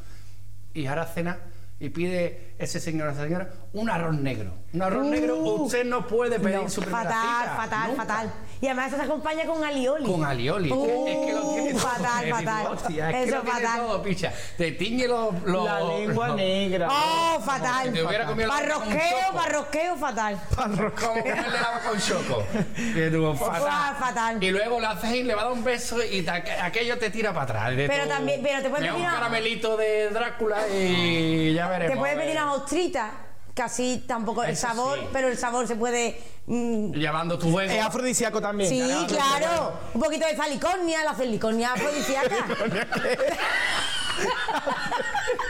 [SPEAKER 3] Y ahora cena y pide ese señor o esa señora un arroz negro. Un arroz negro usted no puede pedir
[SPEAKER 2] Uh. No,
[SPEAKER 3] en su primera
[SPEAKER 2] fatal,
[SPEAKER 3] cita,
[SPEAKER 2] fatal,
[SPEAKER 3] nunca.
[SPEAKER 2] fatal. Y además eso se acompaña con alioli.
[SPEAKER 3] Con alioli.
[SPEAKER 2] Uh,
[SPEAKER 3] es que lo tiene todo. <laughs>
[SPEAKER 2] fatal,
[SPEAKER 3] Es decir,
[SPEAKER 2] fatal.
[SPEAKER 3] hostia, es que
[SPEAKER 2] eso
[SPEAKER 3] lo tiene
[SPEAKER 2] fatal.
[SPEAKER 3] todo, picha. Te tiñe los... los-
[SPEAKER 1] La lengua
[SPEAKER 3] los-
[SPEAKER 1] negra.
[SPEAKER 2] Oh,
[SPEAKER 3] si
[SPEAKER 2] fatal.
[SPEAKER 3] te hubiera comido la boca con un
[SPEAKER 2] Parrosqueo,
[SPEAKER 3] choco.
[SPEAKER 2] parrosqueo, fatal.
[SPEAKER 3] Como que no le daba con choco. <laughs> Que tú, fatal.
[SPEAKER 2] Fatal, fatal.
[SPEAKER 3] Y luego le haces y le va a dar un beso y te- aquello te tira para atrás. De
[SPEAKER 2] Pero también- pero te puede
[SPEAKER 3] de
[SPEAKER 2] pedir
[SPEAKER 3] un
[SPEAKER 2] una-
[SPEAKER 3] caramelito de Drácula y ya veremos. eh,
[SPEAKER 2] Te puede
[SPEAKER 3] a ver.
[SPEAKER 2] venir una ostrita, casi tampoco el
[SPEAKER 3] Eso
[SPEAKER 2] sabor,
[SPEAKER 3] sí.
[SPEAKER 2] pero el sabor se puede. mm,
[SPEAKER 3] Llevando tu dedo. <laughs>
[SPEAKER 1] Es eh, afrodisíaco también. <laughs>
[SPEAKER 2] sí,
[SPEAKER 3] no, no,
[SPEAKER 2] claro. Un poquito de salicornia, la salicornia
[SPEAKER 3] <laughs>
[SPEAKER 2] afrodisíaca.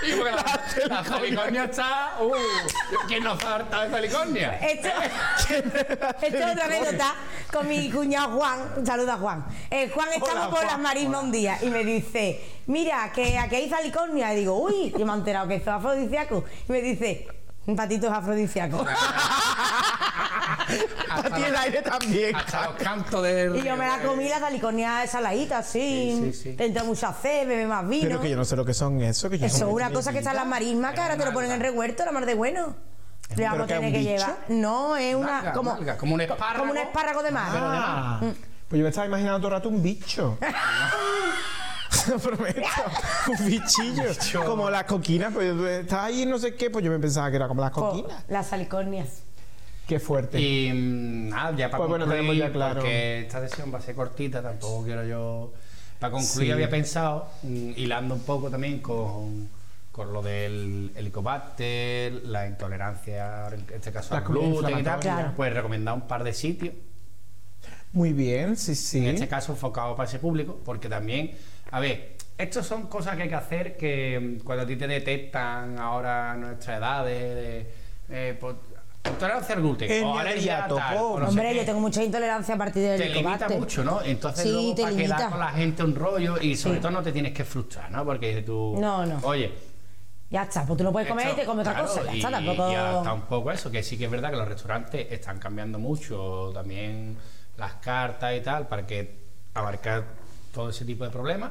[SPEAKER 3] Sí, porque la, <laughs> la salicornia está. Uh, ¿Quién nos falta de salicornia?
[SPEAKER 2] Esto, esto es otra anécdota con mi cuñado Juan. Saluda Juan. Eh, Juan estamos por las marismas un día y me dice, mira, que aquí hay salicornia. Y digo, uy, y me he enterado que esto es afrodisíaco. Y me dice, un patito
[SPEAKER 1] <laughs>
[SPEAKER 2] es afrodisíaco.
[SPEAKER 3] Hasta
[SPEAKER 1] A ti
[SPEAKER 3] los-
[SPEAKER 1] el aire también.
[SPEAKER 3] Hasta los cantos de.
[SPEAKER 2] Y yo me la comí la salicornia saladita, así.
[SPEAKER 3] Sí, sí, sí.
[SPEAKER 2] Te entra mucha fe, bebe más vino.
[SPEAKER 1] Pero que yo no sé lo que son eso. Que yo
[SPEAKER 2] Eso es
[SPEAKER 1] no-
[SPEAKER 2] una cosa que está en las marismas, que ahora te lo ponen en revuelto, la mar de bueno. Le vamos a
[SPEAKER 1] que es
[SPEAKER 2] tener
[SPEAKER 1] un
[SPEAKER 2] que
[SPEAKER 1] bicho?
[SPEAKER 2] llevar. No, es una.
[SPEAKER 3] eh. Nalga,
[SPEAKER 2] como,
[SPEAKER 3] nalga, como un espárrago.
[SPEAKER 2] como un espárrago de mar.
[SPEAKER 1] Ah, pues yo me estaba imaginando todo el rato un
[SPEAKER 3] <laughs>
[SPEAKER 1] bicho. Lo prometo, un bichillo. Como las coquinas, pues yo estaba ahí no sé qué, pues yo me pensaba que era como las
[SPEAKER 2] Co-
[SPEAKER 1] coquinas.
[SPEAKER 2] las salicornias.
[SPEAKER 1] Qué fuerte.
[SPEAKER 3] Y mm, nada, ya para
[SPEAKER 1] Este. Pues bueno,
[SPEAKER 3] concluir,
[SPEAKER 1] tenemos ya claro.
[SPEAKER 3] porque esta sesión va a ser cortita, tampoco quiero yo... Para concluir había pensado, mm, hilando un poco también con, con lo del helicobacter, la intolerancia, en este caso
[SPEAKER 1] Las
[SPEAKER 3] al
[SPEAKER 1] comidas
[SPEAKER 3] gluten y tal,
[SPEAKER 1] inflamatorias.
[SPEAKER 2] Claro.
[SPEAKER 3] pues recomendar un par de sitios
[SPEAKER 1] Muy bien, sí, sí.
[SPEAKER 3] en este caso enfocado para ese público, porque también, a ver, estas son cosas que hay que hacer que mm, cuando a ti te detectan ahora a nuestra edad de... de- eh, por- intolerancia al gluten
[SPEAKER 1] En
[SPEAKER 3] o
[SPEAKER 1] mi
[SPEAKER 3] alergia a
[SPEAKER 1] alergia,
[SPEAKER 3] tal,
[SPEAKER 1] tocó.
[SPEAKER 3] o no sé
[SPEAKER 2] Hombre,
[SPEAKER 3] qué
[SPEAKER 2] yo tengo mucha intolerancia a partir del
[SPEAKER 3] te limita
[SPEAKER 2] helicobacter.
[SPEAKER 3] mucho, ¿no? Entonces
[SPEAKER 2] Sí,
[SPEAKER 3] luego
[SPEAKER 2] te
[SPEAKER 3] para
[SPEAKER 2] limita.
[SPEAKER 3] quedar con la gente un rollo y sobre
[SPEAKER 2] Sí.
[SPEAKER 3] todo no te tienes que frustrar, ¿no? Porque tú,
[SPEAKER 2] No, no.
[SPEAKER 3] oye,
[SPEAKER 2] Ya está, pues tú lo puedes comer
[SPEAKER 3] esto-
[SPEAKER 2] y te comes otra
[SPEAKER 3] claro,
[SPEAKER 2] cosa. Ya
[SPEAKER 3] y,
[SPEAKER 2] está, tampoco.
[SPEAKER 3] y adaptar un poco a eso, que sí que es verdad que los restaurantes están cambiando mucho, también las cartas y tal, para que abarcar todo ese tipo de problemas.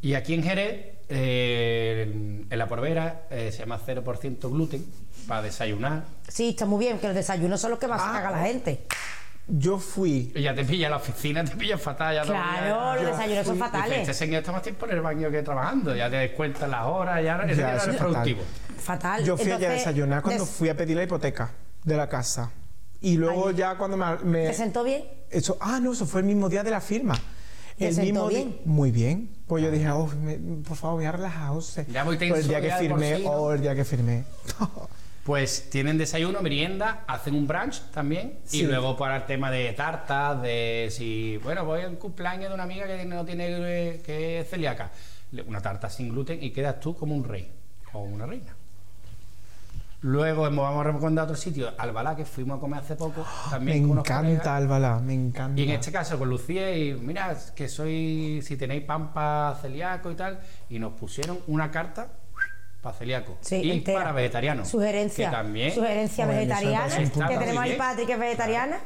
[SPEAKER 3] Y aquí en Jerez, eh, en, en la Porvera, eh, se llama 0% gluten para desayunar.
[SPEAKER 2] Sí, está muy bien, que los desayunos son los que más
[SPEAKER 1] Ah.
[SPEAKER 2] caga la
[SPEAKER 3] oh.
[SPEAKER 2] gente.
[SPEAKER 1] Yo fui.
[SPEAKER 3] Y ya te pilla la oficina, <laughs> te pilla fatal. Ya no-
[SPEAKER 2] Claro,
[SPEAKER 3] ya-
[SPEAKER 2] los desayunos son
[SPEAKER 1] fui-
[SPEAKER 3] Dice, Este
[SPEAKER 2] fatales.
[SPEAKER 3] señor está más tiempo en el baño que trabajando, ya te cuentan las horas, ya, ese
[SPEAKER 1] Ya,
[SPEAKER 3] día no
[SPEAKER 1] eso
[SPEAKER 3] eres
[SPEAKER 1] es fatal.
[SPEAKER 3] productivo.
[SPEAKER 2] Fatal.
[SPEAKER 1] Yo fui allá a
[SPEAKER 2] Entonces,
[SPEAKER 1] desayunar cuando
[SPEAKER 2] des-
[SPEAKER 1] fui a pedir la hipoteca de la casa. Y luego ya cuando me... me-
[SPEAKER 2] ¿Te sentó bien?
[SPEAKER 1] Eso, ah, no, eso fue el mismo día de la firma.
[SPEAKER 2] ¿Te
[SPEAKER 1] el
[SPEAKER 2] sentó
[SPEAKER 1] mismo di-
[SPEAKER 2] bien?
[SPEAKER 1] Muy bien. Pues yo dije, oh, me- por favor, voy a relajarse.
[SPEAKER 3] Ah. Ya muy
[SPEAKER 1] Por el
[SPEAKER 3] tenso
[SPEAKER 1] día que
[SPEAKER 3] ya de por
[SPEAKER 1] firmé,
[SPEAKER 3] sí, ¿no?
[SPEAKER 1] oh, el día que firmé.
[SPEAKER 3] Pues tienen desayuno, merienda, hacen un brunch también.
[SPEAKER 1] Sí.
[SPEAKER 3] Y luego para el tema de tartas, de si, bueno, voy a un cumpleaños de una amiga que no tiene eh, que es celíaca. Le- Una tarta sin gluten y quedas tú como un rey o una reina. Luego hemos- vamos a recomendar otro sitio, Albalá, que fuimos a comer hace poco.
[SPEAKER 1] ¡Ah! me
[SPEAKER 3] También con unos colegas.
[SPEAKER 1] encanta, Álvaro, me encanta.
[SPEAKER 3] Y en este caso con Lucía y mira, que soy, si tenéis pampa celíaco y tal, y nos pusieron una carta para celíaco
[SPEAKER 2] Sí,
[SPEAKER 3] y
[SPEAKER 2] entera.
[SPEAKER 3] para vegetarianos.
[SPEAKER 2] Sugerencia.
[SPEAKER 3] Que también.
[SPEAKER 2] Sugerencia
[SPEAKER 1] Bueno,
[SPEAKER 2] vegetariana.
[SPEAKER 1] eso
[SPEAKER 3] es un
[SPEAKER 2] Que
[SPEAKER 3] punto.
[SPEAKER 2] tenemos ahí
[SPEAKER 3] Está muy
[SPEAKER 2] Patrick, que es vegetariana.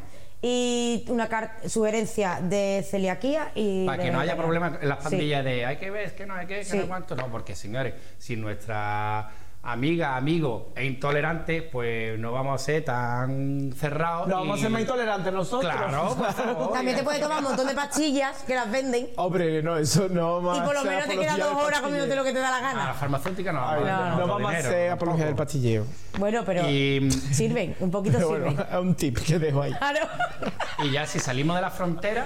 [SPEAKER 2] Y una car- sugerencia de celiaquía y.
[SPEAKER 3] Para
[SPEAKER 2] de
[SPEAKER 3] que no haya
[SPEAKER 2] vegetariano.
[SPEAKER 3] problemas en las
[SPEAKER 2] Sí.
[SPEAKER 3] pandillas de hay que ver, es que no hay que, que
[SPEAKER 2] Sí.
[SPEAKER 3] no cuánto. No, porque señores, si nuestra amiga, amigo es intolerante, pues no vamos a ser tan cerrados.
[SPEAKER 1] No, vamos a ser
[SPEAKER 3] y-
[SPEAKER 1] más intolerantes nosotros.
[SPEAKER 3] Claro,
[SPEAKER 1] <laughs>
[SPEAKER 3] por favor.
[SPEAKER 2] También te puedes tomar un montón de pastillas que las venden.
[SPEAKER 1] Hombre, no, eso no más.
[SPEAKER 2] Y por lo menos te quedan dos horas comiéndote lo que te da la
[SPEAKER 3] A la
[SPEAKER 2] gana.
[SPEAKER 3] farmacéutica no, vamos a dar
[SPEAKER 1] No
[SPEAKER 3] tanto
[SPEAKER 1] vamos a
[SPEAKER 3] dinero,
[SPEAKER 1] hacer
[SPEAKER 3] tampoco.
[SPEAKER 1] apología del pastilleo.
[SPEAKER 2] Bueno, pero.
[SPEAKER 3] Y
[SPEAKER 2] Sirven, un poquito
[SPEAKER 1] Pero <laughs>
[SPEAKER 2] sirven.
[SPEAKER 1] bueno, es un tip que dejo ahí.
[SPEAKER 2] Claro.
[SPEAKER 3] Y ya si salimos de la frontera,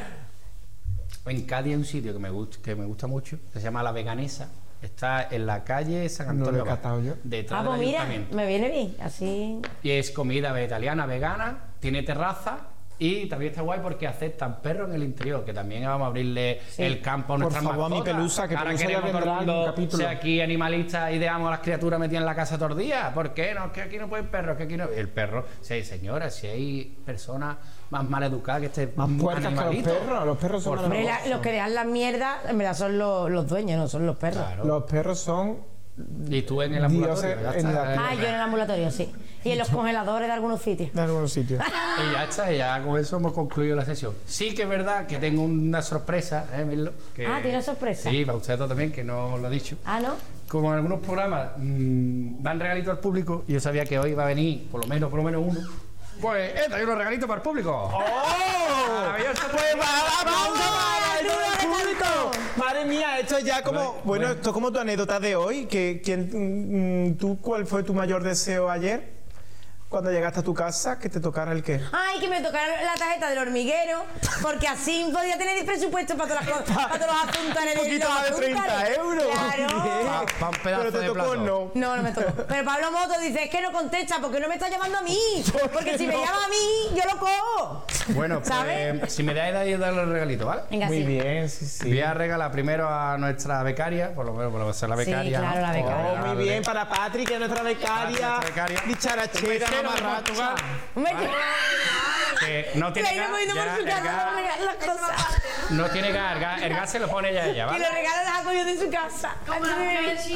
[SPEAKER 3] en Cádiz hay un sitio que me, gusta, que me gusta mucho, que se llama La Veganesa. Está en la calle San
[SPEAKER 1] No lo he
[SPEAKER 3] Antonio. Abad,
[SPEAKER 1] catado yo.
[SPEAKER 3] Detrás
[SPEAKER 2] Ah, pues
[SPEAKER 3] del
[SPEAKER 2] mira,
[SPEAKER 3] ayuntamiento.
[SPEAKER 2] me viene bien. Así.
[SPEAKER 3] Y es comida vegetariana, vegana, tiene terraza y también está guay porque aceptan perros en el interior, que también vamos a abrirle el campo a
[SPEAKER 1] Por
[SPEAKER 3] nuestras
[SPEAKER 1] favor, a mi
[SPEAKER 3] mascotas.
[SPEAKER 1] Pelusa, que
[SPEAKER 3] Ahora
[SPEAKER 1] Pelusa ya
[SPEAKER 3] queremos todo el
[SPEAKER 1] vendrá en
[SPEAKER 3] mundo
[SPEAKER 1] un capítulo.
[SPEAKER 3] sea aquí animalistas y dejamos a las criaturas metidas en la casa todos los días. ¿Por qué? No, es que aquí no pueden perros, que aquí no... El perro, si hay señoras, si hay personas más mal educadas que este
[SPEAKER 1] Más puertas que los
[SPEAKER 3] animalito.
[SPEAKER 1] perros, los perros son
[SPEAKER 3] Por
[SPEAKER 1] maravillosos.
[SPEAKER 2] Hombre, la- los que dejan las mierdas, en verdad son los, los dueños, no son los perros.
[SPEAKER 3] Claro.
[SPEAKER 1] Los perros son
[SPEAKER 3] Y tú en el ambulatorio.
[SPEAKER 1] Dios,
[SPEAKER 3] ya
[SPEAKER 1] en
[SPEAKER 3] está,
[SPEAKER 1] la-
[SPEAKER 2] Ah, yo en el ambulatorio, sí. Y en los congeladores de algunos sitios.
[SPEAKER 1] en algunos sitios.
[SPEAKER 3] Y ya está, y ya con eso hemos concluido la sesión. Sí que es verdad que tengo una sorpresa, ¿eh, Mirlo? Que-
[SPEAKER 2] Ah, ¿tiene sorpresa?
[SPEAKER 3] Sí, para usted también, que no os lo he dicho.
[SPEAKER 2] Ah, ¿no?
[SPEAKER 3] Como en algunos programas mm, dan regalitos al público, y yo sabía que hoy va a venir por lo menos, por lo menos uno. Pues he traído unos regalitos para el público.
[SPEAKER 1] ¡Maravilloso! ¡Pues va, vamos a bailar el público! Madre mía, esto es ya como. Bueno,
[SPEAKER 3] bueno.
[SPEAKER 1] esto es como tu anécdota de hoy. Que, ¿quién, mm, ¿Tú cuál fue tu mayor deseo ayer? Cuando llegaste a tu casa, que te tocara el qué.
[SPEAKER 2] Ay, que me tocaron la tarjeta del hormiguero, porque así podía tener presupuesto para todas las cosas, para todos los asuntos en el
[SPEAKER 1] Un poquito
[SPEAKER 2] los
[SPEAKER 1] más de 30
[SPEAKER 2] azúcares.
[SPEAKER 1] euros.
[SPEAKER 2] Claro.
[SPEAKER 3] Pa- pa' un pedazo
[SPEAKER 1] Pero te
[SPEAKER 3] de
[SPEAKER 1] tocó
[SPEAKER 3] plato.
[SPEAKER 1] no.
[SPEAKER 2] No, no me tocó. Pero Pablo Moto dice, es que no contesta, porque no me está llamando
[SPEAKER 1] <laughs>
[SPEAKER 2] a mí.
[SPEAKER 1] ¿Por
[SPEAKER 2] Porque
[SPEAKER 1] qué
[SPEAKER 2] si me
[SPEAKER 1] no?
[SPEAKER 2] llama a mí, yo lo cojo.
[SPEAKER 3] Bueno,
[SPEAKER 2] ¿Sabes?
[SPEAKER 3] pues si me dais ahí dar los regalitos, ¿vale?
[SPEAKER 2] Venga,
[SPEAKER 1] Muy
[SPEAKER 2] sí.
[SPEAKER 1] bien, sí, sí.
[SPEAKER 3] Voy a regalar primero a nuestra becaria, por lo menos por lo menos ser la
[SPEAKER 2] Sí,
[SPEAKER 3] becaria. ¿no?
[SPEAKER 2] claro, la
[SPEAKER 3] Por
[SPEAKER 2] becaria.
[SPEAKER 1] Oh, muy
[SPEAKER 3] regalarle
[SPEAKER 1] bien, para Patrick, que es nuestra
[SPEAKER 3] a
[SPEAKER 1] becaria.
[SPEAKER 3] nuestra becaria. Un
[SPEAKER 1] Dicharachera,
[SPEAKER 3] mesero de
[SPEAKER 1] mamarracha.
[SPEAKER 3] Portugal,
[SPEAKER 2] Hombre,
[SPEAKER 3] ¿vale? Que no
[SPEAKER 2] que
[SPEAKER 3] tiene
[SPEAKER 2] ahí no voy
[SPEAKER 3] gas,
[SPEAKER 2] no por su casa,
[SPEAKER 3] ya el gas-
[SPEAKER 2] no regalan las cosas.
[SPEAKER 3] No tiene gas, el gas, el gas se lo pone
[SPEAKER 2] <laughs>
[SPEAKER 3] ella, ella,
[SPEAKER 2] Que
[SPEAKER 3] ¿vale?
[SPEAKER 2] lo regala la saco yo de su casa. Antes de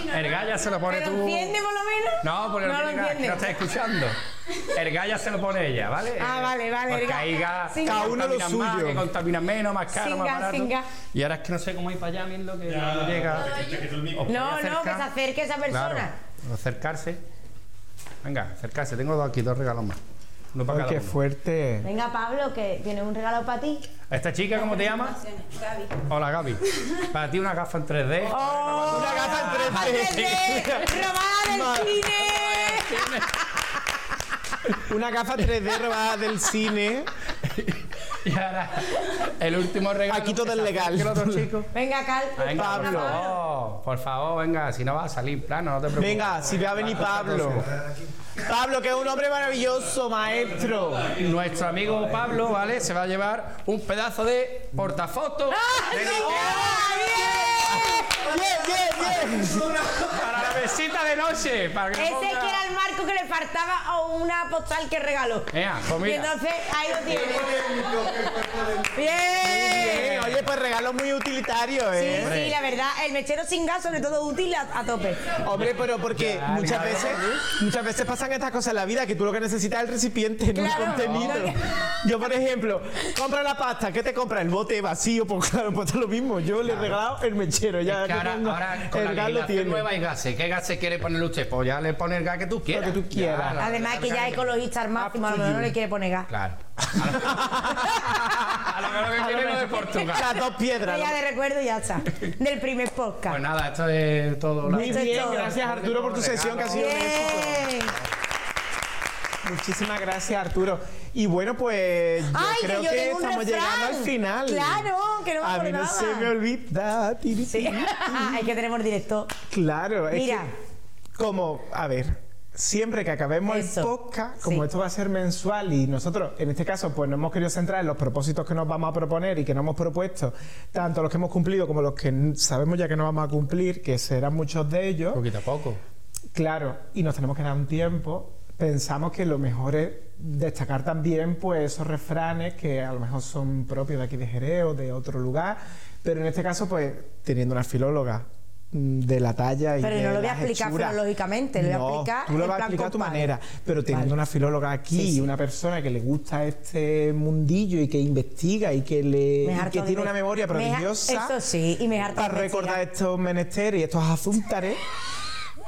[SPEAKER 2] venir.
[SPEAKER 3] El gas ya se lo pone
[SPEAKER 2] ¿Pero
[SPEAKER 3] tú.
[SPEAKER 2] entiende por lo menos?
[SPEAKER 3] No, porque no,
[SPEAKER 2] lo
[SPEAKER 3] tiene gas, que
[SPEAKER 2] entiende.
[SPEAKER 3] no está escuchando. El gas ya se lo pone ella, ¿vale?
[SPEAKER 2] Ah,
[SPEAKER 3] Eh,
[SPEAKER 2] vale, vale, el
[SPEAKER 3] Porque
[SPEAKER 2] gas.
[SPEAKER 3] hay gas,
[SPEAKER 2] Sin
[SPEAKER 3] que
[SPEAKER 1] gas. Cada uno lo
[SPEAKER 3] contaminan más,
[SPEAKER 1] suyo.
[SPEAKER 3] que contaminan menos, más caro,
[SPEAKER 2] Sin
[SPEAKER 3] más
[SPEAKER 2] gas,
[SPEAKER 3] barato.
[SPEAKER 2] sin gas.
[SPEAKER 3] Y ahora es que no sé cómo ir para allá, Mirlo, que no llega.
[SPEAKER 4] Te quito el micro.
[SPEAKER 2] No, no, que
[SPEAKER 3] Voy a
[SPEAKER 2] se
[SPEAKER 3] acercar.
[SPEAKER 2] acerque esa persona.
[SPEAKER 3] Claro, acercarse. Venga, acercarse. Tengo dos aquí, dos regalos más. Uno para
[SPEAKER 1] Ay,
[SPEAKER 3] cada
[SPEAKER 1] qué
[SPEAKER 3] uno.
[SPEAKER 1] fuerte.
[SPEAKER 2] Venga, Pablo, que tiene un regalo para ti.
[SPEAKER 3] ¿Esta chica cómo te llamas? Hola, Gaby. Para ti una gafa en 3D.
[SPEAKER 2] Oh.
[SPEAKER 1] Una gafa en 3D.
[SPEAKER 2] ¡Robada del cine!
[SPEAKER 1] Una gafa 3D robada del cine.
[SPEAKER 3] <laughs> Y ahora, el último regalo.
[SPEAKER 1] Aquí todo es legal.
[SPEAKER 3] ¿Qué el otro chico?
[SPEAKER 2] Venga, Cal.
[SPEAKER 3] Venga,
[SPEAKER 1] Pablo.
[SPEAKER 3] Por favor, por favor, venga, si no vas a salir plano, no te preocupes.
[SPEAKER 1] Venga, si va a venir Pablo. Pablo, que es un hombre maravilloso, maestro.
[SPEAKER 3] Nuestro amigo Pablo, ¿vale? Se va a llevar un pedazo de portafoto
[SPEAKER 2] Ah,
[SPEAKER 3] de
[SPEAKER 1] Bien, bien, bien.
[SPEAKER 3] para la mesita de noche. Para que
[SPEAKER 2] Ese que
[SPEAKER 3] ponga-
[SPEAKER 2] era el marco que le faltaba o una postal que regaló.
[SPEAKER 3] Venga, pues
[SPEAKER 2] Y
[SPEAKER 3] mira.
[SPEAKER 2] entonces ahí lo tiene. ¡Bien!
[SPEAKER 1] Bien, Oye, pues regalo muy utilitario,
[SPEAKER 2] Sí,
[SPEAKER 1] ¿eh?
[SPEAKER 2] sí, la verdad, el mechero sin gas, sobre todo útil a, a tope.
[SPEAKER 1] Hombre, pero porque muchas
[SPEAKER 3] claro.
[SPEAKER 1] veces, muchas veces pasan estas cosas en la vida que tú lo que necesitas es el recipiente, no
[SPEAKER 2] Claro.
[SPEAKER 1] el contenido.
[SPEAKER 2] Porque-
[SPEAKER 1] Yo, por ejemplo, compra la pasta, ¿qué te compra? El bote vacío, pues claro, pues esto es lo mismo. Yo le he regalado el mechero, ya
[SPEAKER 3] Que ahora,
[SPEAKER 1] tengo,
[SPEAKER 3] ahora con la
[SPEAKER 1] el gas lo
[SPEAKER 3] legislación
[SPEAKER 1] tiene.
[SPEAKER 3] nueva hay gases. ¿Qué gases quiere ponerle usted? Pues ya le pone el gas que tú quieras.
[SPEAKER 1] que tú quieras.
[SPEAKER 3] Ya, la-
[SPEAKER 2] Además, que ya es ecologista al máximo, a lo mejor no le quiere poner gas.
[SPEAKER 3] Claro.
[SPEAKER 1] <laughs>
[SPEAKER 3] A lo mejor que viene lo de Portugal.
[SPEAKER 1] <laughs> Las dos piedras.
[SPEAKER 2] Ya de recuerdo y ya está. Del primer podcast.
[SPEAKER 3] Pues nada, esto es todo.
[SPEAKER 1] Muy
[SPEAKER 2] Esto es
[SPEAKER 1] bien,
[SPEAKER 2] todo.
[SPEAKER 1] gracias Arturo por tu
[SPEAKER 3] Regalo.
[SPEAKER 1] sesión que ha sido un éxito.
[SPEAKER 2] ¡Bien!
[SPEAKER 1] Muchísimas gracias Arturo. Y bueno, pues yo
[SPEAKER 2] Ay, que
[SPEAKER 1] creo que,
[SPEAKER 2] yo tengo un
[SPEAKER 1] estamos
[SPEAKER 2] refrán.
[SPEAKER 1] llegando al final.
[SPEAKER 2] Claro, que no me
[SPEAKER 1] A mí no
[SPEAKER 2] acordaba.
[SPEAKER 1] se me olvida. tiri, <laughs>
[SPEAKER 2] Sí.
[SPEAKER 1] tiri.
[SPEAKER 2] es que tenemos directo.
[SPEAKER 1] Claro, es
[SPEAKER 2] Mira.
[SPEAKER 1] que como, a ver, siempre que acabemos
[SPEAKER 2] Eso,
[SPEAKER 1] el podcast, como
[SPEAKER 2] sí.
[SPEAKER 1] esto va a ser mensual y nosotros, en este caso, pues nos hemos querido centrar en los propósitos que nos vamos a proponer y que nos hemos propuesto, tanto los que hemos cumplido como los que n- sabemos ya que no vamos a cumplir, que serán muchos de ellos.
[SPEAKER 3] Poquito a poco.
[SPEAKER 1] Claro, y nos tenemos que dar un tiempo. Pensamos que lo mejor es destacar también pues esos refranes que a lo mejor son propios de aquí de Jerez o de otro lugar, pero en este caso pues teniendo una filóloga mm, de la talla y
[SPEAKER 2] Pero
[SPEAKER 1] de
[SPEAKER 2] no lo voy a
[SPEAKER 1] las
[SPEAKER 2] explicar
[SPEAKER 1] hechuras.
[SPEAKER 2] filológicamente, lo voy a
[SPEAKER 1] No,
[SPEAKER 2] explicar
[SPEAKER 1] tú lo
[SPEAKER 2] en
[SPEAKER 1] vas a
[SPEAKER 2] plan
[SPEAKER 1] explicar a tu
[SPEAKER 2] compadre.
[SPEAKER 1] manera, pero teniendo
[SPEAKER 2] Vale.
[SPEAKER 1] una filóloga aquí
[SPEAKER 2] Sí, sí.
[SPEAKER 1] y una persona que le gusta este mundillo y que investiga y que le
[SPEAKER 2] Me
[SPEAKER 1] Eh, y
[SPEAKER 2] harto
[SPEAKER 1] que
[SPEAKER 2] de
[SPEAKER 1] tiene
[SPEAKER 2] inve-
[SPEAKER 1] una memoria
[SPEAKER 2] me ha-
[SPEAKER 1] prodigiosa
[SPEAKER 2] eso sí, y me harto de
[SPEAKER 1] para
[SPEAKER 2] investigar.
[SPEAKER 1] recordar estos menesteres y estos azúntares,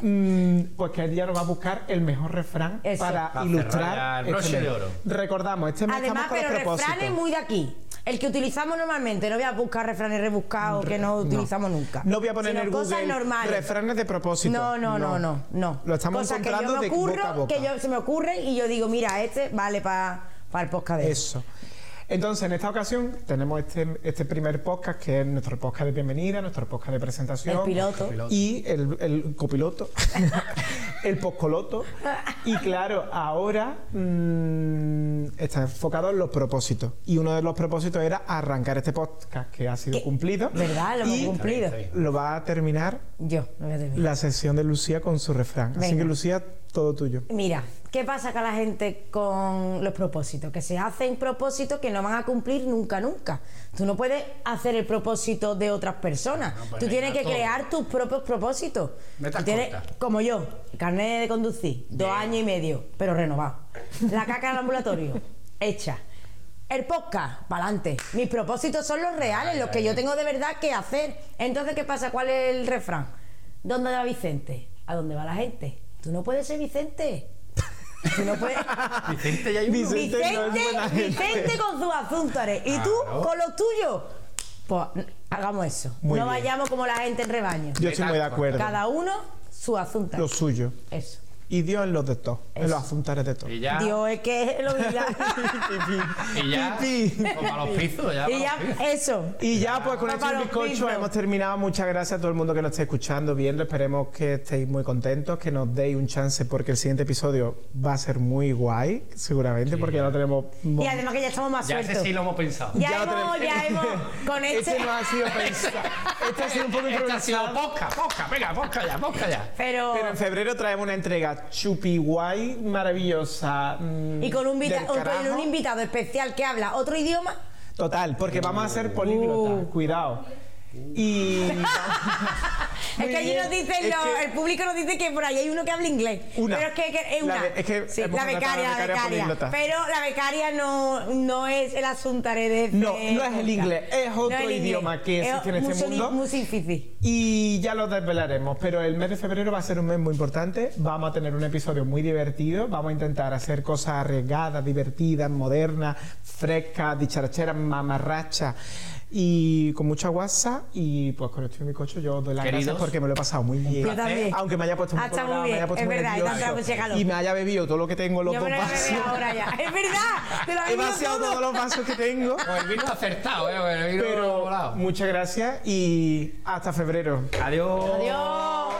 [SPEAKER 1] mm, pues que ella nos va a buscar el mejor refrán
[SPEAKER 2] Eso.
[SPEAKER 1] para
[SPEAKER 3] Para cerrar ya
[SPEAKER 1] ilustrar.
[SPEAKER 3] el broche
[SPEAKER 1] mes.
[SPEAKER 3] de oro.
[SPEAKER 1] Recordamos, este mes
[SPEAKER 2] Además,
[SPEAKER 1] estamos
[SPEAKER 2] pero
[SPEAKER 1] con los
[SPEAKER 2] refranes
[SPEAKER 1] propósitos.
[SPEAKER 2] muy de aquí. El que utilizamos normalmente, no voy a buscar refranes rebuscados que no utilizamos nunca.
[SPEAKER 1] No voy a poner
[SPEAKER 2] Sino
[SPEAKER 1] en el
[SPEAKER 2] cosas
[SPEAKER 1] Google
[SPEAKER 2] normales.
[SPEAKER 1] refranes de propósito.
[SPEAKER 2] No, no, no, no, no.
[SPEAKER 1] Lo estamos
[SPEAKER 2] Cosas que
[SPEAKER 1] encontrando
[SPEAKER 2] yo me
[SPEAKER 1] de
[SPEAKER 2] ocurro,
[SPEAKER 1] boca a boca.
[SPEAKER 2] que yo, se me ocurre y yo digo, mira, este vale para el podcast de
[SPEAKER 1] Eso. Entonces, en esta ocasión tenemos este, este primer podcast, que es nuestro podcast de bienvenida, nuestro podcast de presentación.
[SPEAKER 2] El piloto.
[SPEAKER 1] Y el, el copiloto. <laughs> el poscoloto. Y claro, ahora mm, está enfocado en los propósitos. Y uno de los propósitos era arrancar este podcast, que ha sido
[SPEAKER 2] ¿Qué?
[SPEAKER 1] cumplido.
[SPEAKER 2] ¿Verdad? Lo
[SPEAKER 1] Y
[SPEAKER 2] hemos cumplido.
[SPEAKER 3] está bien.
[SPEAKER 1] Lo va a terminar
[SPEAKER 2] Yo, no voy a terminar.
[SPEAKER 1] la sesión de Lucía con su refrán. Así
[SPEAKER 2] Venga.
[SPEAKER 1] que, Lucía, todo tuyo.
[SPEAKER 2] Mira, ¿Qué pasa con la gente con los propósitos? Que se hacen propósitos que no van a cumplir nunca, nunca. Tú no puedes hacer el propósito de otras personas.
[SPEAKER 3] No, pues
[SPEAKER 2] Tú tienes
[SPEAKER 3] venga,
[SPEAKER 2] que
[SPEAKER 3] todo.
[SPEAKER 2] crear tus propios propósitos.
[SPEAKER 3] Metas
[SPEAKER 2] Tú tienes-
[SPEAKER 3] cortas.
[SPEAKER 2] como yo, carnet de conducir, dos
[SPEAKER 3] Bien.
[SPEAKER 2] años y medio, pero renovado. La caca del
[SPEAKER 3] <laughs>
[SPEAKER 2] ambulatorio, hecha. El podcast, para adelante. Mis propósitos son los reales,
[SPEAKER 3] Ay,
[SPEAKER 2] los
[SPEAKER 3] ay,
[SPEAKER 2] que yo
[SPEAKER 3] ay.
[SPEAKER 2] tengo de verdad que hacer. Entonces, ¿qué pasa? ¿Cuál es el refrán? ¿Dónde va Vicente? ¿A dónde va la gente? Tú no puedes ser Vicente. Tú no puedes.
[SPEAKER 3] Vicente ya hay uno.
[SPEAKER 1] Vicente.
[SPEAKER 2] Vicente,
[SPEAKER 1] no es buena gente.
[SPEAKER 2] Vicente con sus asuntos. ¿eh? Y tú
[SPEAKER 3] Claro.
[SPEAKER 2] con los tuyos. Pues hagamos eso.
[SPEAKER 1] Muy
[SPEAKER 2] no
[SPEAKER 1] bien.
[SPEAKER 2] vayamos como la gente en rebaño.
[SPEAKER 1] Yo estoy muy de acuerdo.
[SPEAKER 2] Cada uno su asunto.
[SPEAKER 1] Lo suyo.
[SPEAKER 2] Eso.
[SPEAKER 1] Y Dios en los de todos, en los asuntares de todos.
[SPEAKER 3] Y ya.
[SPEAKER 2] Dios es que es lo
[SPEAKER 3] <laughs>
[SPEAKER 2] milagro. <laughs>
[SPEAKER 3] Y ya.
[SPEAKER 1] Pipí.
[SPEAKER 3] Como a los pisos, ya.
[SPEAKER 2] y ya,
[SPEAKER 3] para los pisos.
[SPEAKER 2] eso.
[SPEAKER 1] Y ya, pues con este
[SPEAKER 2] Papá, los
[SPEAKER 1] bizcocho
[SPEAKER 2] mismos.
[SPEAKER 1] hemos terminado. Muchas gracias a todo el mundo que nos esté escuchando, viendo. Esperemos que estéis muy contentos, que nos deis un chance, porque el siguiente episodio va a ser muy guay, seguramente, porque ya lo tenemos.
[SPEAKER 2] Y además que ya estamos más
[SPEAKER 3] Ya ese
[SPEAKER 2] sueltos.
[SPEAKER 3] sí lo hemos pensado.
[SPEAKER 2] Ya,
[SPEAKER 1] lo tenemos.
[SPEAKER 2] hemos,
[SPEAKER 1] <laughs>
[SPEAKER 2] ya hemos. Con este.
[SPEAKER 1] Este no ha sido pensado. Este ha sido un
[SPEAKER 3] <laughs>
[SPEAKER 1] poco
[SPEAKER 3] Esta ha sido
[SPEAKER 1] improvisado.
[SPEAKER 3] posca, posca, venga, posca ya, posca ya.
[SPEAKER 2] Pero.
[SPEAKER 1] Pero en febrero traemos una entrega chupi guay, maravillosa. mm,
[SPEAKER 2] y con un, vita-
[SPEAKER 1] del
[SPEAKER 2] un-
[SPEAKER 1] carajo.
[SPEAKER 2] un invitado especial que habla otro idioma.
[SPEAKER 1] Total, porque vamos a ser
[SPEAKER 2] Uh.
[SPEAKER 1] políglotas. Cuidado.
[SPEAKER 2] <laughs>
[SPEAKER 1] Y.
[SPEAKER 2] es
[SPEAKER 1] Muy
[SPEAKER 2] que allí
[SPEAKER 1] bien.
[SPEAKER 2] nos dicen,
[SPEAKER 1] Es
[SPEAKER 2] lo-
[SPEAKER 1] que-
[SPEAKER 2] el público nos dice que por ahí hay uno que habla inglés.
[SPEAKER 1] Una.
[SPEAKER 2] Pero es que, que- es
[SPEAKER 1] La
[SPEAKER 2] una.
[SPEAKER 1] be- es que
[SPEAKER 2] Sí,
[SPEAKER 1] hemos
[SPEAKER 2] la
[SPEAKER 1] contratado a la
[SPEAKER 2] becaria, la
[SPEAKER 1] becaria
[SPEAKER 2] becaria.
[SPEAKER 1] políglota.
[SPEAKER 2] Pero la becaria no, no es el asunto de. este
[SPEAKER 1] No, no es el inglés, es
[SPEAKER 2] No
[SPEAKER 1] otro
[SPEAKER 2] el inglés.
[SPEAKER 1] idioma que
[SPEAKER 2] Es
[SPEAKER 1] existe en este
[SPEAKER 2] mucho di-
[SPEAKER 1] mundo.
[SPEAKER 2] Muy difícil.
[SPEAKER 1] Y ya lo desvelaremos, pero el mes de febrero va a ser un mes muy importante. Vamos a tener un episodio muy divertido. Vamos a intentar hacer cosas arriesgadas, divertidas, modernas, frescas, dicharacheras, mamarrachas. Y con mucha guasa. Y pues con esto y mi coche, yo os doy las
[SPEAKER 3] Queridos,
[SPEAKER 1] gracias porque me lo he pasado muy bien. Eh,
[SPEAKER 2] Yo también.
[SPEAKER 1] Aunque me haya puesto
[SPEAKER 2] Pues Ah,
[SPEAKER 1] muy
[SPEAKER 2] está muy
[SPEAKER 1] colorado, me
[SPEAKER 2] bien,
[SPEAKER 1] haya puesto
[SPEAKER 2] es
[SPEAKER 1] muy
[SPEAKER 2] verdad, y te ha entrado
[SPEAKER 1] nervioso,
[SPEAKER 2] mucho calor.
[SPEAKER 1] y me haya bebido todo lo que tengo en los
[SPEAKER 2] Yo
[SPEAKER 1] dos
[SPEAKER 2] me lo voy a
[SPEAKER 1] vasos.
[SPEAKER 2] beber ahora ya. Es verdad. Te lo
[SPEAKER 1] He
[SPEAKER 2] digo
[SPEAKER 1] vaciado
[SPEAKER 2] todo.
[SPEAKER 1] todos los vasos que
[SPEAKER 2] <laughs>
[SPEAKER 1] tengo.
[SPEAKER 3] Pues el vino acertado, eh, el vino
[SPEAKER 1] Pero
[SPEAKER 3] volado.
[SPEAKER 1] muchas gracias y hasta febrero.
[SPEAKER 3] Adiós.
[SPEAKER 2] Adiós.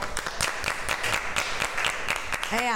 [SPEAKER 2] Ea.